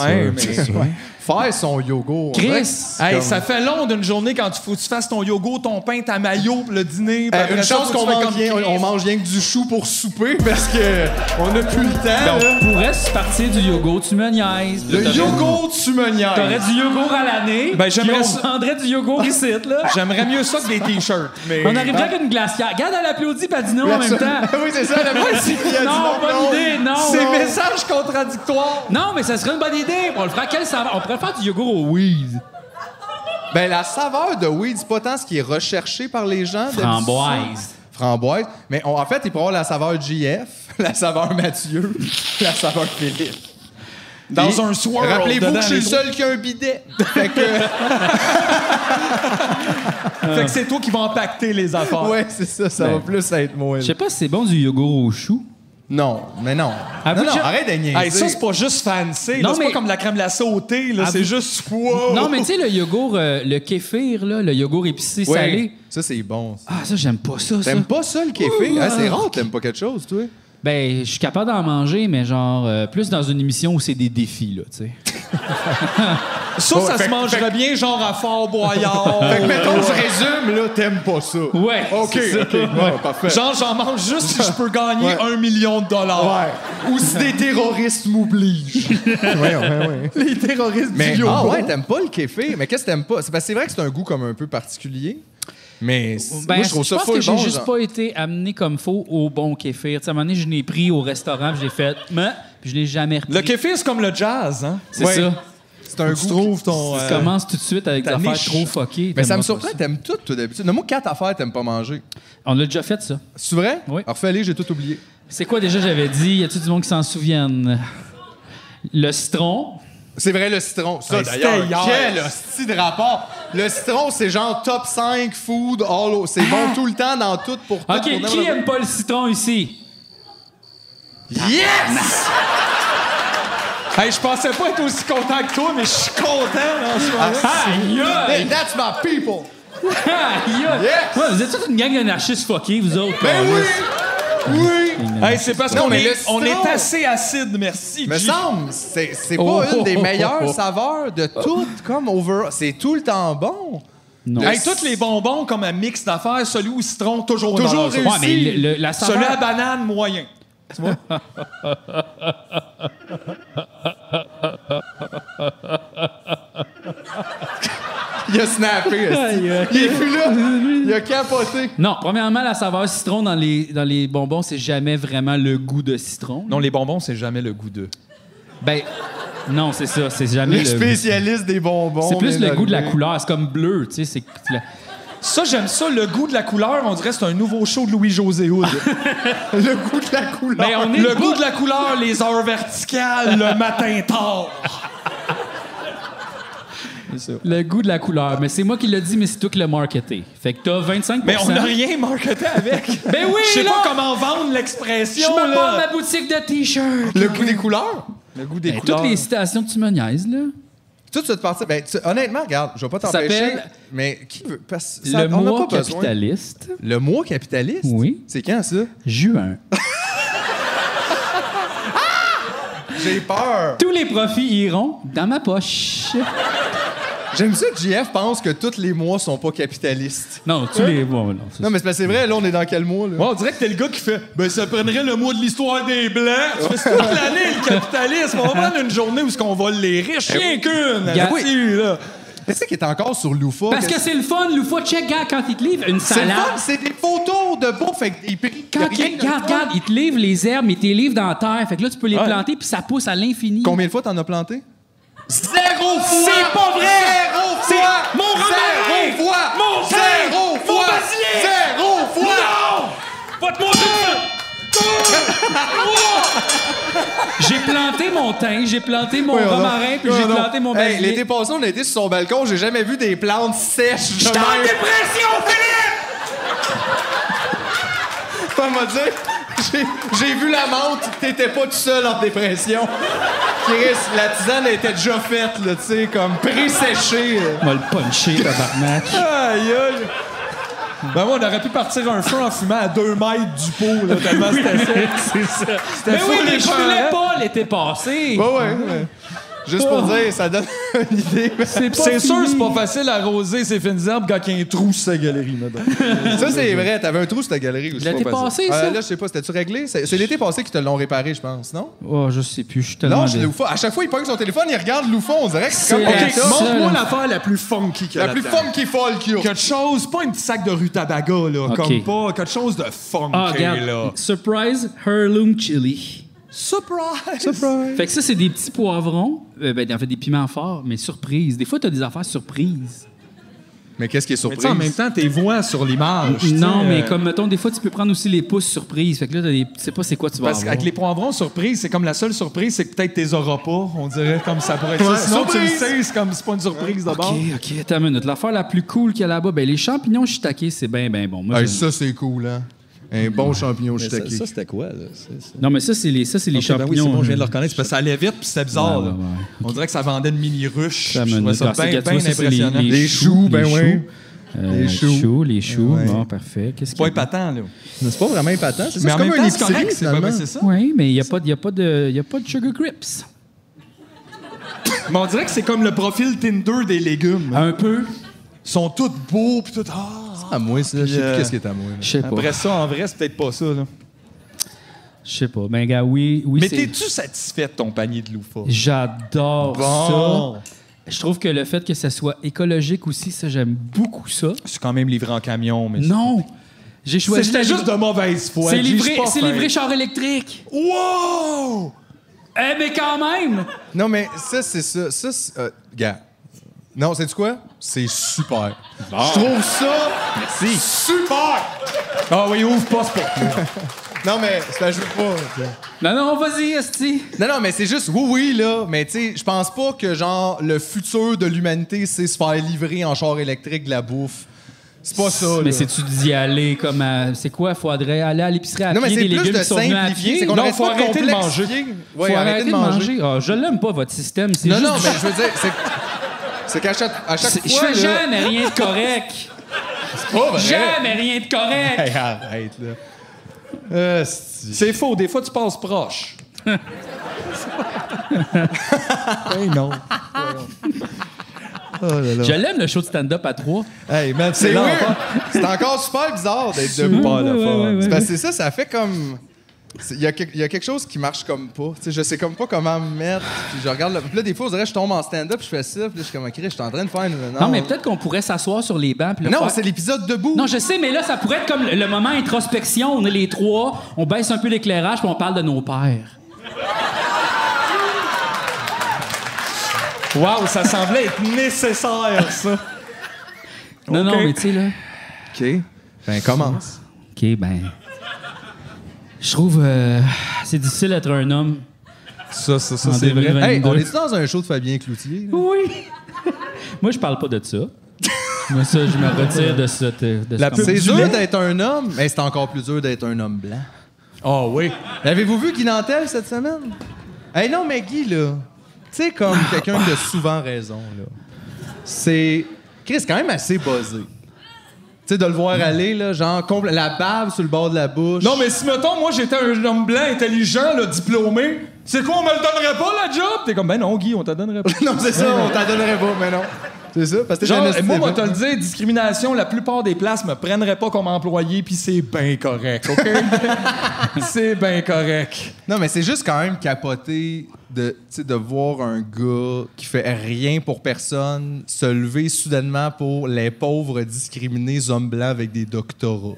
Speaker 3: Ouais, mais-
Speaker 4: Faire son yogourt...
Speaker 1: Chris!
Speaker 4: Ouais.
Speaker 3: Hey,
Speaker 4: Comme-
Speaker 3: ça fait long d'une journée quand tu, faut que tu fasses ton yogourt, ton pain, ta maillot, le dîner. puis
Speaker 4: Eh,
Speaker 3: après
Speaker 4: une
Speaker 3: ça,
Speaker 4: chance
Speaker 3: faut que tu
Speaker 4: qu'on
Speaker 3: fasses
Speaker 4: mange,
Speaker 3: comme
Speaker 4: rien-
Speaker 3: Chris.
Speaker 4: on mange rien que du chou pour souper, parce que on n'a plus le temps.
Speaker 1: Ben,
Speaker 4: là.
Speaker 1: on pourrait se partir du yogourt, tu me niaises.
Speaker 4: Le
Speaker 1: T'aurais-
Speaker 4: yogourt, tu me niaises.
Speaker 1: T'aurais du yogourt à l'année.
Speaker 3: Ben, j'aimerais
Speaker 1: puis on
Speaker 3: ça.
Speaker 1: vendrait du yogourt ici, là.
Speaker 3: J'aimerais mieux ça que des t-shirts. Mais...
Speaker 1: On arriverait avec une glacière. Regarde, elle applaudit Padino en même temps.
Speaker 4: oui, c'est ça. Le principe, il y a du
Speaker 1: Non,
Speaker 4: monde,
Speaker 1: bonne idée, non.
Speaker 4: C'est
Speaker 1: Non.
Speaker 4: mes-
Speaker 3: Message contradictoire.
Speaker 1: Non, mais ça serait une bonne idée. On le ferait à quel saveur? On pourrait faire du yogourt au weed.
Speaker 4: Ben, la saveur de weed, c'est pas tant ce qui est recherché par les gens. d'habitude.
Speaker 1: Framboise.
Speaker 4: Framboise. Mais on- en fait, il pourrait avoir la saveur JF, la saveur Mathieu, la saveur Philippe.
Speaker 3: Dans
Speaker 4: Et
Speaker 3: un swirl.
Speaker 4: Rappelez-vous
Speaker 3: dedans,
Speaker 4: que je suis le
Speaker 3: les trois.
Speaker 4: seul qui a un bidet. Fait que,
Speaker 3: Ah. Fait que c'est toi qui vas impacter les affaires.
Speaker 4: ouais, c'est ça, ça va plus être moi. là.
Speaker 1: Je sais pas si c'est bon du yogourt au chou.
Speaker 4: Non, mais non.
Speaker 1: Ah,
Speaker 4: non,
Speaker 1: vous-
Speaker 4: non,
Speaker 1: je-
Speaker 4: arrête de niaiser.
Speaker 3: Hey, ça, c'est pas juste fancy. là.
Speaker 1: Non,
Speaker 3: C'est
Speaker 1: mais-
Speaker 3: pas comme la crème glacée au thé. là.
Speaker 1: Ah,
Speaker 3: C'est
Speaker 1: vous-
Speaker 3: juste wow.
Speaker 1: Non, mais tu sais, le yogourt, euh, le kéfir, là, le yogourt épicé
Speaker 4: Ouais.
Speaker 1: salé.
Speaker 4: Ça, c'est bon. ça.
Speaker 1: Ah, ça, j'aime pas ça, ça.
Speaker 4: T'aimes pas ça, le kéfir?
Speaker 1: Ouh,
Speaker 4: Ah, c'est
Speaker 1: ah.
Speaker 4: rare que t'aimes pas quelque chose, toi.
Speaker 1: Ben, je suis capable d'en manger, mais genre, euh, plus dans une émission où c'est des défis, là, tu sais.
Speaker 3: Ça, ça se mangerait bien, genre à Fort Boyard.
Speaker 4: Fait que, mettons, je
Speaker 3: Ouais.
Speaker 4: résume, là, t'aimes pas ça.
Speaker 1: Ouais.
Speaker 4: OK,
Speaker 1: c'est ça.
Speaker 4: OK. Bon, parfait.
Speaker 3: Genre, j'en mange juste si je peux gagner un million de dollars.
Speaker 4: Ouais. Ou si des terroristes m'obligent. ouais, ouais, ouais.
Speaker 3: Les terroristes
Speaker 4: Mais,
Speaker 3: du yoga.
Speaker 4: ah ouais, t'aimes pas le kéfir. Mais qu'est-ce que t'aimes pas? C'est parce que c'est vrai que c'est un goût comme un peu particulier. Mais c'est-
Speaker 1: Ben,
Speaker 4: moi, je trouve ça
Speaker 1: pense
Speaker 4: full
Speaker 1: que j'ai
Speaker 4: bon.
Speaker 1: juste
Speaker 4: genre.
Speaker 1: pas été amené comme faux au bon kéfir. Tu sais, à un moment donné, je l'ai pris au restaurant, puis j'ai fait, mais puis je l'ai jamais repris.
Speaker 3: Le kéfir, c'est comme le jazz, hein?
Speaker 1: C'est
Speaker 3: Ouais.
Speaker 1: ça.
Speaker 4: C'est un
Speaker 3: Tu
Speaker 4: goût.
Speaker 3: trouves ton...
Speaker 1: Tu
Speaker 3: euh,
Speaker 1: commences tout de suite avec des
Speaker 3: ta
Speaker 1: affaires
Speaker 3: niche.
Speaker 1: trop fuckées.
Speaker 4: Mais ça
Speaker 1: T'aimeras
Speaker 4: me
Speaker 1: pas
Speaker 4: surprend, t'aimes tout, toi, d'habitude. Nomme-moi quatre affaires que t'aimes pas manger.
Speaker 1: On l'a déjà fait, ça.
Speaker 4: C'est vrai?
Speaker 1: Oui.
Speaker 4: Alors, fais aller, j'ai tout oublié.
Speaker 1: C'est quoi déjà j'avais dit? Y a-tu du monde qui s'en souvienne? Le citron.
Speaker 4: C'est vrai, le citron. Ça,
Speaker 3: Hey, c'était hier.
Speaker 4: d'ailleurs, quel hostie de rapport. Le citron, c'est genre top 5 food all over. C'est bon tout le temps, dans tout, pour tout.
Speaker 1: OK,
Speaker 4: pour
Speaker 1: qui
Speaker 4: n'importe
Speaker 1: aime pas le citron ici?
Speaker 4: Yes!
Speaker 3: Hey, je pensais pas être aussi content que toi, mais je suis content en ce moment.
Speaker 4: Ah,
Speaker 1: Aïe!
Speaker 4: Hey,
Speaker 1: aïe,
Speaker 4: that's my people!
Speaker 1: aïe.
Speaker 4: Yes!
Speaker 1: Ouais, vous êtes toute une gang d'anarchistes fuckés, vous autres.
Speaker 4: Ben oui! Oui!
Speaker 3: Hey, c'est parce
Speaker 4: Non,
Speaker 3: qu'on
Speaker 4: mais le
Speaker 3: est, on
Speaker 4: citron.
Speaker 3: est assez acide, merci.
Speaker 4: Me
Speaker 3: G.
Speaker 4: semble, c'est c'est
Speaker 1: Oh,
Speaker 4: pas une des
Speaker 1: oh, oh,
Speaker 4: meilleures
Speaker 1: oh, oh.
Speaker 4: saveurs de toutes, comme overall. C'est tout le temps bon.
Speaker 1: Non.
Speaker 3: Hey, tous les bonbons comme un mix d'affaires, celui au citron, toujours au
Speaker 4: Toujours
Speaker 3: nord.
Speaker 4: réussi.
Speaker 1: Ouais, mais le- le- la saveur-
Speaker 3: Celui à banane, moyen.
Speaker 4: Il a snappé, esti. Il est plus là. Il a capoté.
Speaker 1: Non, premièrement, la saveur citron dans les, dans les bonbons, c'est jamais vraiment le goût de citron.
Speaker 3: Non, les bonbons, c'est jamais le goût d'eux.
Speaker 1: Ben, non, c'est ça. C'est jamais
Speaker 4: Le
Speaker 1: le.
Speaker 4: spécialiste des bonbons.
Speaker 1: C'est plus
Speaker 4: mais
Speaker 1: le goût de la
Speaker 4: oui.
Speaker 1: couleur. C'est comme bleu, tu sais. C'est la-
Speaker 3: Ça, j'aime ça. Le goût de la couleur, on dirait que c'est un nouveau show de Louis-José Hood.
Speaker 4: Le goût de la couleur.
Speaker 1: Mais on est
Speaker 3: le
Speaker 1: pas-
Speaker 3: goût de la couleur, les heures verticales, le matin tard.
Speaker 1: le goût de la couleur. Mais c'est moi qui l'ai dit, mais c'est toi qui l'as marketé. Fait que t'as 25
Speaker 3: Mais on n'a rien marketé avec.
Speaker 1: Ben oui,
Speaker 3: Je sais
Speaker 1: là!
Speaker 3: pas comment vendre
Speaker 1: Je
Speaker 3: l'expression,
Speaker 1: me vends ma
Speaker 3: là.
Speaker 1: boutique de t-shirts.
Speaker 4: Le goût des couleurs? Le goût des
Speaker 1: Ben, toutes les citations que tu me niaises, là.
Speaker 4: Toute cette partie. Ben, tu- honnêtement, regarde, je vais pas
Speaker 1: Ça
Speaker 4: t'empêcher.
Speaker 1: s'appelle
Speaker 4: Mais qui veut. Parce, que ça-
Speaker 1: Le
Speaker 4: on n'a
Speaker 1: mois
Speaker 4: pas besoin.
Speaker 1: capitaliste,
Speaker 4: Le mois capitaliste?
Speaker 1: Oui.
Speaker 4: C'est quand ça?
Speaker 1: juin.
Speaker 4: J'ai peur.
Speaker 1: Tous les profits iront dans ma poche.
Speaker 4: J'aime ça que JF pense que tous les mois sont pas capitalistes.
Speaker 1: Non, tous les mois, non. c'est
Speaker 4: Euh? Non, mais c'est parce que c'est vrai, là, on est dans quel mois, là?
Speaker 3: Ouais, on dirait que t'es le gars qui fait Ben, ça prendrait le mois de l'histoire des Blancs. Tu fais c'est toute l'année, le capitalisme. On va prendre une journée où ce qu'on vole les riches. Rien qu'une.
Speaker 1: Gars,
Speaker 3: là-dessus, là.
Speaker 4: Qu'est-ce qui est encore sur Loufa?
Speaker 1: Parce que
Speaker 4: Qu'est-ce-
Speaker 1: c'est le fun, Loufa, check, gars, quand il te livre une
Speaker 4: c'est le
Speaker 1: salade.
Speaker 4: fun, c'est des photos de beau, fait que des prix.
Speaker 1: Quand
Speaker 4: rien
Speaker 1: il,
Speaker 4: de
Speaker 1: regarde,
Speaker 4: fun.
Speaker 1: regarde, il te livre les herbes, mais il te les livre dans la terre. Fait que là, tu peux les planter, puis ça pousse à l'infini.
Speaker 4: Combien de fois t'en as planté? Zéro fois!
Speaker 3: C'est pas vrai!
Speaker 4: Zéro
Speaker 3: C'est
Speaker 4: fois!
Speaker 3: mon romarin!
Speaker 4: Zéro fois!
Speaker 3: Mon
Speaker 4: Zéro
Speaker 3: thym! Mon
Speaker 4: fois!
Speaker 3: basilic!
Speaker 4: Zéro fois!
Speaker 3: Non! Pas de
Speaker 1: J'ai planté mon thym, j'ai planté mon romarin, puis j'ai
Speaker 3: Ah,
Speaker 1: planté mon
Speaker 4: Hey,
Speaker 1: basilic.
Speaker 4: L'été passé, on a été sur son balcon, j'ai jamais vu des plantes sèches de
Speaker 3: J'étais en
Speaker 4: même.
Speaker 3: dépression, Philippe!
Speaker 4: Pas m'a dit, j'ai- j'ai vu la menthe, t'étais pas tout seul en dépression. Chris, la tisane était déjà faite, là, tu sais, comme pré-séchée. là.
Speaker 1: On va le puncher, tabarnak.
Speaker 3: Aïe, aïe! Ben, moi, on aurait pu partir un feu en fumant à deux mètres du pot, là, tellement c'était sec.
Speaker 1: c'est ça.
Speaker 3: C'était
Speaker 1: Mais
Speaker 3: fou,
Speaker 1: oui,
Speaker 3: les
Speaker 1: mais je
Speaker 3: gens,
Speaker 1: filais
Speaker 3: hein?
Speaker 1: pas l'été passé.
Speaker 4: Ouais, ouais, ouais. Juste pour
Speaker 1: Oh.
Speaker 4: dire, ça donne une idée.
Speaker 1: pas
Speaker 3: C'est sûr,
Speaker 1: fini.
Speaker 3: c'est pas facile à arroser ces fines herbes quand il y a un trou sur sa galerie, madame.
Speaker 4: Ça, c'est vrai. T'avais un trou sur ta galerie aussi.
Speaker 1: L'été passé, ça?
Speaker 4: là, je sais pas, c'était-tu réglé? C'est c'est l'été passé qu'ils te l'ont réparé, je pense, non?
Speaker 1: Oh, je sais plus, je suis tellement...
Speaker 4: Non, je
Speaker 1: dé-
Speaker 4: Loufa. À chaque fois, il pogne son téléphone, il regarde Loufa, on dirait que c'est comme.
Speaker 1: C'est la
Speaker 4: Ok,
Speaker 1: seule-
Speaker 4: montre-
Speaker 3: Montre-moi l'affaire la plus funky que
Speaker 4: La plus femme qui est folle qu'il y a.
Speaker 3: Quelque chose, pas un petit sac de rutabaga, là,
Speaker 1: Ok.
Speaker 3: comme pas, quelque chose de funky,
Speaker 1: Ah, regarde.
Speaker 3: là.
Speaker 1: Surprise Heirloom Chili.
Speaker 3: Surprise!
Speaker 1: Fait que ça, c'est des petits poivrons. euh, ben, en fait, des piments forts, mais surprise. Des fois, t'as des affaires surprises.
Speaker 4: Mais qu'est-ce qui est
Speaker 3: Mais tu sais, en même temps, tes voix sur l'image. tu sais,
Speaker 1: non, mais
Speaker 3: euh,
Speaker 1: comme, mettons, des fois, tu peux prendre aussi les pousses surprises. Fait que là, t'as des- tu sais pas c'est quoi tu vas
Speaker 3: Parce
Speaker 1: avoir.
Speaker 3: qu'avec les poivrons surprise, c'est comme la seule surprise, c'est que peut-être t'es auras pas, on dirait, comme ça pourrait être ça.
Speaker 4: Ouais,
Speaker 3: Sinon,
Speaker 4: surprise!
Speaker 3: tu le sais, c'est comme c'est pas une surprise de bord.
Speaker 1: OK, OK, attends une minute. L'affaire la plus cool qu'il y a là-bas, ben les champignons shiitake, c'est bien, bien bon. Moi,
Speaker 4: Hey,
Speaker 1: je-
Speaker 4: ça, c'est cool, hein? Un bon champignon shiitake.
Speaker 11: c'était quoi, là? C'est- c'est-
Speaker 1: Non, mais ça, c'est les, ça, c'est les
Speaker 11: Ok, ben
Speaker 1: champignons.
Speaker 11: oui, c'est bon, je viens de le
Speaker 1: euh,
Speaker 11: reconnaître.
Speaker 3: C'est parce que ça allait vite, puis c'était bizarre.
Speaker 1: Ouais,
Speaker 3: là.
Speaker 1: ouais, ouais.
Speaker 3: On dirait que ça vendait une mini ruche.
Speaker 1: Attends
Speaker 3: Je
Speaker 1: une
Speaker 3: trouvais
Speaker 1: minute.
Speaker 3: ça
Speaker 1: Ah, c'est
Speaker 3: bien,
Speaker 1: que tu vois,
Speaker 3: bien
Speaker 1: ça, c'est les-
Speaker 3: impressionnant.
Speaker 1: Les
Speaker 4: Les
Speaker 1: choux,
Speaker 4: choux, ben
Speaker 1: les
Speaker 4: ouais.
Speaker 1: choux. Euh,
Speaker 4: Les choux.
Speaker 1: les choux.
Speaker 4: Ouais.
Speaker 1: Bon, parfait. Qu'est-ce
Speaker 3: C'est pas
Speaker 1: qu'il y a?
Speaker 3: épatant, là.
Speaker 4: C'est pas vraiment épatant. C'est ça,
Speaker 3: en
Speaker 4: c'est comme
Speaker 3: même
Speaker 4: un
Speaker 3: temps, c'est
Speaker 4: épicerie,
Speaker 3: correct, c'est ben,
Speaker 4: finalement.
Speaker 3: ben, c'est ça.
Speaker 1: Oui, mais il n'y a, pas- il y a, pas de- il y a pas de sugar grips.
Speaker 3: Mais on dirait que c'est comme le profil Tinder des légumes.
Speaker 1: Un peu.
Speaker 3: Ils sont tous beaux, puis tout. Ah.
Speaker 4: à moi, ça. Je sais
Speaker 3: Puis, euh,
Speaker 4: plus qu'est-ce qui est à moi. là.
Speaker 1: Je sais pas.
Speaker 3: Après ça, en vrai, c'est peut-être pas ça, là.
Speaker 1: Je sais pas. Ben, gars, oui, oui,
Speaker 3: Mais
Speaker 1: c'est-
Speaker 3: t'es-tu satisfait de ton panier de loufa?
Speaker 1: J'adore
Speaker 3: Bon.
Speaker 1: ça. Je trouve que le fait que ça soit écologique aussi, ça, j'aime beaucoup ça.
Speaker 3: Je suis quand même livré en camion, mais.
Speaker 1: Non! J'ai
Speaker 3: C'est-
Speaker 1: choisi. la
Speaker 3: J'étais
Speaker 1: livra-
Speaker 3: juste de mauvaise foi.
Speaker 1: C'est
Speaker 3: J'ai
Speaker 1: livré,
Speaker 3: pas
Speaker 1: c'est
Speaker 3: faim.
Speaker 1: livré char électrique!
Speaker 3: Wow!
Speaker 1: Eh, mais quand même!
Speaker 4: Non, mais ça, c'est ça. Ça, c'est. euh, gars. Non, c'est quoi? C'est super. Je trouve ça. Super!
Speaker 3: Ah oui, ouvre pas ce porte
Speaker 4: Non, mais c'est pas, je veux pas. tu sais.
Speaker 1: Non, non, vas-y, Esti!
Speaker 4: Non, non, mais c'est juste oui, oui, là. Mais tu sais, je pense pas que, genre, le futur de l'humanité, c'est se faire livrer en char électrique de la bouffe. C'est pas ça,
Speaker 1: Mais
Speaker 4: là.
Speaker 1: c'est-tu d'y aller comme à- C'est quoi? Faudrait aller à l'épicerie à
Speaker 4: Non, mais
Speaker 1: pied
Speaker 4: c'est
Speaker 1: des
Speaker 4: plus
Speaker 1: légumes
Speaker 4: de
Speaker 1: qui sont venus à
Speaker 4: simplifier.
Speaker 1: pied?
Speaker 4: C'est qu'on
Speaker 3: Non,
Speaker 4: arrête
Speaker 3: faut
Speaker 4: pas de
Speaker 3: arrêter de
Speaker 4: complexifier. Ouais,
Speaker 1: Faut
Speaker 4: arrêter de manger.
Speaker 1: Ah, je l'aime pas, votre système. C'est
Speaker 4: Non,
Speaker 1: juste
Speaker 4: non,
Speaker 1: du
Speaker 4: mais
Speaker 1: ch-
Speaker 4: je veux dire, c'est. C'est qu'à chaque, à chaque
Speaker 1: C'est- Je
Speaker 4: fois.
Speaker 1: fais
Speaker 4: là-
Speaker 1: jamais rien de correct!
Speaker 4: Oh, ben,
Speaker 1: Jamais rien de correct!
Speaker 4: hey, arrête, là. Euh, c'est-
Speaker 3: C'est faux, des fois tu passes proche.
Speaker 4: Ben hey, non. oh là là.
Speaker 1: Je l'aime le show de stand-up à trois.
Speaker 4: Hey, man, c'est l'enfer. C'est encore super bizarre d'être de
Speaker 1: Ouais, ouais, ouais, ouais,
Speaker 4: C'est parce
Speaker 1: ouais.
Speaker 4: que c'est ça, ça fait comme. c'est- Il y, a que- il y a quelque chose qui marche comme pas. Tu sais, je sais comme pas comment me mettre. Puis je regarde. le- puis là, des fois, on dirait que je tombe en stand-up, je fais ça. Puis là, je suis comme, OK, je suis en train de faire une.
Speaker 1: Non, mais peut-être qu'on pourrait s'asseoir sur les bancs. puis le
Speaker 4: Non,
Speaker 1: faire.
Speaker 4: c'est l'épisode debout.
Speaker 1: Non, je sais, mais là, ça pourrait être comme le moment introspection. On est les trois, on baisse un peu l'éclairage, puis on parle de nos pères.
Speaker 3: Wow, ça semblait être nécessaire, ça.
Speaker 1: Non, non,
Speaker 3: Ok.
Speaker 1: mais tu sais, là.
Speaker 4: OK. Ben, commence.
Speaker 1: OK, ben. Je trouve. euh, c'est difficile d'être un homme.
Speaker 4: Ça, ça,
Speaker 1: En
Speaker 4: ça, c'est vrai.
Speaker 1: 2022.
Speaker 4: Hey, on est dans un show de Fabien Cloutier? là?
Speaker 1: Oui! Moi, je parle pas de ça. Moi, ça, je me retire de cette. euh, De
Speaker 3: La
Speaker 1: ce commentaire.
Speaker 3: pub
Speaker 4: C'est
Speaker 3: du
Speaker 4: dur
Speaker 3: lait.
Speaker 4: d'être un homme, mais c'est encore plus dur d'être un homme blanc.
Speaker 3: Oh oui.
Speaker 4: L'avez-vous vu Guy Nantel cette semaine? Hey non, mais Guy, là, tu sais, comme
Speaker 3: Ah,
Speaker 4: quelqu'un qui a souvent raison, là, c'est. Chris, quand même assez buzzé. Tu sais, de le voir aller, là, genre, compl- la bave sur le bord de la bouche.
Speaker 3: Non, mais si, mettons, moi, j'étais un homme blanc, intelligent, là, diplômé, c'est quoi, on me le donnerait pas, la job? T'es comme, ben non, Guy, on te donnerait pas.
Speaker 4: non, c'est ça, on t'en donnerait pas, mais non. C'est ça, parce que t'es
Speaker 3: Genre,
Speaker 4: un esti
Speaker 3: moi, moi, te
Speaker 4: d'épée.
Speaker 3: le dire, discrimination, la plupart des places me prendraient pas comme employé, puis c'est ben correct, OK? c'est ben correct.
Speaker 4: Non, mais c'est juste quand même capoté de, tu sais, de voir un gars qui fait rien pour personne se lever soudainement pour les pauvres discriminés hommes blancs avec des doctorats.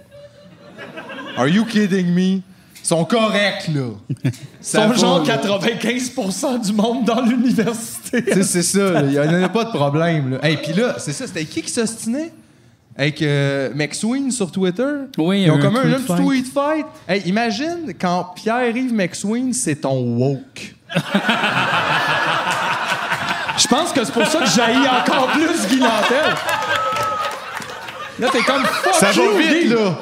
Speaker 4: Are you kidding me? Ils sont corrects, là. Ils
Speaker 3: Sont genre 95 du monde dans l'université.
Speaker 4: C'est ça, il n'y en a pas de problème. Là. Hey, puis là, c'est ça, c'était qui qui s'ostinait? Avec euh, McSween sur Twitter.
Speaker 1: Oui, il y
Speaker 4: Ils
Speaker 1: a
Speaker 4: ont
Speaker 1: eu un
Speaker 4: comme un
Speaker 1: tweet
Speaker 4: autre
Speaker 1: fight.
Speaker 4: tweet fight. Hey, imagine quand Pierre-Yves McSween, c'est ton woke.
Speaker 3: Je pense que c'est pour ça que j'haïs encore plus Guy Nantel. Là, t'es comme, fuck
Speaker 4: Ça
Speaker 3: you,
Speaker 4: va
Speaker 3: Guy.
Speaker 4: vite, là!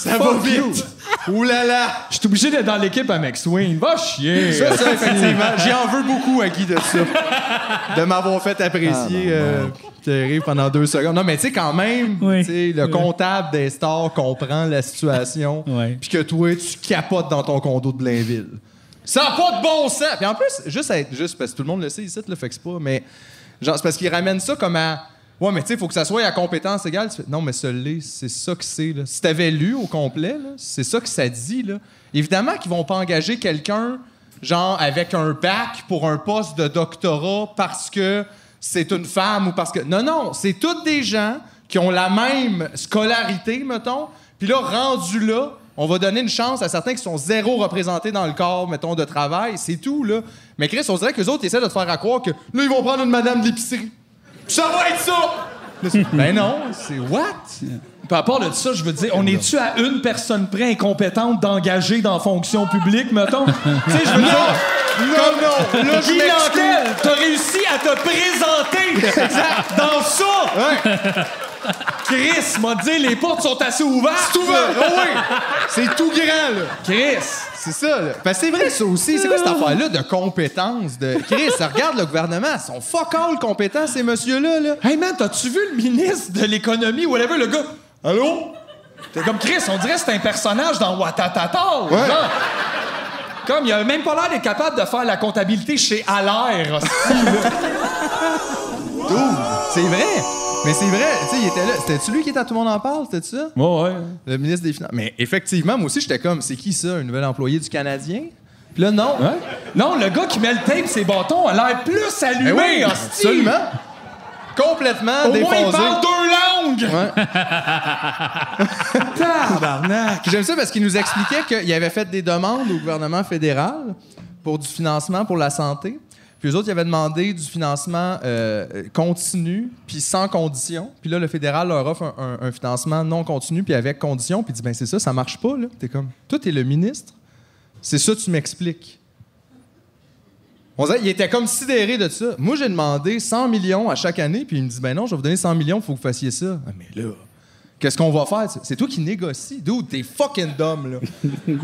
Speaker 4: Ça va
Speaker 3: Fuck you.
Speaker 4: vite! Ouh là là!
Speaker 3: Je suis obligé d'être dans l'équipe à McSween. Va chier.
Speaker 4: Ça, ça, effectivement, j'y en veux beaucoup à Guy de ça. De m'avoir fait apprécier
Speaker 1: Ah,
Speaker 4: euh, Thierry pendant deux secondes. Non, mais tu sais, quand même,
Speaker 1: Oui.
Speaker 4: tu sais, le
Speaker 1: Oui.
Speaker 4: comptable des stars comprend la situation,
Speaker 1: Oui.
Speaker 4: puis que toi, tu capotes dans ton condo de Blainville. Ça n'a pas de bon sens! Puis en plus, juste, à être, juste parce que tout le monde le sait ici, le fait que c'est pas, mais genre, c'est parce qu'il ramène ça comme à. Ouais, mais tu sais, faut que ça soit à compétence égale. Tu fais, non, mais ce l'est, c'est ça que c'est. là. Si t'avais lu au complet, là, c'est ça que ça dit. Là. Évidemment qu'ils vont pas engager quelqu'un, genre, avec un bac pour un poste de doctorat parce que c'est une femme ou parce que. Non, non, c'est toutes des gens qui ont la même scolarité, mettons. Puis là, rendu là, on va donner une chance à certains qui sont zéro représentés dans le corps, mettons, de travail. C'est tout, là. Mais Chris, on dirait que les autres ils essaient de te faire à croire que là, ils vont prendre une madame de l'épicerie. Ça va être ça! Là, c'est- ben non, c'est what?
Speaker 3: Par rapport de ça, je veux dire, on est-tu à une personne près incompétente d'engager dans fonction publique, mettons? tu sais, je veux dire...
Speaker 4: Non, non, là, je
Speaker 3: Guy
Speaker 4: m'excuse.
Speaker 3: Nantel, t'as réussi à te présenter dans ça! Chris m'a dit, les portes sont assez ouvertes! Ah
Speaker 4: Ah Tout va, oh oui! C'est tout grand, là.
Speaker 3: Chris,
Speaker 4: C'est ça, là. Parce que c'est vrai, ça aussi. C'est quoi cette affaire-là de compétence de Chris? Regarde le gouvernement, ils sont fuck all compétents, ces messieurs-là. Là.
Speaker 3: Hey man, t'as-tu vu le ministre de l'économie, whatever, le gars? Allô? T'es comme Chris, on dirait que c'est un personnage dans Watatata.
Speaker 4: Ouais.
Speaker 3: genre. Comme il a même pas l'air d'être capable de faire la comptabilité chez Allaire. hostie, là.
Speaker 4: Dude, c'est vrai. Mais c'est vrai, tu sais, il était là. C'était-tu lui qui était à Tout le monde en parle? C'était ça?
Speaker 3: ouais, ouais.
Speaker 4: Le ministre des Finances. Mais effectivement, moi aussi, j'étais comme, c'est qui ça, un nouvel employé du Canadien? Puis là, non.
Speaker 3: Hein? Non, le gars qui met le tape ses bâtons a l'air plus allumé,
Speaker 4: Eh oui,
Speaker 3: hostie.
Speaker 4: absolument. Complètement
Speaker 3: Au moins,
Speaker 4: défoncé.
Speaker 3: il parle deux langues!
Speaker 4: Tabarnak! J'aime ça parce qu'il nous expliquait qu'il avait fait des demandes au gouvernement fédéral pour du financement pour la santé. Puis eux autres, ils avaient demandé du financement euh, continu, puis sans condition. Puis là, le fédéral leur offre un, un- un financement non continu, puis avec condition. Puis il dit, ben c'est ça, ça marche pas, là. T'es comme, toi, t'es le ministre. C'est ça, tu m'expliques. On dirait, il était comme sidéré de ça. Moi, j'ai demandé 100 millions à chaque année, puis il me dit, ben non, je vais vous donner 100 millions, il faut que vous fassiez ça. Ah, mais là, Qu'est-ce qu'on va faire? tu sais? C'est toi qui négocie, dude. T'es fucking dumb, là.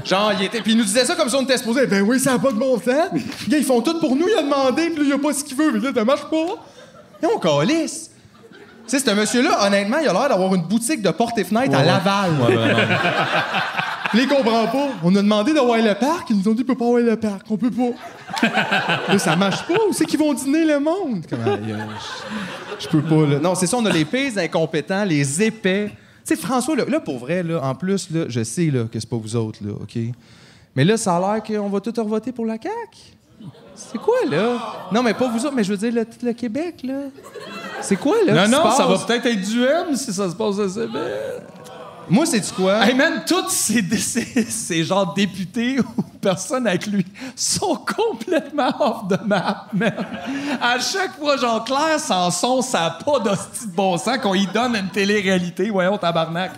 Speaker 4: Genre, il était. Puis il nous disait ça comme si on était supposé. Ben oui, ça n'a pas de bon sens. Les gars, ils font tout pour nous, il a demandé, puis là, il a pas ce qu'il veut, mais là, ça marche pas. Et on calisse. Tu sais, ce monsieur-là, honnêtement, il a l'air d'avoir une boutique de portes et fenêtres à Laval. Puis il comprend pas. On a demandé d'avoir le parc, ils nous ont dit, on peut pas avoir le parc, on peut pas. là, ça marche pas. Où c'est qu'ils vont dîner le monde? Comme, aïe, aïe, je- je peux pas, là. Non, c'est ça, on a les pays incompétents, les épais. Tu sais, François, là, là, pour vrai, là, en plus, là, je sais là, que c'est pas vous autres, là, OK? Mais là, ça a l'air qu'on va tout revoter pour la CAQ. C'est quoi, là? Non, mais pas vous autres, mais je veux dire, le, tout le Québec, là. C'est quoi, là?
Speaker 3: Non,
Speaker 4: qui se
Speaker 3: non, ça va
Speaker 4: passe?
Speaker 3: peut-être être du M si ça se passe à Séville.
Speaker 4: Moi, c'est-tu quoi?
Speaker 3: Hey man, tous ces, dé- ces, ces genres de députés ou personnes avec lui sont complètement off the map, man. À chaque fois, Jean-Claire Sanson, ça n'a pas d'hostie de bon sens qu'on lui donne une télé-réalité. Voyons, tabarnak.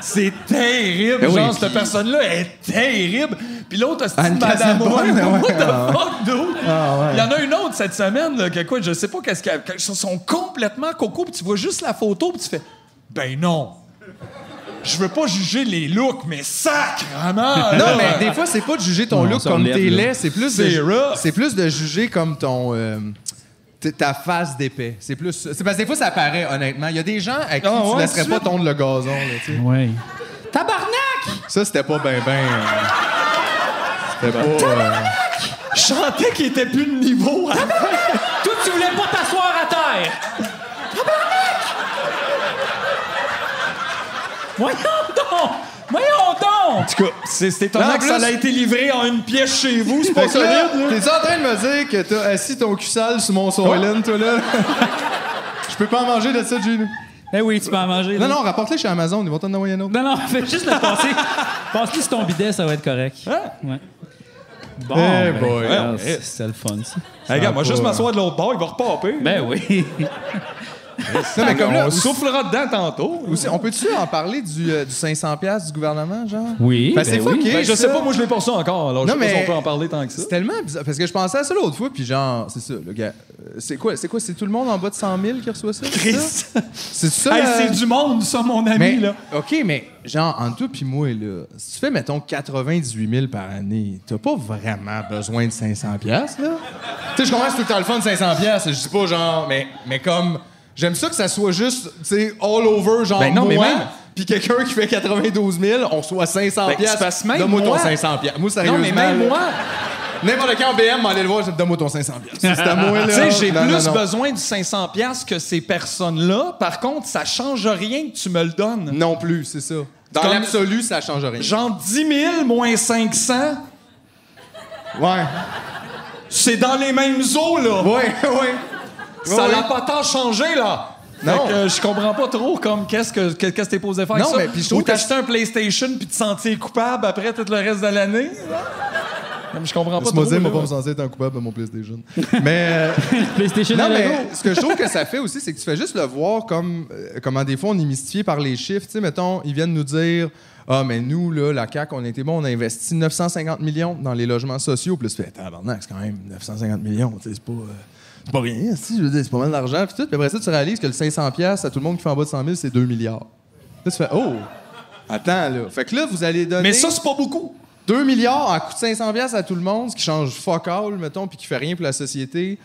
Speaker 3: C'est terrible,
Speaker 4: Ben oui,
Speaker 3: genre,
Speaker 4: puis-
Speaker 3: cette personne-là est terrible. Puis l'autre, hostie
Speaker 4: Anne
Speaker 3: de madame,
Speaker 4: Casabonne,
Speaker 3: ouais,
Speaker 4: ouais,
Speaker 3: what the
Speaker 4: ah ouais.
Speaker 3: fuck, dude?
Speaker 4: Ah ouais.
Speaker 3: Il y en a une autre cette semaine, là, que quoi, je sais pas qu'est-ce qu'elle... que- Ils sont complètement coco, puis tu vois juste la photo, puis tu fais... Ben non, je veux pas juger les looks, mais sacrement!
Speaker 4: Non,
Speaker 3: euh,
Speaker 4: mais des fois, c'est pas de juger ton
Speaker 1: Non,
Speaker 4: look
Speaker 1: ça me
Speaker 4: comme
Speaker 1: lève,
Speaker 4: t'es
Speaker 1: là.
Speaker 4: laid. C'est plus,
Speaker 3: C'est
Speaker 4: de,
Speaker 3: rough.
Speaker 4: c'est plus de juger comme ton. euh, t- ta face d'épais. C'est plus. ça. C'est parce que des fois, ça paraît, honnêtement. Il y a des gens à qui
Speaker 3: Ah,
Speaker 4: tu
Speaker 3: ouais,
Speaker 4: laisserais
Speaker 3: tu
Speaker 4: pas
Speaker 3: veux-
Speaker 4: tondre le gazon. Là, tu sais.
Speaker 1: Ouais. Tabarnak!
Speaker 4: ça, c'était pas ben ben. euh, C'était pas. euh,
Speaker 3: Je sentais qu'il était plus de niveau. hein,
Speaker 1: Toi, tu voulais pas t'asseoir à terre! Tabarnak! Voyons donc! Voyons donc!
Speaker 3: En tout cas, c'est c'est
Speaker 4: Non,
Speaker 3: étonnant
Speaker 4: en
Speaker 3: que ça
Speaker 4: plus-
Speaker 3: a été livré en une pièce chez vous, c'est pas
Speaker 4: Fait que là,
Speaker 3: solide, là?
Speaker 4: t'es en train de me dire que t'as assis ton cul sale sur mon Soylent, toi, là? Je peux pas en manger de ça, Gino.
Speaker 1: Eh oui, tu peux en manger.
Speaker 4: Non,
Speaker 1: là.
Speaker 4: non, rapporte-les chez Amazon, ils vont t'en envoyer un autre.
Speaker 1: Non, non, fais juste le passer. Passe-le sur ton bidet, ça va être correct. Ouais. Bon,
Speaker 4: Eh
Speaker 1: ben,
Speaker 4: boy.
Speaker 1: regarde,
Speaker 3: Eh,
Speaker 1: c'est c'est le fun, ça.
Speaker 3: Hey, regarde, moi,
Speaker 4: pas,
Speaker 3: juste
Speaker 4: hein.
Speaker 3: m'asseoir de l'autre bord, il va repopper.
Speaker 1: Ben oui.
Speaker 4: Non, mais comme là,
Speaker 3: Ah, on
Speaker 4: aussi-
Speaker 3: soufflera dedans tantôt.
Speaker 4: aussi, on peut-tu en parler du, euh, du 500$ du gouvernement, genre?
Speaker 1: Oui,
Speaker 4: Ben, c'est
Speaker 1: ben oui.
Speaker 4: fucké,
Speaker 3: Ben, je sais
Speaker 4: ça.
Speaker 3: pas, moi, je l'ai pas ça encore, alors je
Speaker 4: Non,
Speaker 3: sais pas
Speaker 4: mais-
Speaker 3: si on peut en parler tant que ça.
Speaker 4: C'est tellement bizarre. Parce que je pensais à ça l'autre fois, puis genre, c'est ça, le gars. euh, C'est quoi, c'est quoi, c'est tout le monde en bas de 100 000 qui reçoit ça? C'est ça?
Speaker 3: Christ!
Speaker 4: C'est ça?
Speaker 3: Hey,
Speaker 4: euh,
Speaker 3: c'est du monde, ça, mon ami,
Speaker 4: mais,
Speaker 3: là.
Speaker 4: OK, mais genre, en tout puis moi, là, si tu fais, mettons, 98 000 par année, t'as pas vraiment besoin de 500 piastres, là? tu sais, je comprends que c'est tout le temps le fun, 500 piastres. Je dis pas, genre, mais, mais comme... J'aime ça que ça soit juste, tu sais, all over, genre,
Speaker 3: Ben non, mais
Speaker 4: moi,
Speaker 3: même-
Speaker 4: puis quelqu'un qui fait 92 000, on soit 500
Speaker 3: Ben,
Speaker 4: piastres.
Speaker 3: c'est parce que même
Speaker 4: Donne-moi ton
Speaker 3: moi-
Speaker 4: 500 piastres. Moi,
Speaker 3: Non, mais même
Speaker 4: sérieusement, là,
Speaker 3: moi,
Speaker 4: N'importe quand en BM, m'en aller le voir, je te donne-moi ton 500 C'est à moi, là.
Speaker 3: Tu sais, j'ai
Speaker 4: Non,
Speaker 3: plus
Speaker 4: non, non.
Speaker 3: besoin du 500 pièces que ces personnes-là. Par contre, ça change rien que tu me le donnes.
Speaker 4: Non plus, c'est ça. Dans
Speaker 3: Comme-
Speaker 4: l'absolu, ça change rien.
Speaker 3: Genre 10 000 moins 500,
Speaker 4: Ouais.
Speaker 3: c'est dans les mêmes eaux, là.
Speaker 4: Ouais, ouais.
Speaker 3: ça
Speaker 4: ouais.
Speaker 3: n'a pas tant changé, là.
Speaker 4: Non.
Speaker 3: Fait que, euh, je comprends pas trop comme qu'est-ce que que- qu'est-ce que t'es posé faire avec
Speaker 4: Non,
Speaker 3: ça.
Speaker 4: mais puis je trouve
Speaker 3: Ou
Speaker 4: que-
Speaker 3: t'acheter un PlayStation puis te sentir coupable après tout le reste de l'année. Non, mais Je comprends pas trop.
Speaker 4: Laisse-moi dire,
Speaker 3: là.
Speaker 4: moi, pas me sentir être un coupable de mon PlayStation. mais. euh,
Speaker 1: PlayStation
Speaker 4: Non,
Speaker 1: à la
Speaker 4: mais ce que je trouve que ça fait aussi, c'est que tu fais juste le voir comme euh, comment des fois on est mystifié par les chiffres. Tu sais, mettons, ils viennent nous dire Ah, mais nous, là, la CAQ, on était bon, on a investi 950 millions dans les logements sociaux. Puis là, tu fais Tabarnak, c'est quand même 950 millions. Tu sais, c'est pas. euh, c'est pas rien, si, je veux dire, c'est pas mal d'argent. Puis tout. Puis après ça, tu réalises que le 500$ piastres à tout le monde qui fait en bas de 100 000, c'est 2 milliards. Là, tu fais, oh, attends, là. Fait que là, vous allez donner.
Speaker 3: Mais ça, c'est pas beaucoup.
Speaker 4: 2 milliards en coût de 500 pièces à tout le monde, ce qui change fuck all, mettons, puis qui fait rien pour la société.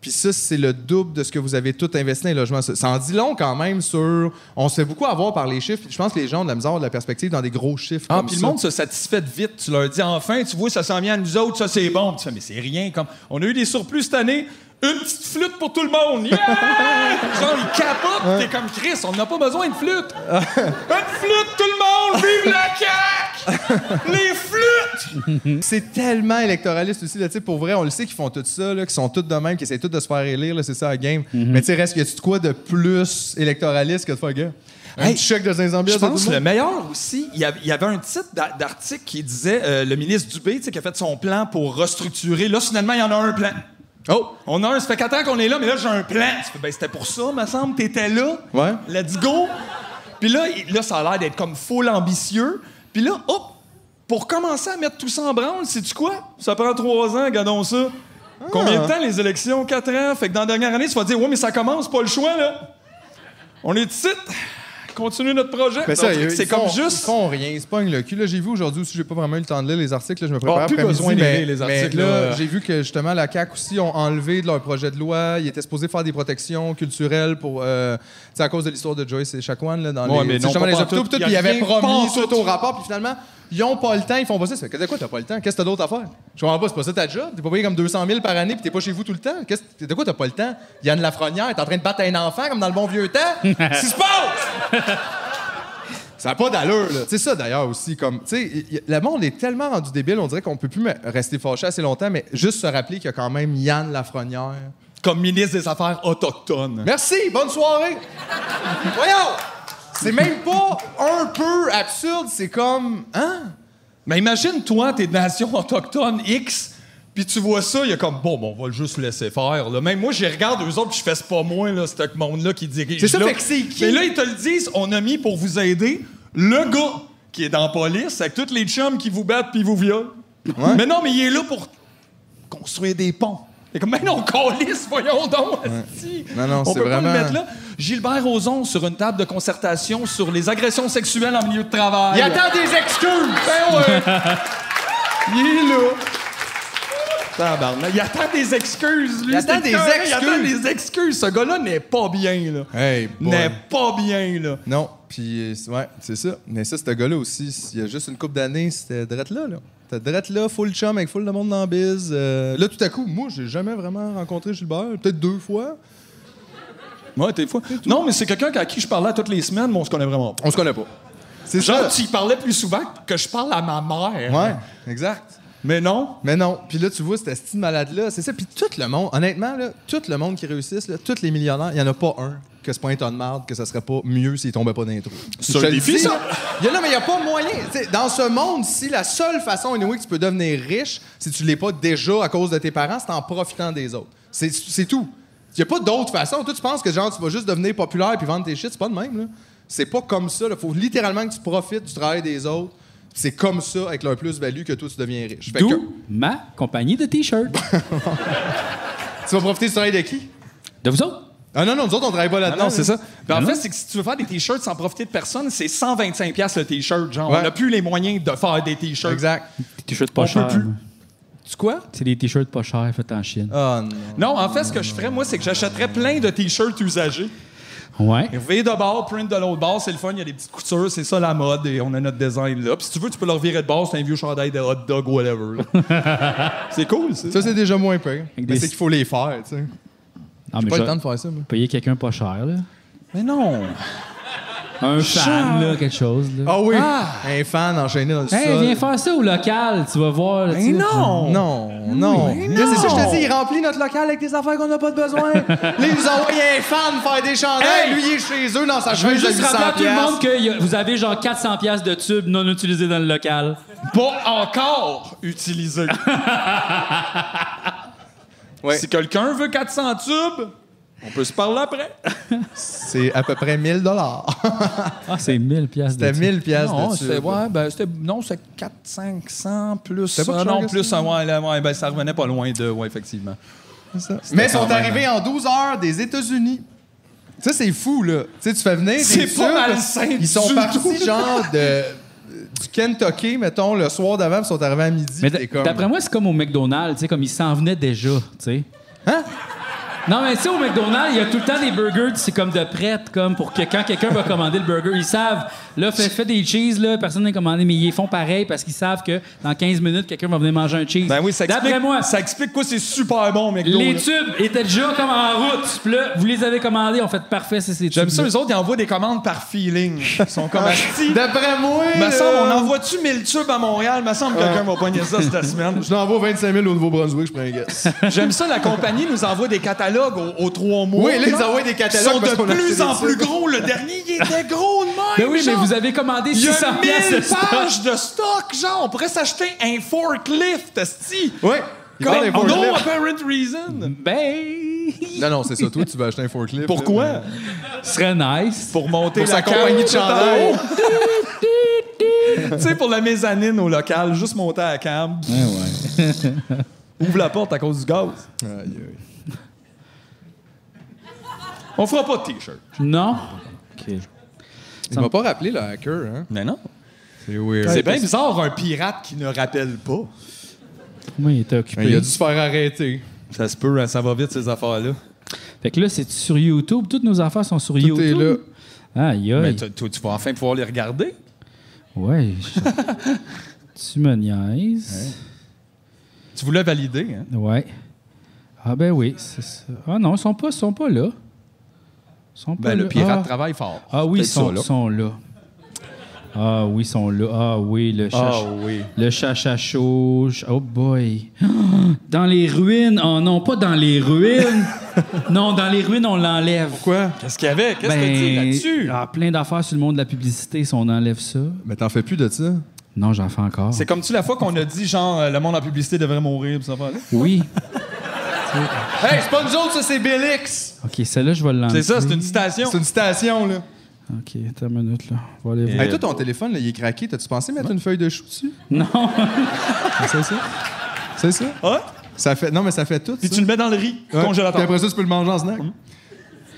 Speaker 4: Puis ça, c'est le double de ce que vous avez tout investi dans les logements. sociaux. Ça en dit long quand même sur... On se fait beaucoup avoir par les chiffres. Je pense que les gens ont de la misère, de la perspective dans des gros chiffres
Speaker 3: Ah,
Speaker 4: comme
Speaker 3: puis
Speaker 4: ça.
Speaker 3: le monde se satisfait de vite. Tu leur dis enfin, tu vois, ça s'en vient à nous autres, ça c'est bon. Puis Tu fais, mais c'est rien. Comme, on a eu des surplus cette année, une petite flûte pour tout le monde. Yeah! Genre, ils capotent. T'es comme Chris, on n'a pas besoin de flûte.
Speaker 4: Ah.
Speaker 3: une flûte, tout le monde, vive la CAQ! Les flûtes!
Speaker 4: C'est tellement électoraliste aussi. Là, Tu sais, pour vrai, on le sait qu'ils font tout ça, là, qu'ils sont tous de même, qu'ils essaient tous de se faire élire. là, C'est ça, la game.
Speaker 3: Mhm.
Speaker 4: Mais tu sais, reste, y a-tu de quoi de plus électoraliste que de faire, gars? Un
Speaker 3: Hey,
Speaker 4: petit chèque de 500
Speaker 3: Je
Speaker 4: pièces à tout
Speaker 3: pense
Speaker 4: le
Speaker 3: le
Speaker 4: monde?
Speaker 3: meilleur aussi, il y avait- il y avait un titre d'a- d'article qui disait euh, le ministre Dubé tu sais, qui a fait son plan pour restructurer. Là, finalement, il y en a un plan.
Speaker 4: Oh!
Speaker 3: On a un, ça fait quatre ans qu'on est là, mais là, j'ai un plan. Tu fais, ben, c'était pour ça, me semble, t'étais là.
Speaker 4: Ouais.
Speaker 3: Let's go. Puis là, il- là, ça a l'air d'être comme full ambitieux. Puis là, hop, pour commencer à mettre tout ça en branle, sais-tu quoi? Ça prend trois ans, regardons ça.
Speaker 4: Ah.
Speaker 3: Combien de temps les élections? Quatre ans. Fait que dans la dernière année, tu vas dire, ouais, mais ça commence, pas le choix, là. On est ici. Continue notre projet.
Speaker 4: Mais ça,
Speaker 3: Donc,
Speaker 4: ils-
Speaker 3: c'est
Speaker 4: ils
Speaker 3: comme
Speaker 4: font- Ils
Speaker 3: juste.
Speaker 4: font rien, ils se pognent le cul. Là, j'ai vu aujourd'hui aussi, j'ai pas vraiment eu le temps de lire les articles. là, je me
Speaker 3: Ah,
Speaker 4: prépare
Speaker 3: plus
Speaker 4: après-midi,
Speaker 3: besoin de
Speaker 4: mais-
Speaker 3: lire les
Speaker 4: mais
Speaker 3: articles,
Speaker 4: là,
Speaker 3: là.
Speaker 4: j'ai vu que justement, la CAQ aussi ont enlevé de leur projet de loi. Ils étaient supposés faire des protections culturelles pour. euh, tu sais, à cause de l'histoire de Joyce et Chacoan, là, dans
Speaker 3: Ouais,
Speaker 4: les,
Speaker 3: mais
Speaker 4: tu sais,
Speaker 3: non,
Speaker 4: justement,
Speaker 3: pas
Speaker 4: les
Speaker 3: en
Speaker 4: hôpitaux.
Speaker 3: tout.
Speaker 4: Puis tout,
Speaker 3: Il y a
Speaker 4: puis il y avait
Speaker 3: rien, pas en
Speaker 4: promis
Speaker 3: tout.
Speaker 4: tout au rapport. Puis finalement, ils ont pas le temps, ils font pas ça. C'est que de quoi t'as pas le temps? Qu'est-ce que t'as d'autre à faire? Je comprends pas, c'est pas ça ta job. T'es pas payé comme 200 000 par année, puis t'es pas chez vous tout le temps. Qu'est-ce que- de quoi t'as pas le temps? Yann Lafrenière est en train de battre un enfant comme dans le bon vieux temps. Qu'est-ce qui se passe? Ça n'a pas d'allure, là. C'est ça, d'ailleurs, aussi. Comme, tu sais, y- y- le monde est tellement rendu débile, on dirait qu'on peut plus me- rester fâché assez longtemps, mais juste se rappeler qu'il y a quand même Yann Lafrenière.
Speaker 3: Comme ministre des Affaires autochtones.
Speaker 4: Merci, bonne soirée! Voyons! C'est même pas un peu absurde, c'est comme. Hein?
Speaker 3: Mais imagine, toi, t'es de nation autochtone X, puis tu vois ça, il y a comme, bon, bon, on va le juste laisser faire. Là. Même moi, j'y regarde eux autres, puis je fais, c'est pas moi, là, ce monde-là qui dirige.
Speaker 4: C'est ça,
Speaker 3: là.
Speaker 4: fait que c'est qui?
Speaker 3: Mais là, ils te le disent, on a mis pour vous aider le gars qui est dans la police, avec tous les chums qui vous battent puis vous violent. Mais non, mais il est là pour construire des ponts. T'es comme, mais non, calisse, voyons donc, esti.
Speaker 4: Non, non,
Speaker 3: On
Speaker 4: c'est
Speaker 3: peut
Speaker 4: vraiment-
Speaker 3: pas le mettre là. Gilbert Rozon sur une table de concertation sur les agressions sexuelles en milieu de travail.
Speaker 4: Il attend des excuses!
Speaker 3: Ben ouais. il est là. Tabarnak. Il attend des excuses, lui.
Speaker 4: Il attend
Speaker 3: C'est
Speaker 4: des
Speaker 3: correct, Il
Speaker 4: excuses.
Speaker 3: attend des excuses. Ce gars-là n'est pas bien, là.
Speaker 4: Hey, boy.
Speaker 3: N'est pas bien, là.
Speaker 4: Non, puis, euh, c'est- ouais, c'est ça. Mais ça, ce gars-là aussi, s- il y a juste une couple d'années, c'était drette là, là. C'était drette là, full chum avec full de monde dans la bise. Euh, là, tout à coup, moi, j'ai jamais vraiment rencontré Gilbert, peut-être deux fois.
Speaker 3: Ouais, t'es fou. Non, mais c'est quelqu'un à qui je parlais toutes les semaines, mais on se connaît vraiment pas.
Speaker 4: On se connaît pas. C'est
Speaker 3: Genre,
Speaker 4: ça.
Speaker 3: tu y parlais plus souvent que je parle à ma mère.
Speaker 4: Ouais, exact.
Speaker 3: Mais non.
Speaker 4: Mais non, puis là, tu vois, cette style malade-là, c'est ça. Puis tout le monde, honnêtement, là, tout le monde qui réussisse, là, tous les millionnaires, il n'y en a pas un que ce point un tas de marde, que ça serait pas mieux s'il tombait pas dans les trous.
Speaker 3: C'est
Speaker 4: Je
Speaker 3: un
Speaker 4: te le
Speaker 3: défi,
Speaker 4: dis,
Speaker 3: ça.
Speaker 4: là. Il y a, non, mais il n'y a pas moyen. Tu sais, dans ce monde, si la seule façon, anyway, que tu peux devenir riche, si tu l'es pas déjà à cause de tes parents, c'est en profitant des autres. C'est c'est tout. Il n'y a pas d'autre façon. Toi, tu penses que genre, tu vas juste devenir populaire puis vendre tes shit. C'est pas de même, là. C'est pas comme ça. Il faut littéralement que tu profites du travail des autres. C'est comme ça, avec leur plus-value, que toi, tu deviens riche. Fait Ben, que-
Speaker 1: D'où ma compagnie de T-shirts.
Speaker 4: tu vas profiter du travail de qui?
Speaker 1: De vous autres?
Speaker 4: Ah non, non, nous autres, on travaille pas
Speaker 3: Ah
Speaker 4: là-dedans.
Speaker 3: non, c'est ça. Ben, en
Speaker 1: Non,
Speaker 3: fait,
Speaker 1: non.
Speaker 3: c'est que si tu veux faire des t-shirts sans profiter de personne, c'est 125$ piastres le t-shirt. Genre,
Speaker 4: Ouais.
Speaker 3: on n'a plus les moyens de faire des t-shirts.
Speaker 4: Exact.
Speaker 1: Des t-shirts pas
Speaker 3: On peut
Speaker 1: chers.
Speaker 3: plus.
Speaker 1: moi.
Speaker 3: Tu quoi?
Speaker 1: C'est des t-shirts pas chers faits en Chine.
Speaker 4: Ah non.
Speaker 3: Non, en fait, ce que je ferais, moi, c'est que j'achèterais plein de t-shirts usagés.
Speaker 1: Ouais.
Speaker 3: Revirer de bord, print de l'autre bord, c'est le fun, il y a des petites coutures, c'est ça la mode, et on a notre design là. Puis si tu veux, tu peux leur virer de bord, c'est un vieux chandail de hot dog, whatever. là. c'est cool, ça.
Speaker 4: Ça, c'est déjà moins pire.
Speaker 1: Avec
Speaker 4: Mais
Speaker 1: des-
Speaker 4: c'est qu'il faut les faire, tu sais.
Speaker 1: Non,
Speaker 4: J'ai
Speaker 1: mais
Speaker 4: pas
Speaker 1: je
Speaker 4: le temps
Speaker 1: vais
Speaker 4: de faire ça, moi.
Speaker 1: payer quelqu'un pas cher, là.
Speaker 3: Mais non!
Speaker 1: Un
Speaker 3: Cher.
Speaker 1: fan, là, quelque chose. Là.
Speaker 4: Ah oui!
Speaker 3: Ah!
Speaker 4: Un fan enchaîné dans le
Speaker 1: hey,
Speaker 4: sol.
Speaker 1: viens faire ça au local, tu vas voir. tu
Speaker 3: Mais
Speaker 1: sais.
Speaker 3: non!
Speaker 1: Ah
Speaker 4: Non, non.
Speaker 3: Mais
Speaker 4: Là,
Speaker 3: non.
Speaker 4: C'est ça, je te dis, il remplit notre local avec des affaires qu'on n'a pas de besoin. Là, ils nous envoient un fan faire des chandails.
Speaker 3: Hey!
Speaker 4: Lui, il est chez eux dans sa
Speaker 1: Je veux
Speaker 4: chemise de
Speaker 1: juste
Speaker 4: 800
Speaker 1: rappeler à tout le monde
Speaker 4: piastres.
Speaker 1: que y a- vous avez genre 400 pièces de tubes non utilisés dans le local.
Speaker 3: Pas encore utilisé.
Speaker 4: Ouais.
Speaker 3: Si quelqu'un veut 400 tubes, on peut se parler après.
Speaker 4: C'est à peu près 1000 dollars.
Speaker 1: Ah, c'est 1000 pièces de
Speaker 4: C'était
Speaker 1: tubes.
Speaker 4: 1000 piastres de tubes.
Speaker 3: c'était ouais, ben, c'était- non, c'était 4 500 plus
Speaker 4: pas
Speaker 3: ça,
Speaker 4: plus cher
Speaker 3: non
Speaker 4: que
Speaker 3: plus
Speaker 4: ça?
Speaker 3: ça, ouais, là, ouais, ben, ça revenait pas loin de ouais effectivement.
Speaker 4: Mais ils sont arrivés en 12 heures des États-Unis. Ça, c'est fou, là. Tu sais, tu fais venir. des
Speaker 3: C'est pas
Speaker 4: Turcs,
Speaker 3: malsain
Speaker 4: Ils sont
Speaker 3: du
Speaker 4: partis,
Speaker 3: tout.
Speaker 4: genre, de. du Kentucky, mettons, le soir d'avant, ils sont arrivés à midi.
Speaker 1: Mais
Speaker 4: t'es
Speaker 1: d-
Speaker 4: comme...
Speaker 1: d'après moi, c'est comme au McDonald's, tu sais, comme ils s'en venaient déjà, tu sais.
Speaker 4: Hein?
Speaker 1: Non, mais tu sais, au McDonald's, il y a tout le temps des burgers, c'est comme de prête, comme pour que quand quelqu'un va commander le burger, ils savent, là, fais, fais des cheese, là, personne n'a commandé, mais ils les font pareil parce qu'ils savent que dans 15 minutes, quelqu'un va venir manger un cheese.
Speaker 3: Ben oui, ça
Speaker 1: D'après
Speaker 3: explique,
Speaker 1: moi,
Speaker 3: ça explique quoi c'est super bon, mec.
Speaker 1: les tubes étaient déjà comme en route, puis là, vous les avez commandés, on fait parfait, c'est ces
Speaker 3: J'aime ça,
Speaker 1: tubes-là.
Speaker 3: eux autres, ils envoient des commandes par feeling. Ils sont comme assis.
Speaker 4: D'après moi.
Speaker 3: Me semble, on
Speaker 4: là,
Speaker 3: envoie-tu 1000 tubes à Montréal? Me semble que quelqu'un va pogner ça cette semaine.
Speaker 4: Je l'envoie 25 000 au Nouveau-Brunswick, je prends un guess.
Speaker 3: J'aime ça, la compagnie nous envoie des catalogues aux, aux trois mois. Ah.
Speaker 4: Oui, là, ils envoient des catalogues
Speaker 3: Ils
Speaker 4: parce
Speaker 3: sont
Speaker 4: qu'on
Speaker 3: de
Speaker 4: a
Speaker 3: plus
Speaker 4: acheté
Speaker 3: en
Speaker 4: des
Speaker 3: plus
Speaker 4: tubes.
Speaker 3: gros. Le dernier, il était gros de même.
Speaker 1: Ben oui, mais
Speaker 3: genre.
Speaker 1: vous avez commandé
Speaker 3: Il y a
Speaker 1: 600 pièces
Speaker 3: 1000 pages de stock, genre. On pourrait s'acheter un forklift, esti.
Speaker 4: Ouais. Il
Speaker 3: Comme
Speaker 4: parle d'un
Speaker 3: no
Speaker 4: forklift.
Speaker 3: apparent reason.
Speaker 1: Ben,
Speaker 4: Non, non, c'est ça. Toi, tu vas acheter un forklift. là,
Speaker 3: Pourquoi?
Speaker 1: ce serait nice.
Speaker 3: Pour monter
Speaker 4: Pour
Speaker 3: la
Speaker 4: sa compagnie
Speaker 3: cam
Speaker 4: de
Speaker 3: tout en
Speaker 4: chandail.
Speaker 3: haut. tu sais, pour la mezzanine au local, juste monter à la cam. Ouvre la porte à cause du gaz.
Speaker 4: mais- Aïe, aïe.
Speaker 3: On fera pas de t-shirt.
Speaker 1: Non?
Speaker 4: Il m'a pas rappelé le hacker, hein?
Speaker 3: Mais non.
Speaker 4: C'est weird.
Speaker 3: C'est bien bizarre, un pirate qui ne rappelle pas.
Speaker 1: Moi, il était occupé.
Speaker 4: Il a dû se faire arrêter.
Speaker 3: Ça se peut, hein, ça va vite, ces affaires-là.
Speaker 1: Fait que là, c'est sur YouTube. Toutes nos affaires sont sur YouTube.
Speaker 4: est là.
Speaker 1: Aïe, aïe.
Speaker 3: Mais t- toi, tu vas enfin pouvoir les regarder.
Speaker 1: Ouais. je- tu me niaises.
Speaker 3: Tu voulais valider, hein?
Speaker 1: Ouais. Ah ben oui, c'est ça. Ah non, ils sont pas, ils sont pas là. Ils sont pas
Speaker 3: Ben,
Speaker 1: là.
Speaker 3: le pirate
Speaker 1: ah.
Speaker 3: travaille fort.
Speaker 1: Ah oui, ils
Speaker 3: Peut-être
Speaker 1: sont,
Speaker 3: ça, là.
Speaker 1: sont là. Ah oui, ils sont là. Ah oui, le chacha.
Speaker 3: oui.
Speaker 1: Le chacha chaud. Oh boy. Dans les ruines. Oh non, pas dans les ruines. non, dans les ruines, on l'enlève.
Speaker 4: Quoi?
Speaker 3: Qu'est-ce qu'il y avait? Qu'est-ce que
Speaker 1: Ben,
Speaker 3: tu dis là-dessus?
Speaker 1: ah, plein d'affaires sur le monde de la publicité, si on enlève ça.
Speaker 4: Mais t'en fais plus de ça?
Speaker 1: Non, j'en fais encore.
Speaker 3: C'est comme tu la fois qu'on a dit, genre, euh, le monde en publicité devrait mourir, pis ça va, là.
Speaker 1: Oui.
Speaker 4: Hey, c'est pas nous autres, ça, c'est Bélix!
Speaker 1: OK, celle-là, je vais l'enlever.
Speaker 3: C'est ça, c'est une citation.
Speaker 4: C'est une station, là.
Speaker 1: OK, attends une minute, là. On va
Speaker 3: Eh.
Speaker 1: aller voir.
Speaker 4: Hey, toi, ton téléphone, là, il est craqué. T'as-tu pensé mettre une feuille de chou dessus? Ah,
Speaker 1: Non.
Speaker 4: C'est ça? C'est ça?
Speaker 3: Ah?
Speaker 4: Ça fait... Non, mais ça fait tout.
Speaker 3: Puis
Speaker 4: ça.
Speaker 3: tu le mets dans le riz,
Speaker 4: Ouais. Puis
Speaker 3: congélateur. Mm-hmm.
Speaker 4: après ça, tu peux le manger en snack.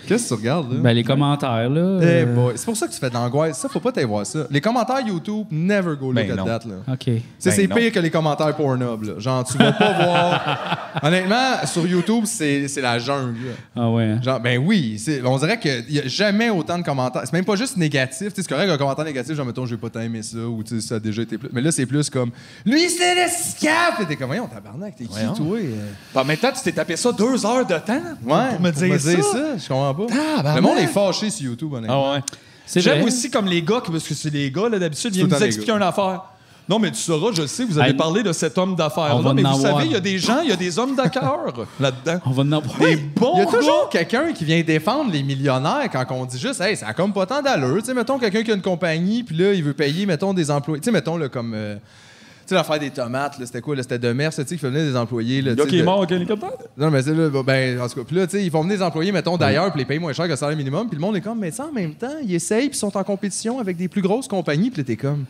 Speaker 4: Qu'est-ce que tu regardes, là?
Speaker 1: Ben, les commentaires, là.
Speaker 4: Eh
Speaker 1: euh,
Speaker 4: boy, c'est pour ça que tu fais de l'angoisse. Ça, faut pas t'aller voir ça. Les commentaires YouTube, never go look
Speaker 3: Ben
Speaker 4: at
Speaker 3: non.
Speaker 4: that, là.
Speaker 1: OK.
Speaker 4: Tu sais,
Speaker 3: Ben
Speaker 4: c'est
Speaker 3: non.
Speaker 4: pire que les commentaires Pornhub, là. Genre, tu vas pas voir... Honnêtement, sur YouTube, c'est c'est la jungle, là.
Speaker 1: Ah ouais. hein.
Speaker 4: Genre, ben oui, c'est- on dirait qu'il n'y a jamais autant de commentaires. C'est même pas juste négatif. Tu sais, C'est correct, un commentaire négatif, genre, mettons, je vais pas t'aimer ça, ou tu sais, ça a déjà été plus. Mais là, c'est plus comme, lui, c'est le scap! Et t'es comme, voyons, tabarnak, t'es qui,
Speaker 3: Voyons.
Speaker 4: toi? Euh,
Speaker 3: En même temps, tu t'es tapé ça deux heures de temps
Speaker 4: Ouais,
Speaker 3: pour me dire ça.
Speaker 4: je comprends pas.
Speaker 3: Tabarnak.
Speaker 4: Le monde est fâché sur YouTube, honnêtement.
Speaker 3: Ah ouais.
Speaker 1: C'est
Speaker 3: J'aime
Speaker 1: vrai.
Speaker 3: aussi comme les gars, qui- parce que c'est les gars, là, d'habitude, viennent
Speaker 4: tout le
Speaker 3: nous
Speaker 4: temps les
Speaker 3: expliquer une affaire. Non, mais tu sauras, je sais, vous avez
Speaker 1: Hey,
Speaker 3: parlé de cet homme
Speaker 1: on va
Speaker 3: d'affaires-là, mais
Speaker 1: en
Speaker 3: vous
Speaker 1: avoir.
Speaker 3: savez, il y a des gens, il y a des hommes d'accord là-dedans.
Speaker 1: On va en avoir.
Speaker 3: Des bons
Speaker 4: Il y a toujours
Speaker 3: gars.
Speaker 4: quelqu'un qui vient défendre les millionnaires quand on dit juste, hey, ça a comme pas tant d'allure. Tu sais, mettons quelqu'un qui a une compagnie, puis là, il veut payer, mettons, des employés. Tu sais, mettons, là, comme. euh, tu sais, l'affaire des tomates, là, c'était quoi? là, C'était Demers, tu sais, qui fait venir des employés. Là,
Speaker 3: Le gars
Speaker 4: tu sais,
Speaker 3: qui est
Speaker 4: de-
Speaker 3: mort avec l'hélicoptère.
Speaker 4: Non, mais c'est là, ben, en tout cas. Puis là, tu sais, ils vont venir des employés, mettons, d'ailleurs, puis les payer moins cher que le salaire minimum. Puis le monde est comme, mais ça, en même temps, ils essayent, puis ils sont en compétition avec des plus grosses compagnies. Puis là, t'es comme,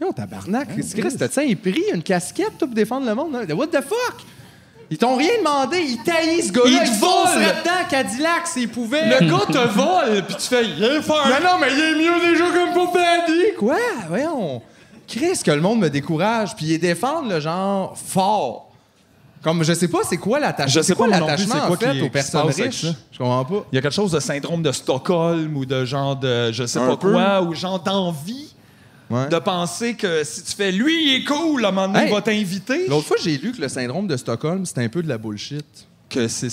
Speaker 4: non, tabarnak, qu'est-ce que c'est? T'as un prix, une casquette, toi, pour défendre le monde. hein? What the fuck? Ils t'ont rien demandé, ils taillent ce gars-là.
Speaker 3: Ils te
Speaker 4: foncent
Speaker 3: volent!
Speaker 4: là-dedans, Cadillac, s'ils pouvaient.
Speaker 3: Le gars te vole, puis tu fais « Yeah,
Speaker 4: Non,
Speaker 3: faire!
Speaker 4: non, mais il est mieux déjà comme pour Paddy! Quoi? Voyons! Chris, que le monde me décourage, puis ils défendent le genre fort. Comme, je sais pas c'est quoi l'attachement.
Speaker 3: Je sais
Speaker 4: C'est quoi
Speaker 3: pas non plus
Speaker 4: l'attachement,
Speaker 3: c'est quoi
Speaker 4: en
Speaker 3: qui-
Speaker 4: fait,
Speaker 3: qui
Speaker 4: aux
Speaker 3: se
Speaker 4: personnes
Speaker 3: passe avec
Speaker 4: riches.
Speaker 3: ça.
Speaker 4: Je comprends pas. »
Speaker 3: Il y a quelque chose de syndrome de Stockholm ou de genre de je sais
Speaker 4: Un
Speaker 3: pas
Speaker 4: peu.
Speaker 3: quoi, ou genre d'envie
Speaker 4: Ouais.
Speaker 3: de penser que si tu fais « Lui, il est cool, à un moment donné,
Speaker 4: Hey.
Speaker 3: il va t'inviter.
Speaker 4: L'autre fois, j'ai lu que le syndrome de Stockholm, c'était un peu de la bullshit. »
Speaker 3: Que c'est-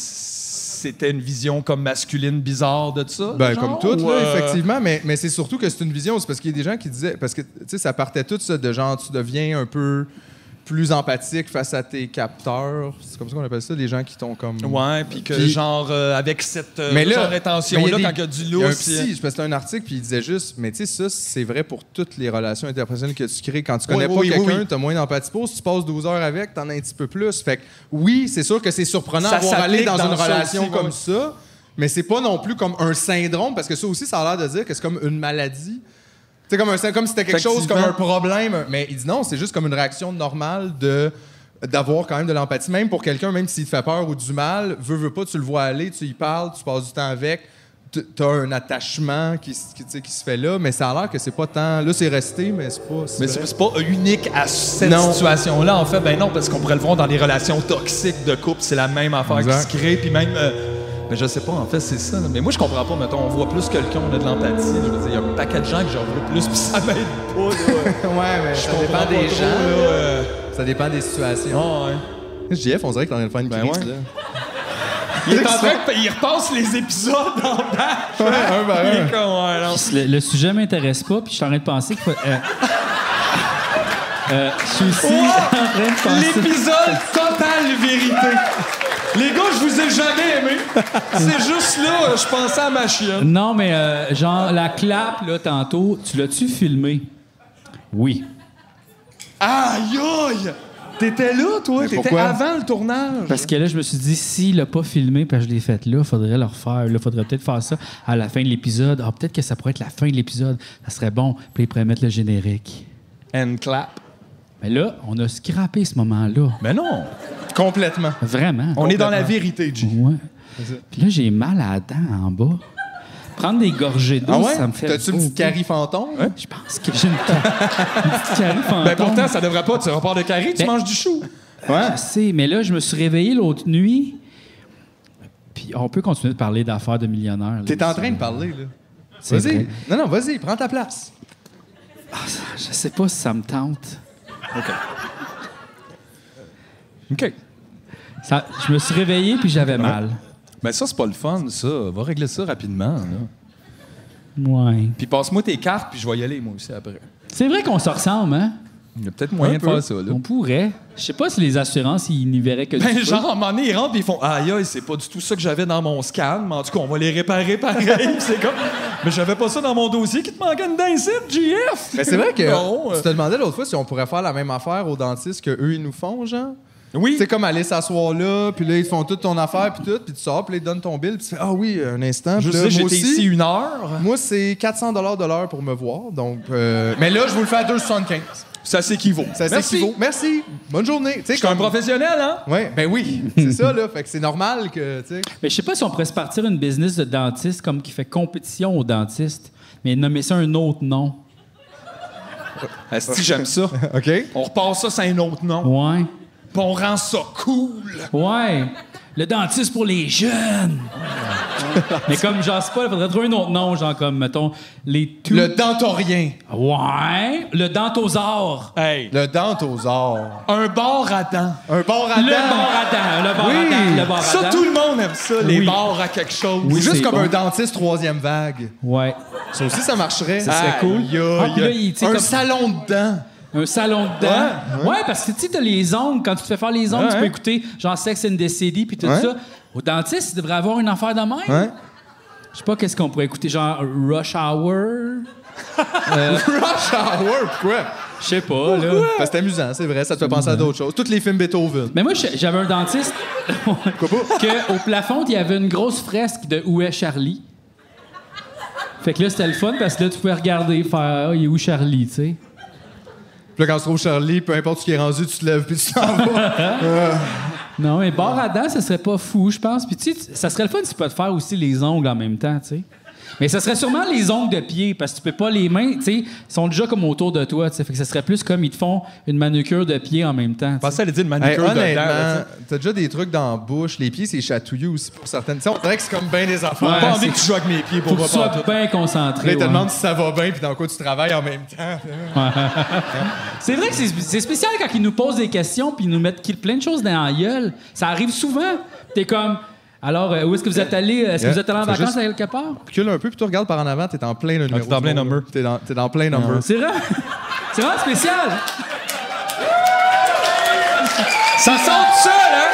Speaker 3: c'était une vision comme masculine bizarre de ça.
Speaker 4: Ben,
Speaker 3: genre,
Speaker 4: comme tout,
Speaker 3: ou,
Speaker 4: là,
Speaker 3: euh,
Speaker 4: effectivement, mais, mais c'est surtout que c'est une vision. C'est parce qu'il y a des gens qui disaient. Parce que, tu sais, ça partait tout ça de genre, tu deviens un peu plus empathique face à tes capteurs. C'est comme ça qu'on appelle ça, les gens qui t'ont comme.
Speaker 3: Ouais, puis que
Speaker 4: Puis-
Speaker 3: genre euh, avec cette euh,
Speaker 4: Mais là,
Speaker 3: genre intention
Speaker 4: mais
Speaker 3: là
Speaker 4: il y a
Speaker 3: quand il y a du
Speaker 4: Il y a un
Speaker 3: lousse. euh,
Speaker 4: psy, je pense que c'était un article, puis il disait juste, mais tu sais, ça, c'est vrai pour toutes les relations interpersonnelles que tu crées. Quand tu connais
Speaker 3: Oui,
Speaker 4: pas
Speaker 3: oui, oui,
Speaker 4: quelqu'un,
Speaker 3: oui.
Speaker 4: t'as moins d'empathie. Pour, Si tu passes 12 heures avec, t'en as un petit peu plus. Fait que oui, c'est sûr que c'est surprenant
Speaker 3: Ça
Speaker 4: d'avoir allé
Speaker 3: s'applique
Speaker 4: dans,
Speaker 3: dans
Speaker 4: une
Speaker 3: ça
Speaker 4: relation
Speaker 3: aussi, oui,
Speaker 4: comme
Speaker 3: oui.
Speaker 4: ça, mais c'est pas non plus comme un syndrome, parce que ça aussi, ça a l'air de dire que c'est comme une maladie. C'est comme, un, c'est comme si c'était quelque chose, comme un
Speaker 3: Effectivement.
Speaker 4: problème. Mais il dit non, c'est juste comme une réaction normale de d'avoir quand même de l'empathie, même pour quelqu'un, même s'il te fait peur ou du mal, veut, veut pas, tu le vois aller, tu y parles, tu passes du temps avec. t- t'as un attachement qui, s- qui, tu sais, qui se fait là, mais ça a l'air que c'est pas tant. Là, c'est resté, mais c'est pas.
Speaker 3: Mais c'est c'est pas unique à cette
Speaker 4: Non.
Speaker 3: situation-là, en fait. Ben non, parce qu'on pourrait le voir dans des relations toxiques de couple, c'est la même affaire qui
Speaker 4: Exact.
Speaker 3: se crée, puis même... euh, ben je sais pas, en fait, c'est ça. là. Mais moi, je comprends pas, mettons, on voit plus quelqu'un, on a de l'empathie. Je veux dire, il y a un paquet de gens que j'en vois plus, puis ça m'aide pas, là.
Speaker 4: Ouais, mais
Speaker 3: Je
Speaker 4: ça
Speaker 3: comprends
Speaker 4: dépend
Speaker 3: pas
Speaker 4: des
Speaker 3: trop,
Speaker 4: gens.
Speaker 3: là, euh.
Speaker 4: Ça dépend des situations.
Speaker 3: Ah, ouais.
Speaker 4: JF, on dirait que t'en es de faire une
Speaker 3: Ben
Speaker 4: crise,
Speaker 3: ouais.
Speaker 4: là.
Speaker 3: Il est en train de- Il repasse les épisodes en bas.
Speaker 4: Ouais, un par
Speaker 3: Il
Speaker 4: un.
Speaker 3: est comme, ouais, non.
Speaker 1: Le, le sujet m'intéresse pas, puis je suis en train de penser qu'il faut. euh, euh, je suis aussi en train de penser.
Speaker 3: L'épisode total vérité. Les gars, je vous ai jamais aimé. C'est juste là, euh, je pensais à ma chienne.
Speaker 1: Non, mais euh, genre, la clap, là, tantôt, tu l'as-tu filmé? Oui.
Speaker 3: Aïe aïe! T'étais là, toi? T'étais
Speaker 4: pourquoi?
Speaker 3: avant le tournage?
Speaker 1: Parce que là, je me suis dit, s'il l'a pas filmé, parce que je l'ai fait là, faudrait le refaire. Là, faudrait peut-être faire ça à la fin de l'épisode. Ah, peut-être que ça pourrait être la fin de l'épisode. Ça serait bon. Puis ils pourraient mettre le générique.
Speaker 3: And clap.
Speaker 1: Mais là, on a scrappé ce moment-là.
Speaker 3: Mais non!
Speaker 4: Complètement.
Speaker 1: Vraiment.
Speaker 3: On est dans la vérité, G.
Speaker 1: Ouais. Puis là, j'ai mal à la dent en bas. Prendre des gorgées d'eau,
Speaker 4: Ah ouais?
Speaker 1: ça me fait.
Speaker 4: T'as-tu une petite
Speaker 1: beaucoup.
Speaker 4: carie fantôme?
Speaker 1: Je pense que j'ai une, ca- une petite carie fantôme.
Speaker 3: Ben pourtant, ça devrait pas. Tu repars de carré, tu
Speaker 1: Ben-
Speaker 3: manges du chou.
Speaker 1: Je sais, mais là, je me suis réveillé l'autre nuit. Puis on peut continuer de parler d'affaires de millionnaires. là.
Speaker 4: T'es en train de parler, là.
Speaker 1: C'est
Speaker 4: Vas-y.
Speaker 1: vrai.
Speaker 4: ben, Non, non, vas-y, prends ta place.
Speaker 1: Je sais pas si ça me tente.
Speaker 3: OK.
Speaker 1: Ça- je me suis réveillé puis j'avais mal.
Speaker 3: Ben ça, c'est pas le fun, ça. Va régler ça rapidement. là.
Speaker 1: Ouais.
Speaker 3: Puis passe-moi tes cartes, puis je vais y aller, moi aussi, après.
Speaker 1: C'est vrai qu'on se ressemble, hein?
Speaker 3: Il y a peut-être moyen
Speaker 1: Un
Speaker 3: de
Speaker 1: peu.
Speaker 3: faire ça, là.
Speaker 1: On pourrait. Je sais pas si les assurances, ils n'y verraient que du
Speaker 3: Ben,
Speaker 1: feu.
Speaker 3: genre, à un moment donné, ils rentrent et ils font Aïe, aïe, c'est pas du tout ça que j'avais dans mon scan, mais en tout cas, on va les réparer pareil. Puis c'est comme Mais j'avais pas ça dans mon dossier qui te manquait une dingue, JF.
Speaker 4: Mais Ben, c'est vrai que
Speaker 3: Non, euh,
Speaker 4: tu te demandais l'autre fois si on pourrait faire la même affaire aux dentistes que eux ils nous font, genre.
Speaker 3: Oui.
Speaker 4: C'est comme aller s'asseoir là, puis là, ils te font toute ton affaire, puis tout, puis tu sors, puis là, ils te donnent ton bill, puis tu fais Ah oui, un instant.
Speaker 3: Je
Speaker 4: puis là,
Speaker 3: sais,
Speaker 4: moi
Speaker 3: j'étais
Speaker 4: aussi,
Speaker 3: ici une heure.
Speaker 4: Moi, c'est 400 de l'heure pour me voir, donc. euh, mais là, je vous le fais à 2,75.
Speaker 3: Ça s'équivaut.
Speaker 4: Ça
Speaker 3: Merci.
Speaker 4: s'équivaut. Merci. Bonne journée. Tu sais,
Speaker 3: Je suis un professionnel, hein?
Speaker 4: Ouais, ben oui, c'est ça, là. Fait que c'est normal que, tu sais.
Speaker 1: Mais je sais pas si on pourrait se partir une business de dentiste comme qui fait compétition aux dentistes, mais nommer ça un autre nom.
Speaker 3: Asti, j'aime ça.
Speaker 4: OK?
Speaker 3: On repasse ça, c'est un autre nom.
Speaker 1: Ouais.
Speaker 3: Puis on rend ça cool.
Speaker 1: Ouais. Le dentiste pour les jeunes. mais comme, genre, c'est pas, il faudrait trouver un autre nom, genre, comme, mettons, les tout.
Speaker 4: Le dentorien.
Speaker 1: Ouais. Le dentosaure.
Speaker 3: Hey.
Speaker 4: Le dentosaur.
Speaker 3: Un bar à dents.
Speaker 4: Un bar à
Speaker 1: Le
Speaker 4: dents.
Speaker 1: bar à dents. Le bar à dents. Le bar à
Speaker 3: Ça,
Speaker 1: dents.
Speaker 3: tout le monde aime ça, les
Speaker 1: Oui.
Speaker 3: bars à quelque chose.
Speaker 1: Oui,
Speaker 4: Juste
Speaker 1: c'est
Speaker 4: comme
Speaker 1: bon.
Speaker 4: un dentiste troisième vague.
Speaker 1: Ouais.
Speaker 4: Ça aussi, ça marcherait.
Speaker 1: Ça serait cool.
Speaker 4: Aïe, aïe,
Speaker 1: Ah, puis là,
Speaker 4: aïe.
Speaker 1: il- tu sais,
Speaker 4: un
Speaker 1: comme-
Speaker 4: salon de dents.
Speaker 1: Un salon de dents. Ouais, parce que tu sais, t'as les ongles. Quand tu te fais faire les ongles, tu peux
Speaker 4: ouais.
Speaker 1: écouter genre Sex and the City puis tout
Speaker 4: Ouais.
Speaker 1: ça. Au dentiste, il devrait avoir une affaire de même.
Speaker 4: Ouais.
Speaker 1: Je sais pas qu'est-ce qu'on pourrait écouter, genre Rush Hour.
Speaker 4: Euh, Rush Hour, pourquoi?
Speaker 1: Je sais pas, là.
Speaker 4: Parce que c'est amusant, c'est vrai. Ça te fait penser à d'autres choses. Tous les films Beethoven.
Speaker 1: Mais moi, je- j'avais un dentiste que au plafond, il y avait une grosse fresque de Où est Charlie? Fait que là, c'était le fun parce que là, tu pouvais regarder, faire Ah, il est où Charlie, tu sais.
Speaker 4: Puis là, quand tu trouves Charlie, peu importe ce qui est rendu, tu te lèves puis tu t'en vas.
Speaker 1: Non, mais bar à dents, ça serait pas fou, je pense. Puis tu sais, ça serait le fun si tu peux te faire aussi les ongles en même temps, tu sais. Mais ça serait sûrement les ongles de pied, parce que tu peux pas les mains, tu sais, ils sont déjà comme autour de toi, tu sais. Fait que ça serait plus comme ils te font une manucure de pied en même temps. tu sais.
Speaker 3: Pensez à aller dire une
Speaker 4: Hey,
Speaker 3: manucure de dents. là, tu
Speaker 4: honnêtement,
Speaker 3: sais.
Speaker 4: t'as déjà des trucs dans la bouche. Les pieds, c'est chatouilleux aussi pour certaines. Tu sais, on dirait que c'est comme bien des enfants.
Speaker 1: Ouais,
Speaker 3: Pas
Speaker 1: c'est-
Speaker 3: envie que tu joues avec mes pieds
Speaker 1: Faut
Speaker 3: pour
Speaker 1: que tu sois
Speaker 3: voir pas tout.
Speaker 1: bien
Speaker 4: Là,
Speaker 1: concentré.
Speaker 4: ils te
Speaker 1: ouais.
Speaker 4: demandent si ça va bien puis dans quoi tu travailles en même temps.
Speaker 1: C'est vrai que c'est c'est spécial quand ils nous posent des questions puis ils nous mettent qui- plein de choses dans la gueule. Ça arrive souvent. T'es comme, alors, euh, où est-ce que vous êtes allé? Est-ce que
Speaker 4: Yeah.
Speaker 1: vous êtes allé en
Speaker 4: Faut
Speaker 1: vacances
Speaker 4: juste-
Speaker 1: à quelque part?
Speaker 4: Recule un peu puis tu regardes par en avant, Ah, t'es en plein Ah. le numéro.
Speaker 3: t'es dans
Speaker 4: du
Speaker 3: plein
Speaker 4: monde,
Speaker 3: number.
Speaker 4: là. T'es dans, t'es dans plein number.
Speaker 1: C'est vrai? C'est vraiment spécial.
Speaker 3: Ça sort tout seul, hein?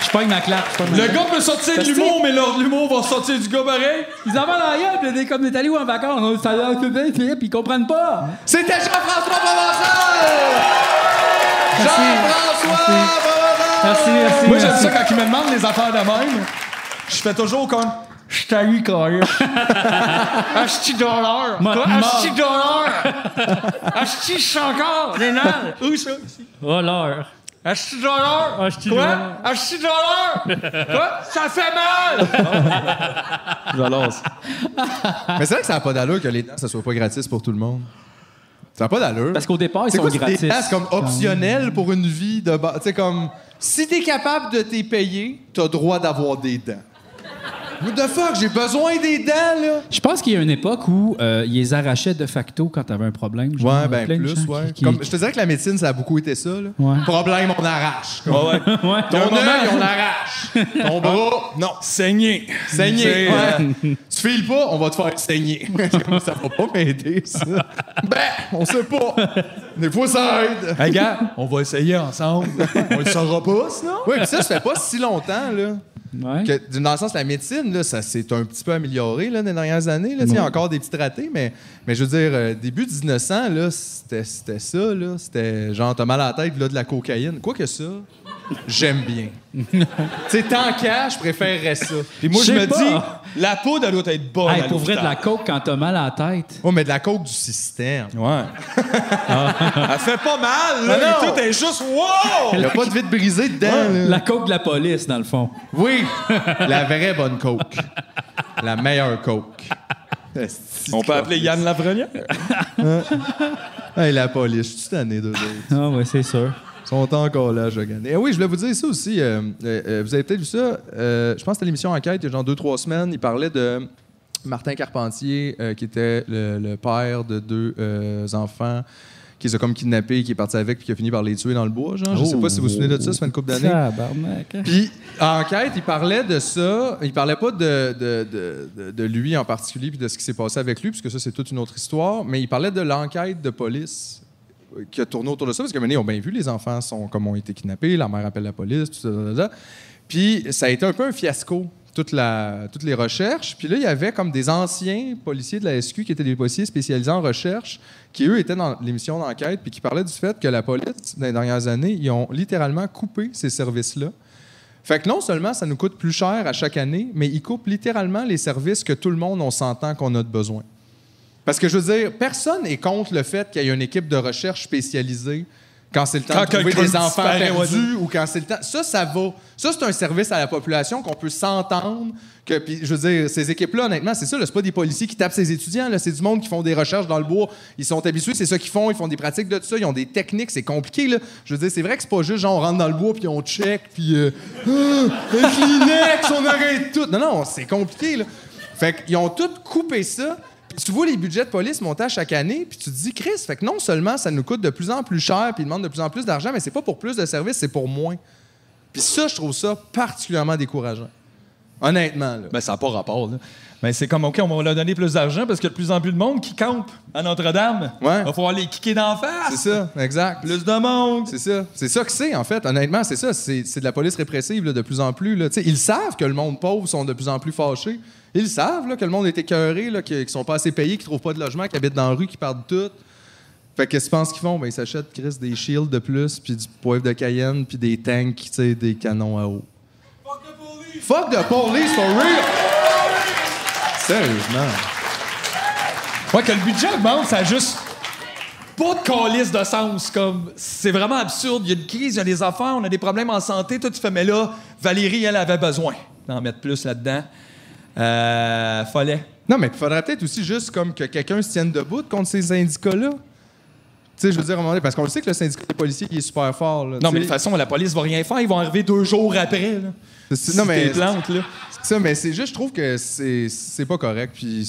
Speaker 1: Je pogne ma claque. je pogne ma
Speaker 3: Le
Speaker 1: claque.
Speaker 3: gars peut sortir de
Speaker 1: Parce que-
Speaker 3: l'humour, mais leur- l'humour va sortir du gars pareil.
Speaker 1: Ils en vont dans la gueule, puis là, des comme des allé où en vacances, on s'en va tout bien, puis ils comprennent pas.
Speaker 4: C'était Jean-François Provençal! Jean-François Provençal!
Speaker 1: Merci, merci.
Speaker 3: Moi, j'aime
Speaker 1: merci.
Speaker 3: ça quand ils me demandent les affaires de même. Je fais toujours comme. Je t'haïs, carré. Asti dollar.
Speaker 1: Ma-
Speaker 3: Toi,
Speaker 1: ma-
Speaker 3: Asti dollar. Asti, je suis encore. Rénal. Où ça?
Speaker 1: Oh, l'heure.
Speaker 3: Asti de dollars!
Speaker 11: Asti de
Speaker 3: Quoi?
Speaker 11: dollars.
Speaker 3: Asti de dollars! Quoi? Ça fait mal!
Speaker 4: Mais c'est vrai que ça n'a pas d'allure que les tasses, ça soit pas gratis pour tout le monde. Ça n'a pas d'allure.
Speaker 1: Parce qu'au départ, ils
Speaker 4: C'est
Speaker 1: sont
Speaker 4: quoi, c'est
Speaker 1: gratis.
Speaker 4: Des tasses comme optionnelles pour une vie de base. Tu sais, comme, si t'es capable de t'y payer, t'as droit d'avoir des dents. What the fuck, j'ai besoin des dents, là?
Speaker 1: Je pense qu'il y a une époque où euh, ils les arrachaient de facto quand t'avais un problème. genre,
Speaker 4: Ouais, ben
Speaker 1: plein de gens
Speaker 4: plus,
Speaker 1: qui-
Speaker 4: ouais.
Speaker 1: qui-
Speaker 4: Comme, je te dirais que la médecine, ça a beaucoup été ça, là.
Speaker 1: Ouais.
Speaker 4: Problème, on arrache.
Speaker 3: Ouais, ouais.
Speaker 1: Ouais.
Speaker 4: Ton
Speaker 3: Un moment-
Speaker 4: œil, on arrache. Ton bras,
Speaker 3: Non, saigner.
Speaker 4: saigner.
Speaker 3: C'est, euh,
Speaker 4: ouais. tu files pas, on va te faire saigner. ça va pas m'aider, ça. ben, on sait pas. Des fois, ça aide.
Speaker 3: Hey, gars, on va essayer ensemble. On le saura pas, sinon.
Speaker 4: Oui, puis ça, ça fait pas si longtemps, là.
Speaker 1: Ouais.
Speaker 4: Que, dans le sens, la médecine, là, ça s'est un petit peu amélioré là, dans les dernières années. Là, Tu sais, Il y a encore des petits ratés, mais, mais je veux dire, euh, début 1900, là, c'était, c'était ça. Là, c'était genre, t'as mal à la tête, là, de la cocaïne. Quoi que ça, j'aime bien. tu sais, tant qu'à, je préférerais ça.
Speaker 3: Puis moi, je
Speaker 1: Je sais
Speaker 3: me
Speaker 1: pas.
Speaker 3: dis, la poudre, elle doit être bonne.
Speaker 1: Hey,
Speaker 3: à
Speaker 1: pour vrai, de la
Speaker 3: l'hôpital.
Speaker 1: coke quand t'as mal à la tête.
Speaker 4: Oh, mais de la coke du système.
Speaker 3: Ouais. Elle fait pas mal, là.
Speaker 4: Mais
Speaker 3: mais
Speaker 4: non.
Speaker 3: tout est juste wow!
Speaker 4: Il n'y a pas de vite brisé dedans. là.
Speaker 1: La coke de la police, dans le fond.
Speaker 4: Oui, la vraie bonne coke. La meilleure coke. Esti
Speaker 3: On
Speaker 4: de
Speaker 3: peut appeler
Speaker 4: coke.
Speaker 3: Yann Lavrenière.
Speaker 4: Hey, la police, je suis tanné d'eux autres.
Speaker 1: Ah ouais, c'est sûr.
Speaker 4: sont encore là, je gagne. Et oui, je voulais vous dire ça aussi. euh, euh, euh, vous avez peut-être vu ça. euh, je pense que c'était l'émission Enquête, il y a genre deux, trois semaines. Il parlait de Martin Carpentier, euh, qui était le, le père de deux euh, enfants qui les a comme kidnappés, qui est parti avec, puis qui a fini par les tuer dans le bois. Genre. Je sais pas si vous vous souvenez de ça, ça fait une couple d'années.
Speaker 1: Tabarnak. hein.
Speaker 4: Puis, en enquête, il parlait de ça. Il parlait pas de, de, de- de- de lui en particulier puis de ce qui s'est passé avec lui, puisque ça, c'est toute une autre histoire. Mais il parlait de l'enquête de police euh, qui a tourné autour de ça, parce que, ils ont bien vu, les enfants sont comme ont été kidnappés, la mère appelle la police, tout ça. tout ça, tout ça. Puis, ça a été un peu un fiasco. Toute la, toutes les recherches. Puis là, il y avait comme des anciens policiers de la SQ qui étaient des policiers spécialisés en recherche, qui, eux, étaient dans l'émission d'enquête, puis qui parlaient du fait que la police, dans les dernières années, ils ont littéralement coupé ces services-là. Fait que non seulement ça nous coûte plus cher à chaque année, mais ils coupent littéralement les services que tout le monde, on s'entend qu'on a de besoin. Parce que je veux dire, personne est contre le fait qu'il y ait une équipe de recherche spécialisée quand c'est le temps
Speaker 3: Quand
Speaker 4: de trouver
Speaker 3: quelqu'un
Speaker 4: des enfants
Speaker 3: disparaît, ouais,
Speaker 4: perdus ou quand c'est le temps. Ça, ça va. Ça, c'est un service à la population qu'on peut s'entendre. Que, puis, je veux dire, ces équipes-là, honnêtement, c'est ça. là, C'est pas des policiers qui tapent ces étudiants. là, C'est du monde qui font des recherches dans le bois. Ils sont habitués, c'est ça qu'ils font. Ils font des pratiques de tout ça. Ils ont des techniques. C'est compliqué. Là. Je veux dire, c'est vrai que c'est pas juste genre on rentre dans le bois puis on check puis. euh, Ah, un Kleenex, on arrête tout. Non, non, c'est compliqué. Là. Fait qu'ils ont tout coupé ça. Puis tu vois les budgets de police monter à chaque année, puis tu te dis, Chris, fait que non seulement ça nous coûte de plus en plus cher, puis ils demandent de plus en plus d'argent, mais c'est pas pour plus de services, c'est pour moins. Puis ça, je trouve ça particulièrement décourageant. Honnêtement, là.
Speaker 3: Ben, ça n'a pas rapport, là. Mais c'est comme, OK, on va leur donner plus d'argent parce qu'il y a de plus en plus de monde qui campe à Notre-Dame.
Speaker 4: Ouais.
Speaker 3: Va falloir les kicker d'en face.
Speaker 4: C'est ça, exact.
Speaker 3: Plus de monde.
Speaker 4: C'est ça. C'est ça que c'est, en fait. Honnêtement, c'est ça. C'est c'est de la police répressive là, de plus en plus. Là. Tu sais, Ils savent que le monde pauvre sont de plus en plus fâchés. Ils savent là, que le monde est écœuré, là, que- qu'ils sont pas assez payés, qu'ils trouvent pas de logement, qu'ils habitent dans la rue, qu'ils perdent tout. Fait que qu'est-ce qu'ils pensent qu'ils font? Ben, ils s'achètent, Chris, des shields de plus, puis du poivre de Cayenne, puis des tanks, tu sais, des canons à eau. Fuck the police, for real! Sérieusement.
Speaker 3: Ouais, que le budget augmente, ça a juste pas de calice de sens. Comme, c'est vraiment absurde. Il y a une crise, il y a des affaires, on a des problèmes en santé. Toi, tu fais, mais là, Valérie, elle avait besoin d'en mettre plus là-dedans. Euh, fallait.
Speaker 4: Non, mais il faudrait peut-être aussi juste comme que quelqu'un se tienne debout contre ces syndicats-là. Tu sais, je veux dire, à un moment donné, parce qu'on le sait que le syndicat des policiers, il est super fort. là,
Speaker 3: Non,
Speaker 4: tu
Speaker 3: mais de
Speaker 4: sais.
Speaker 3: toute façon, la police va rien faire. Ils vont arriver deux jours après. Là,
Speaker 4: C'est-
Speaker 3: Si
Speaker 4: non, mais-
Speaker 3: t'es plante, là.
Speaker 4: C'est ça, mais c'est juste, je trouve que c'est c'est pas correct, puis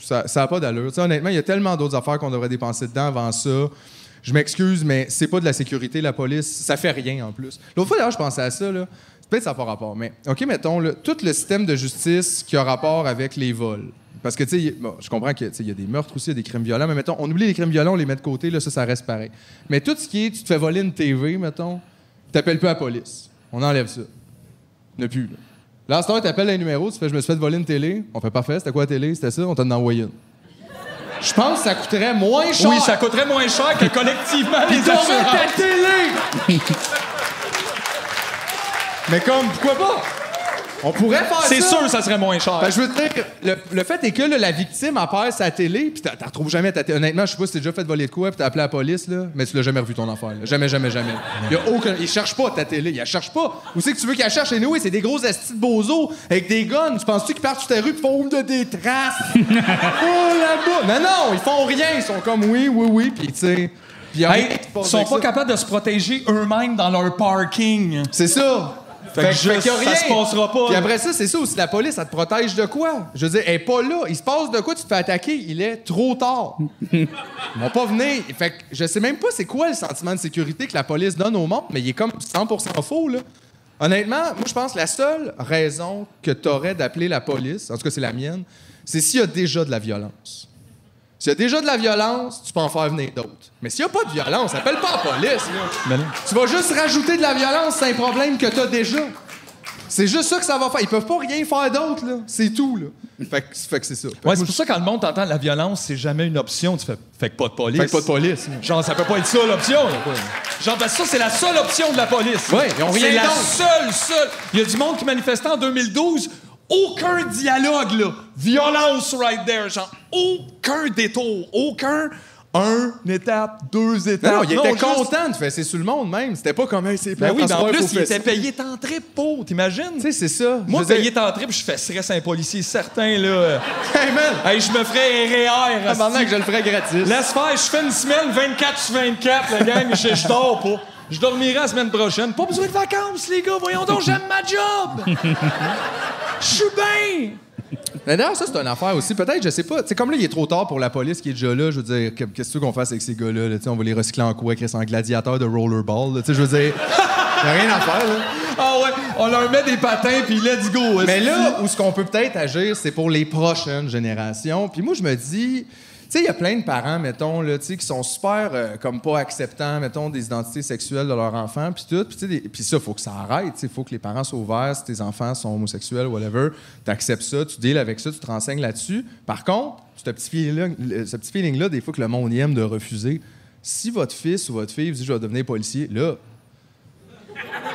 Speaker 4: ça n'a pas d'allure. Tu sais, honnêtement, il y a tellement d'autres affaires qu'on devrait dépenser dedans avant ça. Je m'excuse, mais c'est pas de la sécurité, la police. Ça fait rien en plus. L'autre fois, d'ailleurs, je pensais à ça, là. Peut-être ça n'a pas rapport, mais OK, mettons, là, tout le système de justice qui a rapport avec les vols. Parce que, tu sais, y- bon, je comprends qu'il y a des meurtres aussi, il y a des crimes violents, mais mettons, on oublie les crimes violents, on les met de côté, là, ça, ça reste pareil. Mais tout ce qui est, tu te fais voler une TV, mettons, t'appelles pas la police. On enlève ça. Ne plus, là. Là, à cette heure, t'appelles un numéro, tu fais Je me suis fait voler une télé. On fait parfait, c'était quoi la télé C'était ça, on t'en a envoyé une. Je pense que ça coûterait moins cher.
Speaker 3: Oui, ça coûterait moins cher que collectivement les
Speaker 4: T'as vu
Speaker 3: assurances.
Speaker 4: ta télé Mais comme, pourquoi pas On pourrait faire ça.
Speaker 3: C'est sûr, ça serait moins cher.
Speaker 4: Fait que je veux te dire que le, le fait est que là, la victime, elle perd sa télé, puis t'as- t'as retrouves jamais ta télé. Honnêtement, je sais pas si t'es déjà fait voler de quoi, puis t'as appelé la police, là, mais tu l'as jamais revu ton affaire. là. Jamais, jamais, jamais. Il y a aucun... Ils cherchent pas ta télé, ils la cherchent pas. Où c'est que tu veux qu'ils la cherchent? Et nous, c'est des grosses astis de bozos avec des guns. Tu penses-tu qu'ils partent sur ta rue, puis font Ouh, de des traces? oh là-bas! Non, non, ils font rien. Ils sont comme oui, oui, oui, puis tu sais. puis y a
Speaker 3: Hey,
Speaker 4: rien qui se
Speaker 3: ils
Speaker 4: passe
Speaker 3: sont
Speaker 4: avec
Speaker 3: pas
Speaker 4: ça.
Speaker 3: capables de se protéger eux-mêmes dans leur parking.
Speaker 4: C'est ça.
Speaker 3: Fait que juste,
Speaker 4: qu'il y a
Speaker 3: ça se passera pas,
Speaker 4: Puis
Speaker 3: là.
Speaker 4: après ça, c'est ça aussi. La police, elle te protège de quoi? Je veux dire, elle est pas là. Il se passe de quoi? Tu te fais attaquer. Il est trop tard. Ils vont pas venir. Fait que je sais même pas c'est quoi le sentiment de sécurité que la police donne au monde, mais il est comme 100% faux, là. Honnêtement, moi, je pense que la seule raison que t'aurais d'appeler la police, en tout cas, c'est la mienne, c'est s'il y a déjà de la violence. S'il y a déjà de la violence, tu peux en faire venir d'autres. Mais s'il n'y a pas de violence, appelle pas la police. là. Tu vas juste rajouter de la violence, c'est un problème que t'as déjà. C'est juste ça que ça va faire. Ils peuvent pas rien faire d'autre, là. C'est tout, là. Fait que, fait que c'est ça. Fait que
Speaker 3: Ouais, c'est
Speaker 4: moi,
Speaker 3: pour ça que quand le monde t'entend la violence, c'est jamais une option. Tu fais fait que pas de police.
Speaker 4: Fait que pas de police. là.
Speaker 3: Genre, ça peut pas être ça l'option. là. Genre, parce que ça, c'est la seule option de la police.
Speaker 4: Ouais, ils ont rien
Speaker 3: C'est la
Speaker 4: d'autre.
Speaker 3: seule, seule. Il y a du monde qui manifestait en 2012. Aucun dialogue, là. Violence right there. Genre, aucun détour. Aucun. Un étape, deux étapes.
Speaker 4: Non, non, il était
Speaker 3: juste-
Speaker 4: content de fesser sur le monde, même. C'était pas comme, hey, c'est
Speaker 3: Ben oui, mais en
Speaker 4: François,
Speaker 3: plus,
Speaker 4: faut
Speaker 3: il était
Speaker 4: fesser.
Speaker 3: payé tant trip pour, t'imagines?
Speaker 4: Tu sais, c'est ça.
Speaker 3: Moi,
Speaker 4: Je veux
Speaker 3: payé
Speaker 4: dire-
Speaker 3: tant trip, je fesserais sur un policier certain, là.
Speaker 4: Hey, man!
Speaker 3: hey, je me ferais RER.
Speaker 4: Ah, maintenant
Speaker 3: hostie.
Speaker 4: que je le ferais gratis.
Speaker 3: Laisse faire, je fais une semaine 24 sur 24, la gang, je, je dors pas. Je dormirai la semaine prochaine. Pas besoin de vacances, les gars, voyons donc, j'aime ma job! Je suis bien!
Speaker 4: Mais d'ailleurs, ça, c'est une affaire aussi. Peut-être, je sais pas. C'est comme là, il est trop tard pour la police qui est déjà là. Je veux dire, que- qu'est-ce que tu veux qu'on fasse avec ces gars-là? là? Tu sais, On va les recycler en quoi? Chris, en gladiateur de rollerball. là. Tu sais, je veux dire, y a rien à faire, là.
Speaker 3: Ah ouais, on leur met des patins, puis let's go!
Speaker 4: Mais là où ce qu'on peut peut-être agir, c'est pour les prochaines générations. Puis moi, je me dis, tu sais, il y a plein de parents, mettons, là, tu sais, qui sont super euh, comme pas acceptants, mettons, des identités sexuelles de leurs enfants, puis tout. Puis, tu sais, des- puis ça, faut que ça arrête. Il faut que les parents soient ouverts. Si tes enfants sont homosexuels, whatever, t'acceptes ça, tu deals avec ça, tu te renseignes là-dessus. Par contre, ce petit feeling-là, le- ce petit feeling-là, des fois que le monde y aime de refuser, si votre fils ou votre fille vous dit je vais devenir policier, là,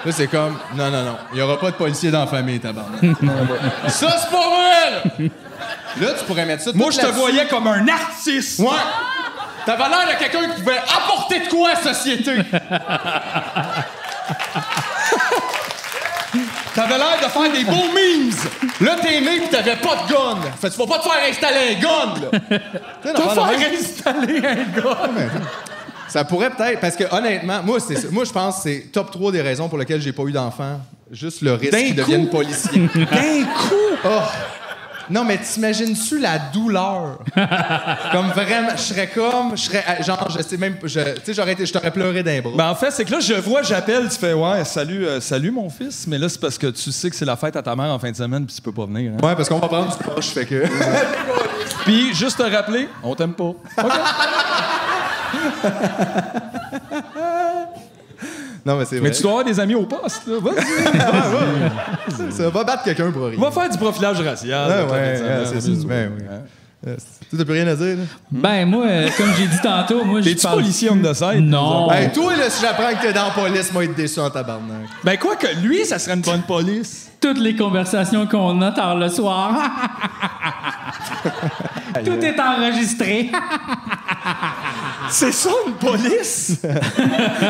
Speaker 4: Là, c'est comme, non, non, non, il n'y aura pas de policier dans la famille, tabarnak. ça, c'est pas vrai! là. Là, tu pourrais mettre ça.
Speaker 3: Moi,
Speaker 4: tout
Speaker 3: je te
Speaker 4: là-dessus.
Speaker 3: voyais comme un artiste!
Speaker 4: Ouais! T'avais l'air de quelqu'un qui pouvait apporter de quoi à la société!
Speaker 3: T'avais l'air de faire des beaux memes!
Speaker 4: Là, t'es né pis t'avais pas de gun! Fait, tu vas pas te faire installer un gun, là! T'as
Speaker 3: Te
Speaker 4: l'air de-
Speaker 3: faire installer un gars!
Speaker 4: Ça pourrait peut-être, parce que honnêtement, moi, c'est ça. moi je pense que c'est top 3 des raisons pour lesquelles j'ai pas eu d'enfant. Juste le risque
Speaker 3: D'un
Speaker 4: qu'ils
Speaker 3: coup.
Speaker 4: deviennent policiers.
Speaker 3: D'un coup!
Speaker 4: Oh. Non, mais t'imagines-tu la douleur? comme vraiment, je serais comme, je serais, euh, genre, je sais même, je- tu sais, j'aurais été, je t'aurais pleuré d'un bras.
Speaker 3: Ben en fait, c'est que là, je vois, j'appelle, tu fais Ouais, salut, euh, salut mon fils, mais là, c'est parce que tu sais que c'est la fête à ta mère en fin de semaine, puis tu peux pas venir. hein.
Speaker 4: ouais, parce qu'on va prendre du proche, fait que.
Speaker 3: Puis juste te rappeler, on t'aime pas.
Speaker 4: non, mais c'est vrai.
Speaker 3: Mais tu dois avoir des amis au poste, là. Vas-y.
Speaker 4: Ça va battre quelqu'un pour rien.
Speaker 3: Va faire du profilage racial.
Speaker 4: Ah,
Speaker 3: là,
Speaker 4: ouais,
Speaker 3: toi,
Speaker 4: ouais,
Speaker 3: fin de semaine,
Speaker 4: c'est
Speaker 3: vas-y.
Speaker 4: ça. Ben, oui. Euh, Tu t'as plus rien à dire, là?
Speaker 1: Ben, moi, euh, comme j'ai dit tantôt, moi, je
Speaker 3: T'es-tu
Speaker 1: parle...
Speaker 3: policier homme de scène?
Speaker 1: Non. Ben,
Speaker 4: Hey, toi, là, si j'apprends que t'es dans la police, moi, être déçu en tabarnak.
Speaker 3: Ben quoi que lui, ça serait une bonne police.
Speaker 1: Toutes les conversations qu'on a tard le soir. Tout est enregistré.
Speaker 3: C'est ça une police?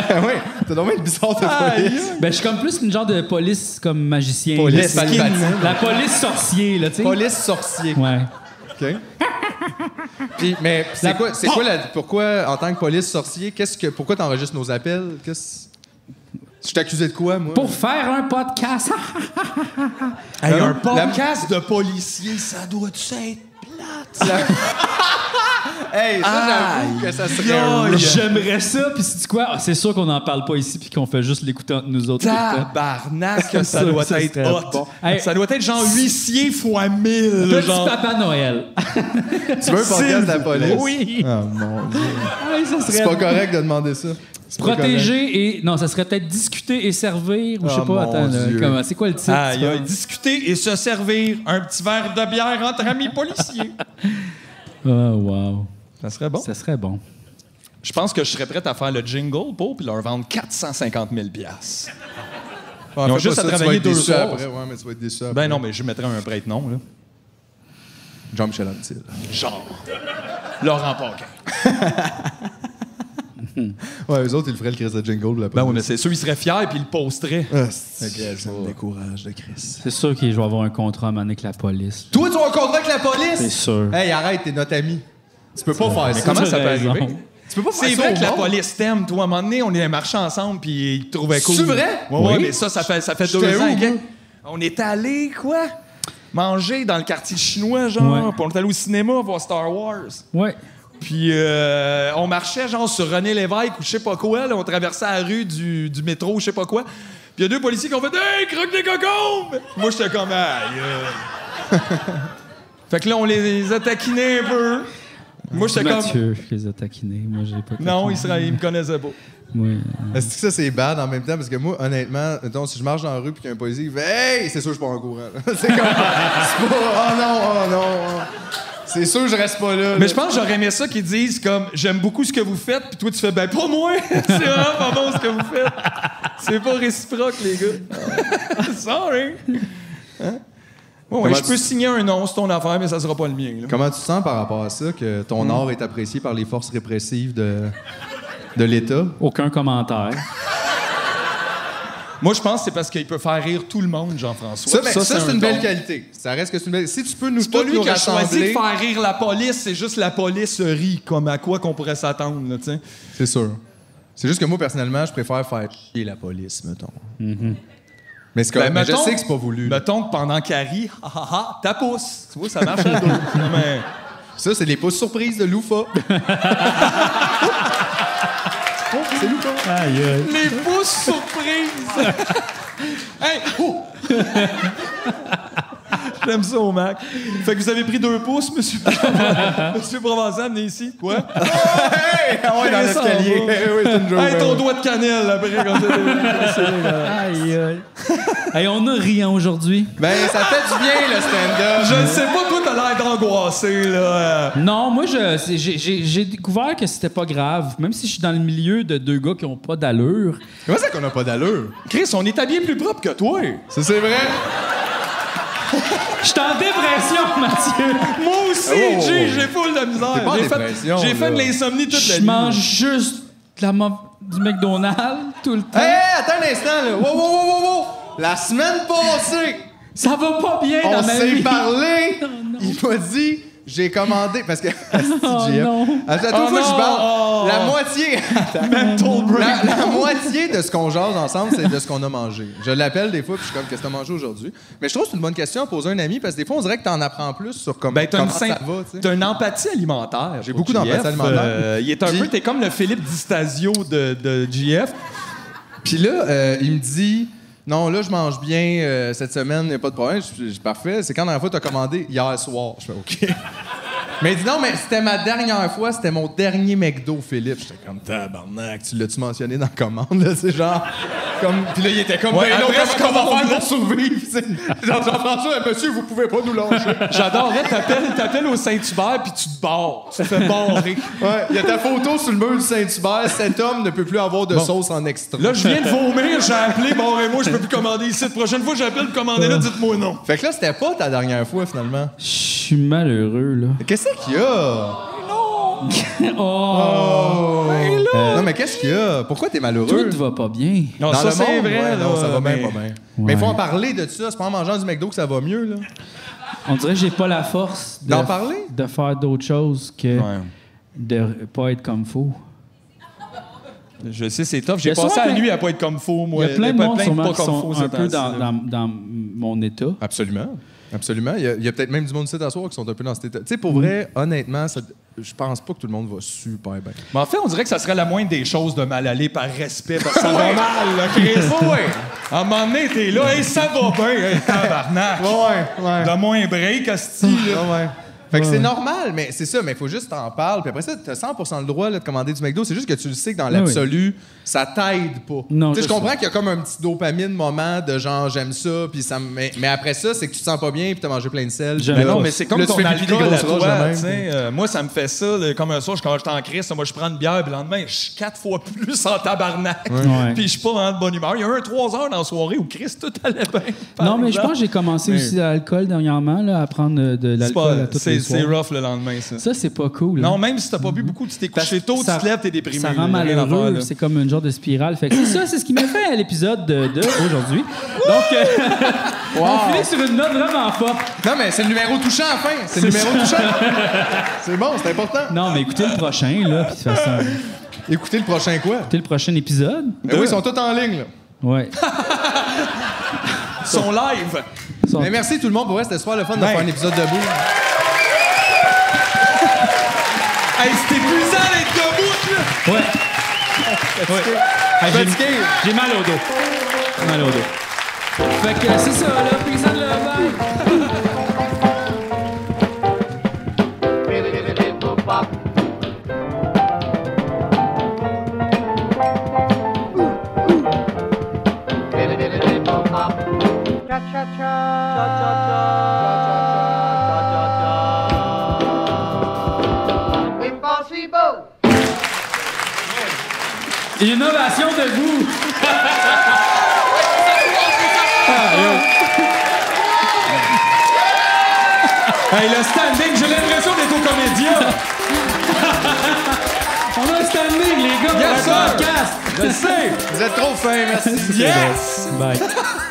Speaker 4: Ah ouais, t'as donc bien une bizarre de police.
Speaker 1: ben, je suis comme plus une genre de police comme magicien.
Speaker 4: Police
Speaker 1: La-
Speaker 4: Palpatine.
Speaker 1: La police sorcier, là, tu sais.
Speaker 4: Police sorcier.
Speaker 1: Ouais.
Speaker 4: OK. Puis, mais c'est quoi, c'est quoi la, pourquoi, en tant que police sorcier, qu'est-ce que, pourquoi t'enregistres nos appels? Qu'est-ce, je t'accusais de quoi, moi?
Speaker 1: Pour faire un podcast.
Speaker 3: Hey,
Speaker 4: un
Speaker 3: un
Speaker 4: podcast
Speaker 3: podcast de policiers, ça doit-tu être plate?
Speaker 4: hey, ça, j'avoue que ça serait un rush.
Speaker 1: J'aimerais ça, puis c'est quoi? Ah, c'est sûr qu'on n'en parle pas ici, puis qu'on fait juste l'écouter entre nous autres. tout le temps.
Speaker 3: Tabarnak, que ça doit
Speaker 1: Ça,
Speaker 3: être
Speaker 1: c'était
Speaker 3: hot.
Speaker 1: bon. Hey.
Speaker 3: ça doit être genre huissier fois mille.
Speaker 1: Petit
Speaker 3: Genre.
Speaker 1: Papa Noël.
Speaker 4: Tu veux un podcast de la police?
Speaker 1: Oui.
Speaker 4: Ah, mon Dieu.
Speaker 1: Ah, ça
Speaker 4: C'est pas
Speaker 1: serait
Speaker 4: correct de demander ça. C'est pas
Speaker 1: protéger et. Non, ça serait peut-être discuter et servir, ou je sais
Speaker 4: Ah,
Speaker 1: pas.
Speaker 4: mon
Speaker 1: Attends, là,
Speaker 4: Dieu.
Speaker 1: comment- c'est quoi le titre?
Speaker 3: Aïe,
Speaker 1: tu
Speaker 3: aïe,
Speaker 1: penses?
Speaker 3: discuter et se servir un petit verre de bière entre amis policiers.
Speaker 1: Ah, wow.
Speaker 3: Ça serait bon.
Speaker 1: Ça serait bon.
Speaker 3: Je pense que je serais prêt à faire le jingle pour puis leur vendre 450 000 piastres.
Speaker 4: Ouais,
Speaker 3: Ils ont
Speaker 4: fais
Speaker 3: juste
Speaker 4: pas
Speaker 3: à
Speaker 4: ça, tu vas
Speaker 3: travailler
Speaker 4: être
Speaker 3: deux
Speaker 4: déçu
Speaker 3: soirs.
Speaker 4: après. Ouais, mais tu vas être déçu après.
Speaker 3: Ben non, mais je mettrais un prêtre nom, là.
Speaker 4: Jean-Michel Antil.
Speaker 3: Genre. Laurent Paquin.
Speaker 4: Ouais, eux autres, ils le feraient le Chris de Jingle. Là,
Speaker 3: Ben, on essaie. Ceux, ils seraient fiers, puis ils le posteraient.
Speaker 4: Ah,
Speaker 3: ça me
Speaker 4: décourage de Chris.
Speaker 1: C'est sûr qu'il va avoir un contrat à un moment donné avec la police.
Speaker 4: Toi, tu as un contrat avec la police?
Speaker 1: C'est sûr.
Speaker 4: Hey, arrête, t'es notre ami. Tu peux pas faire
Speaker 3: Mais
Speaker 4: ça.
Speaker 3: comment ça peut
Speaker 1: raison.
Speaker 3: arriver?
Speaker 4: Tu peux pas faire
Speaker 3: C'est
Speaker 4: ça
Speaker 3: vrai
Speaker 4: au
Speaker 3: que la
Speaker 4: monde.
Speaker 3: police t'aime. Toi, à un moment donné, on est marchés ensemble, puis ils te trouvaient cool.
Speaker 4: C'est vrai?
Speaker 3: Ouais, ouais,
Speaker 4: Oui.
Speaker 3: mais ça, ça fait, ça fait
Speaker 4: J'étais
Speaker 3: deux
Speaker 4: où,
Speaker 3: ans. que-
Speaker 4: moi?
Speaker 3: On est allé, quoi? Manger dans le quartier chinois, genre.
Speaker 1: Ouais.
Speaker 3: Puis on est allé au cinéma voir Star Wars.
Speaker 1: Ouais.
Speaker 3: Puis euh, on marchait, genre, sur René Lévesque ou je sais pas quoi. Là, on traversait la rue du, du métro ou je sais pas quoi. Puis il y a deux policiers qui ont fait Hey, croque des cocombes! Moi, j'étais comme Aïe. euh. fait que là, on les a taquinés un peu. Moi, j'étais comme.
Speaker 1: Mathieu, je les ai taquinés. Moi, j'ai pas
Speaker 3: Non,
Speaker 1: taquiné.
Speaker 3: ils, seraient- ils me connaissaient pas.
Speaker 1: Oui.
Speaker 4: Est-ce que ça, c'est bad en même temps? Parce que moi, honnêtement, mettons, si je marche dans la rue puis qu'il y a un policier qui fait Hey, c'est sûr que je suis pas en courant. là. c'est comme. c'est pas. Oh non, oh non. oh. C'est sûr que je reste pas là.
Speaker 3: Mais je pense que j'aurais aimé ça qu'ils disent comme j'aime beaucoup ce que vous faites, puis toi tu fais ben pas moi, c'est vraiment pas bon ce que vous faites. C'est pas réciproque les gars. Sorry. Hein? Ouais, ouais,
Speaker 4: Comment
Speaker 3: je
Speaker 4: tu-
Speaker 3: peux signer un nom, c'est ton affaire, mais ça sera pas le mien. là.
Speaker 4: Comment tu te sens par rapport à ça, que ton
Speaker 3: Hmm.
Speaker 4: art est apprécié par les forces répressives de, de l'État?
Speaker 1: Aucun commentaire.
Speaker 3: Moi je pense que c'est parce qu'il peut faire rire tout le monde, Jean-François.
Speaker 4: Ça, ben, ça, c'est
Speaker 3: un
Speaker 4: une
Speaker 3: don.
Speaker 4: belle qualité. Ça reste que c'est une belle. Si tu peux nous
Speaker 3: C'est pas
Speaker 4: tous
Speaker 3: lui
Speaker 4: nous
Speaker 3: qui a choisi de
Speaker 4: rassembler,
Speaker 3: faire rire la police, c'est juste la police rit, comme à quoi qu'on pourrait s'attendre, là, tu sais.
Speaker 4: c'est sûr. C'est juste que moi, personnellement, je préfère faire chier la police, mettons. Mhm. Mais c'est comme,
Speaker 3: Ben,
Speaker 4: mais
Speaker 3: mettons-
Speaker 4: je sais que c'est pas voulu. là.
Speaker 3: Mettons que pendant qu'elle rit, ha ha ha, ta pousse. Tu vois, ça marche à deux. Non, mais-
Speaker 4: Ça, c'est les pouces surprises de Loufa. Oh, c'est Loufa.
Speaker 1: Aïe, aïe.
Speaker 3: Les pouces surprises! hey! oh! J'aime ça au Mac. Fait que vous avez pris deux pouces, monsieur, monsieur Provençal, amené ici. Quoi?
Speaker 4: Hey! Ah ouais, dans
Speaker 3: Ça
Speaker 4: l'escalier.
Speaker 3: va.
Speaker 4: Eh oui, c'est une joke,
Speaker 3: Hey,
Speaker 4: ben
Speaker 3: ton
Speaker 4: oui.
Speaker 3: doigt de cannelle, après, comme ça.
Speaker 1: Aïe, aïe. Hey, on a ri hein, aujourd'hui.
Speaker 4: Ben, ça fait du bien, le stand-up.
Speaker 3: Je ne sais pas, toi, t'as l'air d'angoissé, là.
Speaker 1: Non, moi, je- c'est- j'ai- j'ai j'ai découvert que c'était pas grave. Même si je suis dans le milieu de deux gars qui ont pas d'allure.
Speaker 4: Comment ça qu'on a pas d'allure?
Speaker 3: Chris, on est habillé plus propre que toi.
Speaker 4: Ça, c'est vrai?
Speaker 1: Je suis en dépression, Mathieu.
Speaker 3: Moi aussi,
Speaker 4: Oh.
Speaker 3: Jay, j'ai full de
Speaker 4: T'es pas
Speaker 3: misère.
Speaker 4: en
Speaker 3: J'ai
Speaker 4: dépression,
Speaker 3: fait, j'ai fait de
Speaker 4: là.
Speaker 3: l'insomnie toute la
Speaker 1: Je
Speaker 3: nuit.
Speaker 1: mange juste de la mauva- du McDonald's tout le temps.
Speaker 4: Hé, attends un instant, là. Wow, wow, wow, wow, wow. La semaine passée,
Speaker 1: Ça va pas bien
Speaker 4: on
Speaker 1: dans ma
Speaker 4: s'est
Speaker 1: vie. Oh,
Speaker 4: parlé.
Speaker 1: non.
Speaker 4: Il m'a dit, j'ai commandé. Parce que. Ah,
Speaker 1: Oh,
Speaker 4: JF.
Speaker 1: non.
Speaker 4: À chaque
Speaker 3: Oh,
Speaker 4: fois que je
Speaker 3: non. Oh.
Speaker 4: parle, la moitié.
Speaker 3: Mental break.
Speaker 4: La, la moitié de ce qu'on jase ensemble, c'est de ce qu'on a mangé. Je l'appelle des fois, puis je suis comme, qu'est-ce que t'as mangé aujourd'hui? Mais je trouve que c'est une bonne question à poser à un ami, parce que des fois, on dirait que t'en apprends plus sur comment,
Speaker 3: Ben, t'as une,
Speaker 4: comment
Speaker 3: syn-
Speaker 4: ça va. tu sais.
Speaker 3: t'as une empathie alimentaire. J'ai
Speaker 4: beaucoup d'empathie alimentaire.
Speaker 3: euh, il est un
Speaker 4: Puis-
Speaker 3: peu, t'es comme le Philippe Distasio de, de GF.
Speaker 4: Puis là, euh, il me dit, non, là, je mange bien euh, cette semaine, il n'y a pas de problème. Je suis parfait. C'est quand la dernière fois, t'as commandé hier soir. Je fais, OK. mais il dit, non, mais c'était ma dernière fois, c'était mon dernier McDo, Philippe. J'étais comme, tabarnak, tu l'as-tu mentionné dans la commande, là? C'est genre. Comme, puis là, il était comme,
Speaker 3: Ouais,
Speaker 4: ben non,
Speaker 3: après, c'est
Speaker 4: qu'est-ce qu'on va
Speaker 3: commande.
Speaker 4: faire pour survivre? tu sais? Genre, Jean-François, monsieur, vous pouvez pas nous lâcher.
Speaker 3: J'adorerais, t'appelles, t'appelles au Saint-Hubert puis tu te barres. Tu te fais barrer.
Speaker 4: Ouais, il y a ta photo sur le mur du Saint-Hubert. Cet homme ne peut plus avoir de sauce en extra.
Speaker 3: Là, je viens de vomir, j'ai appelé, bon, et moi, je peux plus commander ici. La prochaine fois, j'appelle, commander
Speaker 4: Euh,
Speaker 3: là, dites-moi non.
Speaker 4: Fait que là, c'était pas ta dernière fois, finalement.
Speaker 1: Je suis malheureux, là.
Speaker 4: Qu'est-ce qu'il y a?
Speaker 1: Oh,
Speaker 4: Euh, non, mais qu'est-ce qu'il y a? Pourquoi t'es malheureux?
Speaker 1: tout va pas bien.
Speaker 3: Non,
Speaker 4: Dans
Speaker 3: ça,
Speaker 4: le
Speaker 3: c'est
Speaker 4: monde,
Speaker 3: vrai.
Speaker 4: ouais,
Speaker 3: là,
Speaker 4: non, ça va bien,
Speaker 3: mais-
Speaker 4: pas bien. Mais il faut en parler de ça. C'est pas en mangeant du McDo que ça va mieux, là.
Speaker 1: On dirait que j'ai pas la force de-
Speaker 4: D'en parler?
Speaker 1: de faire d'autres choses que
Speaker 3: Ouais.
Speaker 1: de pas être comme faux.
Speaker 3: Je sais, c'est tough.
Speaker 1: Il y
Speaker 3: J'ai
Speaker 1: a
Speaker 3: passé
Speaker 1: sûrement
Speaker 3: à
Speaker 1: plein-
Speaker 3: lui à pas être comme faux, moi.
Speaker 1: Il y a plein de
Speaker 3: pas-
Speaker 1: monde
Speaker 3: de
Speaker 1: sûrement
Speaker 3: pas
Speaker 1: qui
Speaker 3: comme
Speaker 1: sont
Speaker 3: faux,
Speaker 1: un
Speaker 3: ces
Speaker 1: peu dans,
Speaker 3: temps-ci, là.
Speaker 1: dans- dans mon état.
Speaker 4: Absolument. Absolument. Il y a, il y a peut-être même du monde ici d'asseoir qui sont un peu dans cet état. Tu sais, pour
Speaker 3: Mm.
Speaker 4: vrai, honnêtement, ça- je pense pas que tout le monde va super bien.
Speaker 3: Mais en fait, on dirait que ça serait la moindre des choses de mal aller par respect, parce que ça va mal, là, Chris. ouais. À un moment donné, t'es là, hey, ça va bien, hey, tabarnak.
Speaker 4: Ouais, ouais.
Speaker 3: Donne-moi un break, hostie, là.
Speaker 4: Ah ouais. Fait que
Speaker 11: Ouais,
Speaker 4: c'est
Speaker 11: ouais.
Speaker 4: normal, mais c'est ça, mais il faut juste t'en parler. Puis après ça, t'as 100 le droit là, de commander du McDo. C'est juste que tu le sais que dans
Speaker 11: Oui,
Speaker 4: l'absolu, ça t'aide pas.
Speaker 11: Non,
Speaker 4: Tu sais, Ah je
Speaker 11: je
Speaker 4: comprends
Speaker 11: sais.
Speaker 4: qu'il y a comme un petit dopamine moment de genre j'aime ça, puis ça me- mais, mais après ça, c'est que tu te sens pas bien, puis t'as mangé plein de sel.
Speaker 3: Mais
Speaker 4: Puis là,
Speaker 3: non, mais c'est comme
Speaker 4: là, tu
Speaker 3: ton
Speaker 4: fais plus des
Speaker 3: alcool à
Speaker 4: grosses
Speaker 3: toi,
Speaker 4: roches de même.
Speaker 3: tu sais, euh, moi, ça me fait ça, là, comme un soir, je- quand je suis en crise, moi, je prends une bière, puis le lendemain, je suis quatre fois plus en tabarnak,
Speaker 1: Ouais.
Speaker 3: puis je suis pas vraiment de bonne humeur. Il y a un trois heures dans la soirée où Chris, tout allait bien. par
Speaker 1: Non, mais je
Speaker 3: exemple.
Speaker 1: pense que j'ai commencé
Speaker 3: Mais
Speaker 1: aussi à l'alcool dernièrement, là, à prendre euh, de
Speaker 3: c'est pas-
Speaker 1: l'alcool à toutes les
Speaker 3: C'est c'est
Speaker 1: soirs.
Speaker 3: rough le lendemain, ça.
Speaker 1: Ça, c'est pas cool.
Speaker 3: Non,
Speaker 1: hein.
Speaker 3: même si t'as pas bu beaucoup, tu t'es couché tôt,
Speaker 1: Ça-
Speaker 3: tu te lèves, t'es déprimé.
Speaker 1: Ça
Speaker 3: là,
Speaker 1: rend
Speaker 3: y a rien à faire,
Speaker 1: malheureux.
Speaker 3: là.
Speaker 1: C'est comme une genre de spirale. Fait que c'est ça, c'est ce qui m'a fait à l'épisode de, de aujourd'hui. Donc, euh, on finit sur une note vraiment forte.
Speaker 4: Non, mais c'est le numéro touchant à la fin. C'est le
Speaker 1: C'est
Speaker 4: numéro
Speaker 1: ça.
Speaker 4: touchant. C'est bon, c'est important.
Speaker 1: Non, mais écoutez le prochain, là, puis de toute façon,
Speaker 4: Écoutez le prochain quoi?
Speaker 1: écoutez le prochain épisode.
Speaker 4: Ben oui, ils sont tous en ligne, là.
Speaker 1: Ouais.
Speaker 3: Son live.
Speaker 1: Son-
Speaker 4: Mais merci tout le monde pour vrai, c'était super le fun de faire un épisode debout.
Speaker 3: Hey, c'est épuisant d'être debout, là!
Speaker 1: Ouais. Ouais. Ah, j'ai-
Speaker 4: Fatigué.
Speaker 1: J'ai mal au dos. J'ai Mal au dos. Fait que euh, c'est ça, là. Peace and love, bye.
Speaker 5: Impossible!
Speaker 1: Une ovation de vous. Ah, yo.
Speaker 3: Hey, le standing, j'ai l'impression d'être au comédien.
Speaker 1: On a un standing, les gars,
Speaker 3: Yes,
Speaker 1: pour un
Speaker 3: sir.
Speaker 1: podcast.
Speaker 3: Je le sais.
Speaker 4: Vous êtes trop fins, merci.
Speaker 3: Yes!
Speaker 1: Bye.